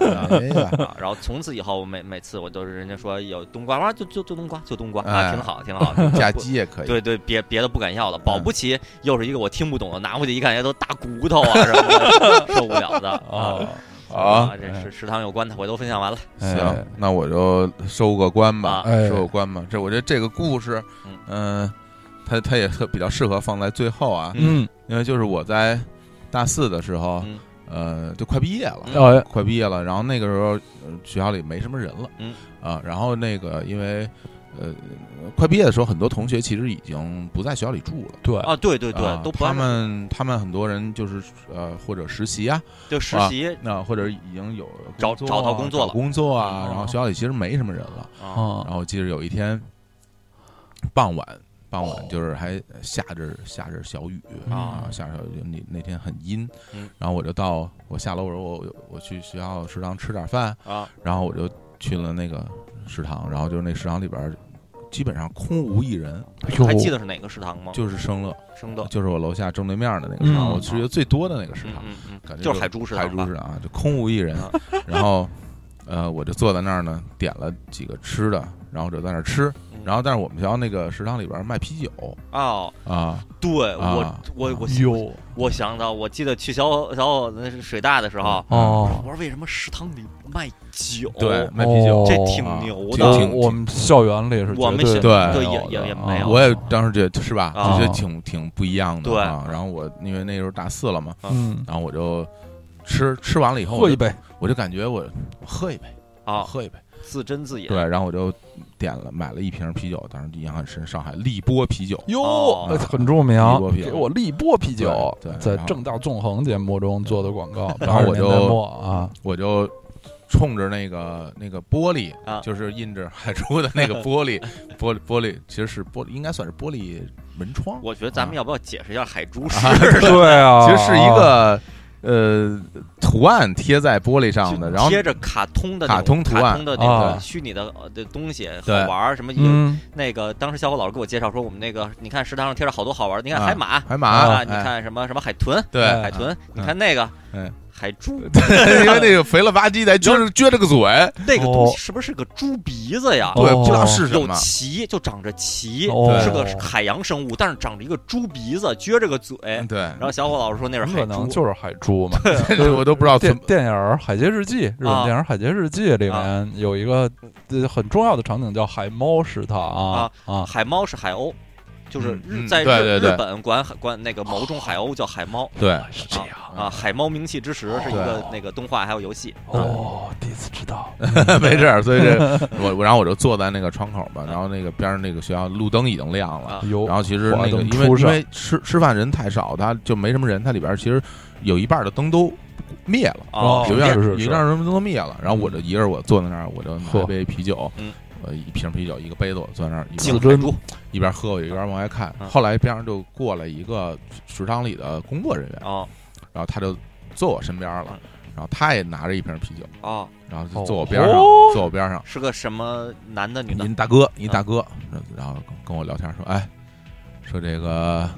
A: 哎呀，
B: 啊然后从此以后，我每每次我都是人家说有冬瓜，哇，就就就冬瓜，就冬瓜
A: 哎
B: 啊，挺好，挺好。
A: 嫁
B: 不
A: 鸡也可以。
B: 对对，别别的不敢要了，
A: 嗯
B: 保不齐又是一个我听不懂的，拿回去一看，人家哎都大骨头啊什么的， 受不了的啊
C: 哦。
A: 啊，
B: 这是食堂有关的，我都分享完了。
A: 行，那我就收个官吧，
B: 啊
C: 哎
A: 收个官吧。这我觉得这个故事，嗯、它它也特比较适合放在最后啊，
C: 嗯，
A: 因为就是我在大四的时候，
B: 嗯
A: 呃，就快毕业了，
B: 嗯
C: 哎，
A: 快毕业了，然后那个时候、呃学校里没什么人了，
B: 嗯
A: 啊，然后那个因为呃快毕业的时候，很多同学其实已经不在学校里住了。
C: 对，
B: 啊，对对对，
A: 啊
B: 都不
A: 他
B: 按照
A: 们他们很多人就是呃或者实习啊，
B: 就实习
A: 那、或者已经有
B: 找
A: 工作
B: 找到
A: 啊
B: 工作
A: 找
B: 了嗯
A: 工作啊，
C: 哦
A: 然后学校里其实没什么人了。
B: 啊，
C: 啊
A: 然，后我记得有一天傍晚，傍
C: 哦
A: 晚就是还下着下着小雨
B: 啊
C: 嗯
A: 啊，下着小雨，那那天很阴
B: 嗯。
A: 然后我就到我下楼，我说我我去学校食堂吃点饭，
B: 啊
A: 然后我就去了那个食堂，然后就是那食堂里边儿基本上空无一人，
C: 哟
B: 还记得是哪个食堂吗？
A: 就是嗯生乐，
B: 生的，
A: 就是我楼下正对面的那个食堂，
C: 嗯
A: 我去的最多的那个食
B: 嗯
A: 堂，
B: 嗯嗯，
A: 感觉
B: 就是海珠食
A: 海
B: 堂
A: 珠
B: 吧
A: 市啊，就空无一人
B: 啊。
A: 然后，呃，我就坐在那儿呢，点了几个吃的，然后就在那儿吃。然后，但是我们学校那个食堂里边卖啤酒
B: 嗯哦，
A: 啊，
B: 对我
A: 啊
B: 我我
C: 哟
B: 我想到，我记得去小小那是水大的
A: 啊
B: 时候，我
C: 哦，
B: 说为什么食堂里卖酒？
A: 嗯对，卖啤酒
C: 哦。
B: 这挺
A: 啊
B: 牛
A: 挺
B: 的。
A: 挺
C: 我们校园里是
B: 我们
C: 绝
B: 校
A: 对
B: 对
C: 没
B: 也
C: 有
B: 也
C: 的
B: 也
C: 啊
B: 没有
A: 我也当时觉得是吧，
B: 啊
A: 就觉得挺挺不一样的。
B: 对
A: 啊，然后我因为那时候大四了嘛，
C: 嗯，
A: 然后我就吃吃完了以后，
C: 喝一，杯，
A: 我就感觉我我喝一杯，
B: 啊，
A: 喝一杯。
B: 自斟自饮。
A: 对，然后我就点了买了一瓶啤酒，当时印象很深，上海立波啤酒。
C: 哟
B: 哦，
C: 呃很著名
A: 立波，啤酒
C: 给我立波啤酒
A: 对，对
C: 在
A: 然后
C: 正道纵横节目中做的广告，
A: 然后我
C: 80年
A: 就
C: 代末啊，
A: 我就冲着那个那个玻璃，
B: 啊
A: 就是印着海珠的 那个玻璃，玻璃玻璃其实是玻璃，应该算是玻璃门窗，
B: 我觉得咱们
A: 啊
B: 要不要解释一下海珠市？
C: 对啊，
A: 其实是一个呃图案贴在玻璃上的，
B: 就
A: 然后
B: 贴着卡通的那
A: 卡
B: 种
A: 通图案
B: 卡通的那
C: 啊
B: 个虚拟的呃的东西好
A: 对
B: 玩儿什么。
C: 嗯，
B: 那个当时小伙老师给我介绍说，我们那个你看食堂上贴着好多好玩儿的，你看
A: 啊
B: 海马
A: 海马，
B: 啊，
A: 哎
B: 你看什么什么海豚，
A: 对
C: 哎
B: 海豚，你
A: 嗯
B: 看那个
A: 哎
B: 海猪，
A: 因为那个肥了吧唧的，撅着撅着个嘴，
B: 那个东
C: 哦
B: 西是不是个猪鼻子呀？
A: 对，
C: 哦
A: 不知道是什
B: 有
A: 么。
B: 鳍，就长着鳍，
C: 哦
B: 是个海洋生物，但是长着一个猪鼻子，撅着个嘴。
A: 嗯对，
B: 然后小伙老师说那是
C: 很
B: 海
C: 可能
B: 猪，
C: 就是海珠嘛。
A: 这我都不知道
C: 电
A: 啊怎么
C: 电影儿《海街日记》，日本电影儿《海街日记》里面有一个呃很重要的场景叫海猫食堂啊啊
B: 海猫是海鸥，就是日、
A: 嗯嗯
B: 在日
A: 对对对
B: 日本管海管那个某种海鸥叫海猫。
A: 对，
C: 是
B: 这
C: 样
A: 哦
B: 啊，海猫名气之时是一个那个动画还有游戏，
C: 哦，第一次知道。
A: 没事儿，所以这我我然后我就坐在那个窗口嘛，然后那个边上那个学校路灯已经亮了
B: 啊，
C: 有
A: 然后其实那
C: 华
A: 个
C: 灯
A: 因为
C: 初
A: 因
C: 上
A: 为吃吃饭人太少，它就没什么人，它里边其实有一半的灯都灭了，
B: 啊
C: 哦，
A: 有一
C: 是
A: 半
C: 是
A: 有一
C: 是
A: 半人都灭了。然后我就一个人我坐在那儿，我就
C: 呵
A: 喝杯啤酒，
B: 嗯
A: 呃，一瓶啤酒一个杯子，我坐在那儿一
C: 自
A: 边
C: 尊
B: 海猪
A: 一边喝，我一边往外看。
B: 嗯
A: 后来边上就过来一个食堂里的工作人员，
B: 啊
A: 然后他就坐我身边了
B: 嗯，
A: 然后他也拿着一瓶啤酒，
B: 啊，
A: 然后
C: 哦
A: 就坐我边上
C: 哦，
A: 坐我边上。
B: 是个什么男的女的
A: 您大哥，
B: 啊
A: 您大哥，然后跟我聊天说，哎，说这个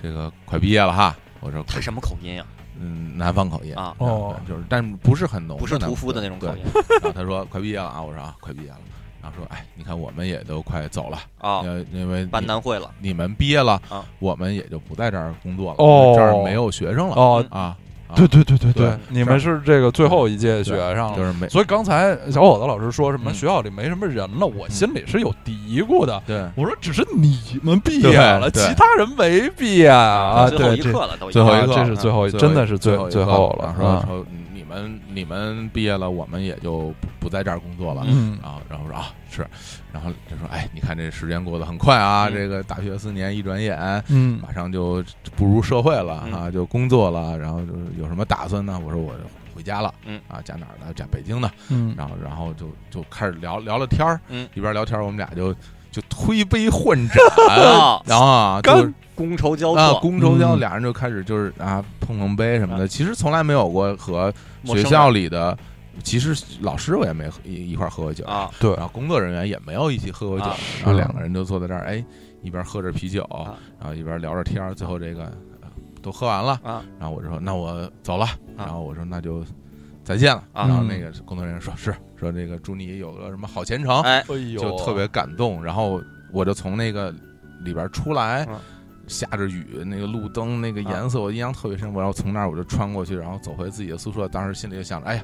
A: 这个快毕业了哈，我说
B: 他什么口音呀？
A: 嗯，南方口音
B: 啊
C: 哦
A: 就是但不是很浓，
B: 不是屠夫的那种口音。
A: 对然后他说快毕业了啊，我说啊，快毕业了。然后说，哎，你看我们也都快走了，
B: 啊，
A: 呃因为
B: 办
A: 你
B: 南会了
A: 你们毕业了
B: 啊，
A: 我们也就不在这儿工作了，
C: 哦
A: 因为这儿没有学生了
C: 哦，
A: 啊，啊
C: 对对对对
A: 对
C: 你们是这个最后一届学生
A: 就
C: 了。
A: 是没
C: 所以刚才小伙子老师说什么
A: 嗯
C: 学校里没什么人了，我心里是有嘀咕的。
A: 对。
C: 我说只是你们毕业了，
A: 对
C: 其
A: 对
C: 他人没毕业啊。
B: 最后
C: 对，
B: 一
C: 这
B: 课了，都已
A: 最
B: 经
A: 后一个，
C: 这是最后一
A: 啊
C: 真的是最
A: 后一
C: 最
A: 个
C: 后了
A: 说
C: 啊
A: 说你们你们毕业了，我们也就不不在这儿工作了。
C: 嗯
A: 然后然后说啊是，然后就说哎，你看这时间过得很快啊，
B: 嗯
A: 这个大学四年一转眼，
C: 嗯
A: 马上就步入社会了
B: 嗯
A: 啊，就工作了，然后就是有什么打算呢？我说我回家了，
B: 嗯
A: 啊，家哪儿的？家北京的。
C: 嗯，
A: 然后然后就就开始聊聊了天儿，
B: 嗯
A: 一边聊天儿我们俩就就推杯换 盏，
B: 啊
A: 然后啊就
C: 干
A: 是
B: 觥筹交
A: 啊，
B: 错，嗯
A: 觥筹交，
C: 嗯
A: 俩人就开始就是啊碰碰杯什么的，其实从来没有过和
B: 陌
A: 学
B: 生
A: 校里的。其实老师我也没喝一一块儿喝过酒
B: 人啊，
C: 对
A: 然，后工作人员也没有一起喝过酒，
B: 啊
A: 然后两个人就坐在这儿，哎，一边喝着啤酒，
B: 啊
A: 然后一边聊着天儿，最后这个呃都喝完了，
B: 啊
A: 然后我就说那我走了，然后我说那就再见了，
B: 啊
A: 然后
C: 嗯
A: 那个工作人员说是说这个祝你有个什么好前程，
B: 哎
C: 哎呦
A: 就特别感动，然后我就从那个里边出来
B: 嗯。
A: 下着雨，那个路灯那个
B: 啊
A: 颜色我印象特别深。我然后从那儿我就穿过去，然后走回自己的宿舍。当时心里就想着，哎呀，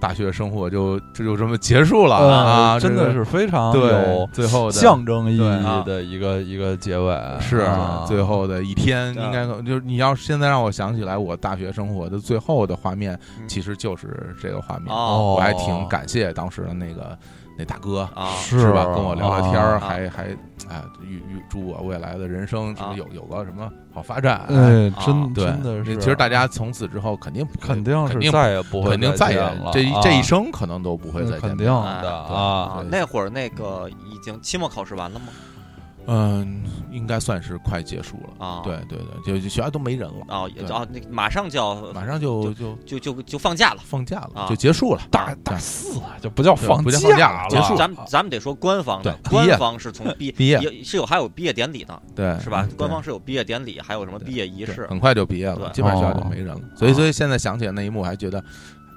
A: 大学生活就这就这么结束了啊！
C: 呃真的
A: 是。
C: 是非常
A: 对
C: 有，
A: 最后的
C: 象征意
A: 对
C: 义
B: 啊
C: 的一个一个结尾，
A: 是
C: 啊
A: 最后的一天，
B: 对
A: 应该就是你要现在让我想起来我大学生活的最后的画面，
B: 嗯
A: 其实就是这个画面。
B: 哦
A: 我还挺感谢当时的那个那大哥，
B: 啊
C: 是
A: 是吧？跟我聊聊天儿，
B: 啊
A: 还还啊预预祝我未来的人生什么
B: 啊
A: 有有个什么好发展。
C: 哎，
B: 啊
C: 真
A: 对
C: 真的，是，啊
A: 其实大家从此之后肯定不会
C: 肯定
A: 肯
C: 是
A: 定
C: 再也不会
A: 肯定
C: 再
A: 再
C: 见
A: 也
C: 了，
A: 这一
C: 啊
A: 这一生可能都不会
C: 嗯
A: 再见
C: 肯
A: 面啊
C: 定
A: 了。
C: 的
B: 对
C: 啊，
B: 那会儿那个已经期末考试完了吗？
A: 嗯，应该算是快结束了。
B: 啊？
A: 对对对，就就学校都没人了，
B: 啊，也
A: 对
B: 啊，那个马上就要
A: 马上就就
B: 就就就放假了。
A: 放假了，
B: 啊
A: 就结束了。
C: 大
A: 对
C: 大四啊，就不叫
A: 对
C: 放
A: 不叫放假
C: 假
A: 了结束
B: 咱
C: 啊
B: 们咱们得说官方的
A: 对，毕业
B: 官方是从毕
A: 毕业
B: 也是有还有毕业典礼呢，
A: 对，
B: 是吧
A: 对？
B: 官方是有毕业典礼，还有什么
A: 对
B: 毕业仪
A: 对嗯
B: 式？
A: 很快就毕业了，
B: 对哦
A: 基本上学校就没人了。所以所以现在想起来那一幕，还觉得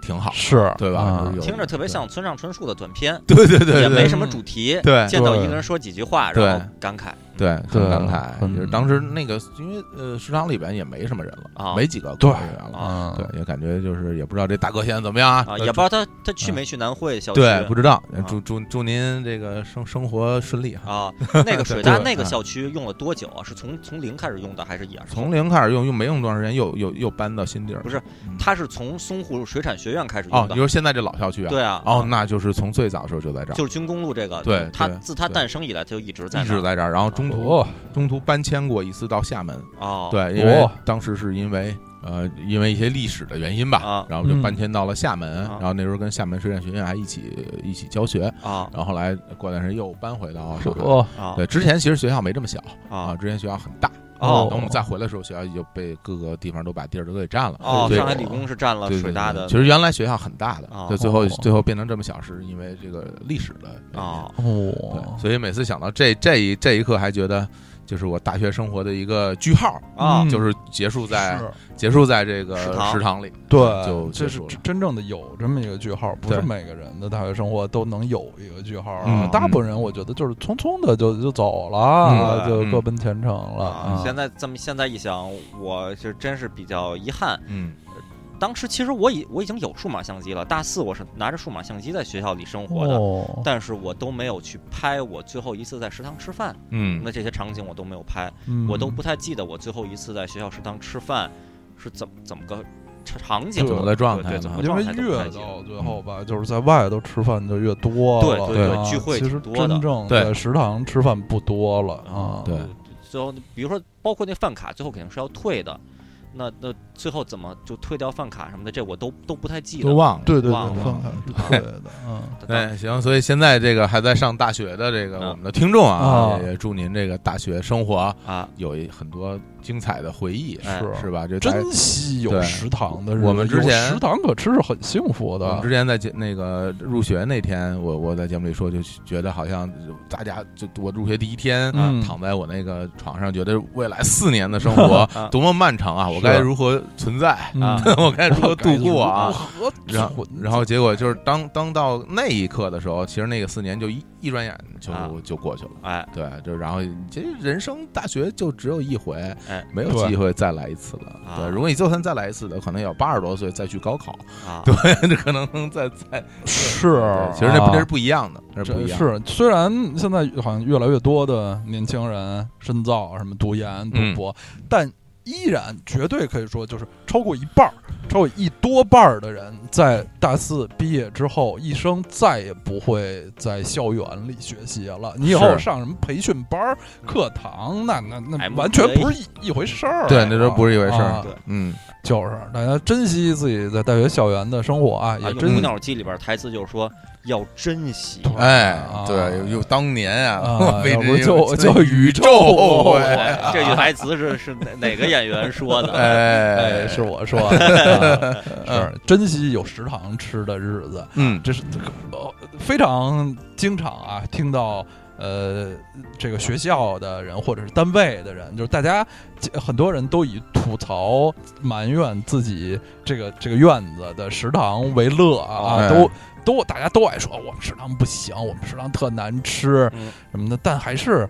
A: 挺好，
C: 是
A: 对吧？
C: 嗯
A: 有
B: 听着特别像村上春树的短片，
A: 对对对
B: 也
A: 对
B: 没
A: 对
B: 什么主题，
A: 对
B: 见到一个人说几句话，
A: 对
B: 然后感慨。
A: 对，很
C: 对
A: 感慨。
C: 嗯
A: 就是当时那个，因为呃，食堂里边也没什么人了，
B: 啊
A: 没几个
C: 对
A: 工作人员了，
B: 啊
C: 嗯
A: 对，也感觉就是也不知道这大哥现在怎么样啊
B: 啊，也不知道他他去
A: 嗯
B: 没去南汇校区
A: 对，不知道
B: 啊。
A: 祝祝祝您这个生生活顺利哈。
B: 啊？那个水大
A: 对嗯
B: 那个校区用了多久啊？是从从零开始用的，还是也是
A: 从？零开始用，用没用多长时间，又又又搬到新地儿。
B: 不是
A: 嗯，
B: 他是从淞沪水产学院开始
A: 哦
B: 用，
A: 你
B: 的，
A: 说现在这老校区啊？
B: 对啊，
A: 哦，那就是从最早的时候就在这儿，
B: 就是军工路这个，
A: 对
B: 他
A: 对
B: 自他
A: 对
B: 诞生以来，他就一直在
A: 一直
B: 那儿
A: 在这儿，然后中途
C: 哦，
A: 中途搬迁过一次到厦门，
B: 哦，
A: 对，因为
C: 哦
A: 当时是因为呃，因为一些历史的原因吧
B: 啊，
A: 然后就
C: 嗯
A: 搬迁到了厦门，
B: 啊
A: 然后那时候跟厦门水产学院还一起一起教学，
B: 啊
A: 然后后来过段时间又搬回到上海。
C: 哦
B: 啊
A: 对，之前其实学校没这么小啊，
B: 啊
A: 之前学校很大。
B: 哦
A: 等我们再回来的时候，学校已经被各个地方都把地儿都给占了。
B: 哦，
A: 对
B: 上海理工是占了
A: 对
B: 水
A: 对
B: 大
A: 对
B: 的
A: 其实原来学校很大的
B: 哦，
A: 对，最后
C: 哦
A: 最后变成这么小，是因为这个历史的原因
B: 哦
A: 对，
C: 哦，
A: 所以每次想到这这一这一刻，还觉得就是我大学生活的一个句号，
B: 啊
C: 嗯
A: 就是结束在
C: 是
A: 结束在这个
B: 食堂
A: 食堂里。
C: 对，
A: 就
C: 这
A: 结
C: 是
A: 束了
C: 真真正的有这么一个句号，不
A: 对
C: 是每个人的大学生活都能有一个句号啊。
A: 嗯
C: 大部分人我觉得就是匆匆的就就走了啊，
B: 嗯
C: 就
A: 嗯
C: 各奔前程了啊。
B: 现在这么现在一想，我是真是比较遗憾。
A: 嗯，
B: 当时其实我已我已经有数码相机了，大四我是拿着数码相机在学校里生活的，
C: 哦，
B: 但是我都没有去拍我最后一次在食堂吃饭，
A: 嗯
B: 那这些场景我都没有拍，
C: 嗯
B: 我都不太记得我最后一次在学校食堂吃饭是怎么怎么个场景
A: 怎么个状态
B: 对对
A: 呢
B: 怎么个
C: 因为
B: 状态都不
C: 越
B: 太记得。
C: 到最后吧，就是在外头吃饭就越多
B: 对
C: 了，
B: 对
A: 对
C: 啊
B: 聚会
C: 其实
B: 挺多的
C: 真正
A: 对
C: 在食堂吃饭不多了啊
B: 啊。
A: 对
B: 最后比如说包括那饭卡，最后肯定是要退的，那那最后怎么就退掉饭卡什么的，这我都都不太记得
A: 都
B: 了。
A: 忘了。
C: 对对
B: 忘了
C: 对，饭卡是对的，嗯，
A: 哎，行，所以现在这个还在上大学的这个
B: 嗯
A: 我们的听众啊，
C: 啊
A: 也也祝您这个大学生活
B: 啊，
A: 有一很多精彩的回忆，
B: 哎
C: 是
A: 是吧？这在
C: 珍惜有
A: 对
C: 食堂的日子，
A: 我们之前
C: 有食堂可吃是很幸福
A: 我们
C: 的
A: 之。前在节那个入学那天，我我在节目里说，就觉得好像大家就我入学第一天，
C: 嗯
A: 躺在我那个床上，觉得未来四年的生 活多么漫长啊！我该如何存在？
B: 啊
C: 嗯
A: 我该如何度过啊？
C: 如何存
A: 然后，然后结果就是当当到那一刻的时候，其实那个四年就一一转眼就、
B: 啊
A: 就过去了。
B: 哎，
A: 对，就然后其实人生大学就只有一回，
B: 哎
A: 没有
C: 对
A: 机会再来一次了。
B: 啊
A: 对，如果你就算再来一次的，可能也要八十多岁再去高考，
B: 啊，
A: 对，这可能再再
C: 是
A: 对，其实那不这是
C: 啊
A: 不一样的，这是不一
C: 这
A: 样。
C: 是虽然现在好像越来越多的年轻人深造什么读研、
A: 嗯
C: 读博，但依然绝对可以说就是超过一半儿，超过一多半儿的人在大四毕业之后，一生再也不会在校园里学习了。你以后
A: 是
C: 上什么培训班儿、课堂，那那那
B: MBA
C: 完全不是一一回事儿。
A: 哎对，那都不是一回事儿
C: 啊。
B: 对
A: 嗯，
C: 就是大家珍惜自己在大学校园的生活啊，
A: 哎
B: 啊，
C: 也
B: 用《
C: 珍
B: 无
C: 惜
B: 鸟记》里边台词就是说要珍惜。
C: 对
A: 哎
C: 啊，
A: 对，又当年啊
C: 啊，
A: 为
C: 要不
A: 这
C: 就就
A: 宇
C: 宇
A: 宙
C: 宙
A: 哎
B: 哎这句台词是是哪哪个演员说的？
A: 哎
C: 哎，是我说 的，啊是珍惜有食堂吃的日子，
A: 嗯，
C: 这是呃非常经常啊听到。呃，这个学校的人或者是单位的人，就是大家很多人都以吐槽、埋怨自己这个这个院子的食堂为乐啊，
A: 哎
C: 啊都都大家都爱说我们食堂不行，我们食堂特难吃
B: 嗯
C: 什么的，但还是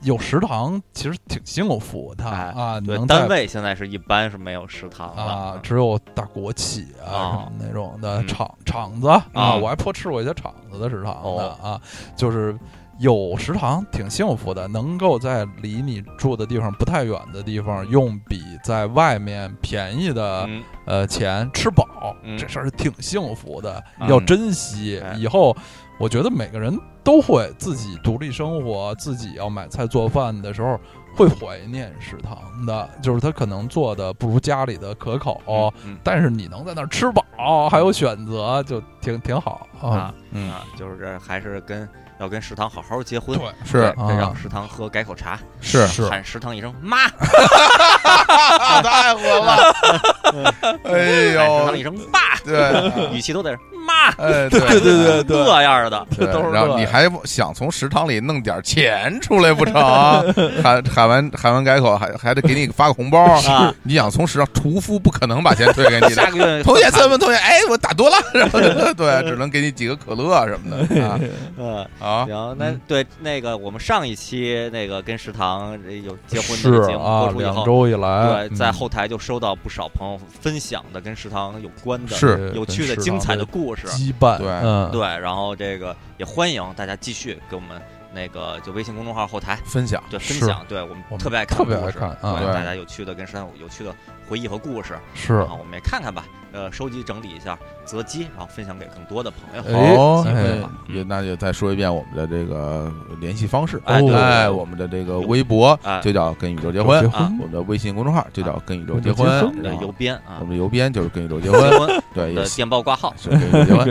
C: 有食堂其实挺幸福的
B: 哎
C: 啊，
B: 对，
C: 能在
B: 单位现在是一般是没有食堂了
C: 啊，只有大国企啊
B: 啊
C: 什么那种的
B: 嗯
C: 厂厂子
B: 啊哦
C: 啊，我还破吃过一些厂子的食堂的啊，就是有食堂挺幸福的，能够在离你住的地方不太远的地方，用比在外面便宜的
B: 嗯
C: 呃钱吃饱
B: 嗯，
C: 这事儿挺幸福的，
B: 啊
C: 要珍惜
B: 哎。
C: 以后我觉得每个人都会自己独立生活，自己要买菜做饭的时候，会怀念食堂的，就是他可能做的不如家里的可口，
A: 哦
B: 嗯嗯
C: 但是你能在那儿吃饱，还有选择，就挺挺好
B: 啊
C: 啊。
A: 嗯，
B: 啊，就是还是跟要跟食堂好好结婚
C: 对，，
A: 是
B: 对得让
C: 啊
B: 食堂喝改口茶，
A: 是
C: 是
B: 喊食堂一声妈，喊
A: 啊太火了， 哎
B: 食堂一
A: 呦，
B: 声 爸，
A: 对，啊
B: 语气都得是妈，
A: 哎
C: 对对对对对
B: 这样的。
A: 对
C: 都是
A: 然
C: 这
A: 后你
C: 样
A: 还不想从食堂里弄点钱出来不成？啊喊喊完喊完改口，还还得给你发个红包。
B: 啊，
A: 你想从食堂，厨夫不可能把钱退给你的
B: 下。个 月
A: 同学，三问同学，哎，我打 多了，然后就对，只能给你几个可乐什么 的
B: 嗯，
A: 啊。啊，
B: 行，那
C: 嗯
B: 对那个我们上一期那个跟食堂呃有结婚
C: 是
B: 的节目播
C: 啊，
B: 出以
C: 两
B: 后，
C: 周以来，
B: 对，在
C: 嗯
B: 后台就收到不少朋友分享的跟食堂有关的、
A: 是
B: 有趣的、精彩的故事。啊
C: 羁绊，
A: 对
C: 嗯，
B: 对，然后这个也欢迎大家继续给我们那个就微信公众号后台
A: 分享
B: 对分
C: 是
B: 享，对我们
C: 我们
B: 特别爱看
C: 特别
B: 故
C: 爱
B: 事
C: 看啊
B: 对
A: 对
B: 大家有趣的跟食堂有有趣的回忆和故事，
C: 是
B: 然，后我们也看看吧，呃，收集整理一下，择机然后分享给更多的朋友。
C: 哎
A: 哦
C: 机
B: 会
A: 哎
B: 了
A: 也那就再说一遍我们的这个联系方式。
B: 哎对
A: 哎，我们的这个微博
B: 哎
A: 就叫“跟宇宙结
C: 结
A: 婚”，
B: 啊
A: 我们的微信公众号就叫“跟宇宙
C: 跟宇
A: 结
C: 宙
A: 婚
C: 结婚”，
B: 我们
A: 然
B: 的
A: 后
B: 邮编啊
A: 我，们的邮编就是“跟宇宙结
B: 结
A: 婚”，
B: 婚
A: 对，也
B: 的
A: 希
B: 电报挂号，
A: 是跟宇宙结婚。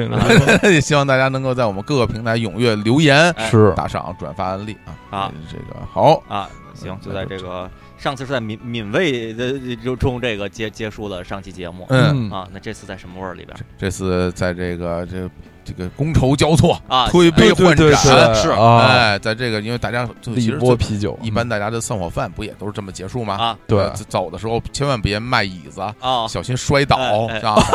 C: 对
A: 也希望大家能够在我们各个平台踊跃留言、
B: 哎
C: 是
A: 打赏、转发案例啊
B: 啊，
A: 这个好，
B: 啊，行，就
A: 嗯
B: 在
A: 那就
B: 这个上次是在闽闽味的就中这个结结束了上期节目
A: 嗯，
B: 啊，那这次在什么味儿里边
A: 这这次在这个这这个觥筹交错、
B: 啊？
A: 推杯
C: 对对
A: 换
C: 对
A: 盏，
C: 对
B: 是
C: 啊，
A: 哎，在这个因为大家就其
C: 一
A: 实
C: 波啤酒，
A: 一般大家的散伙饭不也都是这么结束吗？
B: 啊
C: 对
A: 呃走的时候千万别迈椅子，
B: 啊，
A: 小心摔倒
B: 哎哎
A: 啊，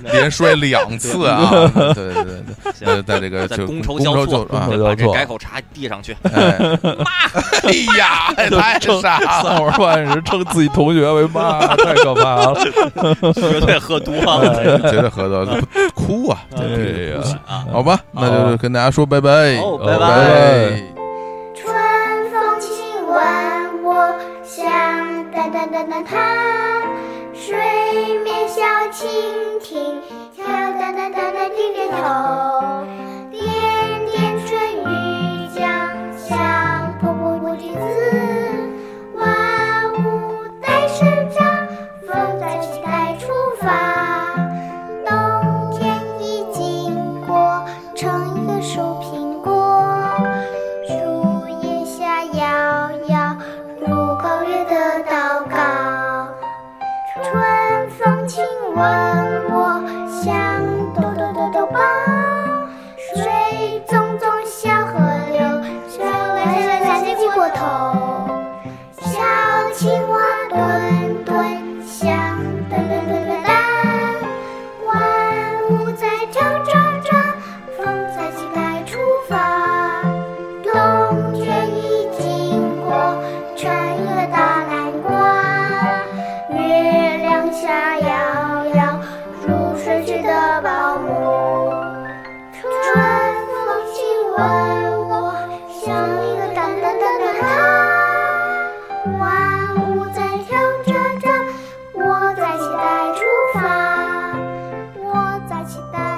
A: 摔连摔两次啊！对对对对，
B: 行
A: 呃，在这个
B: 在
A: 就
B: 觥筹
A: 筹
B: 交
A: 错
B: 错
A: 啊
C: 觥，
B: 对
C: 筹
B: 把
C: 交
B: 这
C: 错
B: 改口茶递上去，
A: 哎 哎呀，太傻了，
C: 散 伙饭是称自己同学为妈，太可怕 了。
B: 绝对喝多了。
A: 绝对合作哭 啊！
B: 嗯
A: 对对对
C: 哎呀
A: 哭
B: 啊，
A: 好吧，那就是跟大家说拜拜，
B: 好
C: 拜拜
A: 拜。
D: 春风亲吻我，像淡淡淡淡它，水面小蜻蜓，敲哒哒哒哒点点头，点点春雨降，像瀑布布的子，万物在生长，风在期待出发。冬天已经过，成一个树苹果。树叶下摇摇，如高月的祷告。春风亲吻我，像朵朵朵朵抱。水中中小河流，小来小来小经过头。小青蛙墩墩响，墩墩墩墩担，万物在跳转转，风在期待出发。冬天已经过，穿越大南瓜，月亮下摇摇，如睡去的保姆。春风亲吻我，像一个淡淡淡的他。万物在跳着着，我在期待出发，我在期待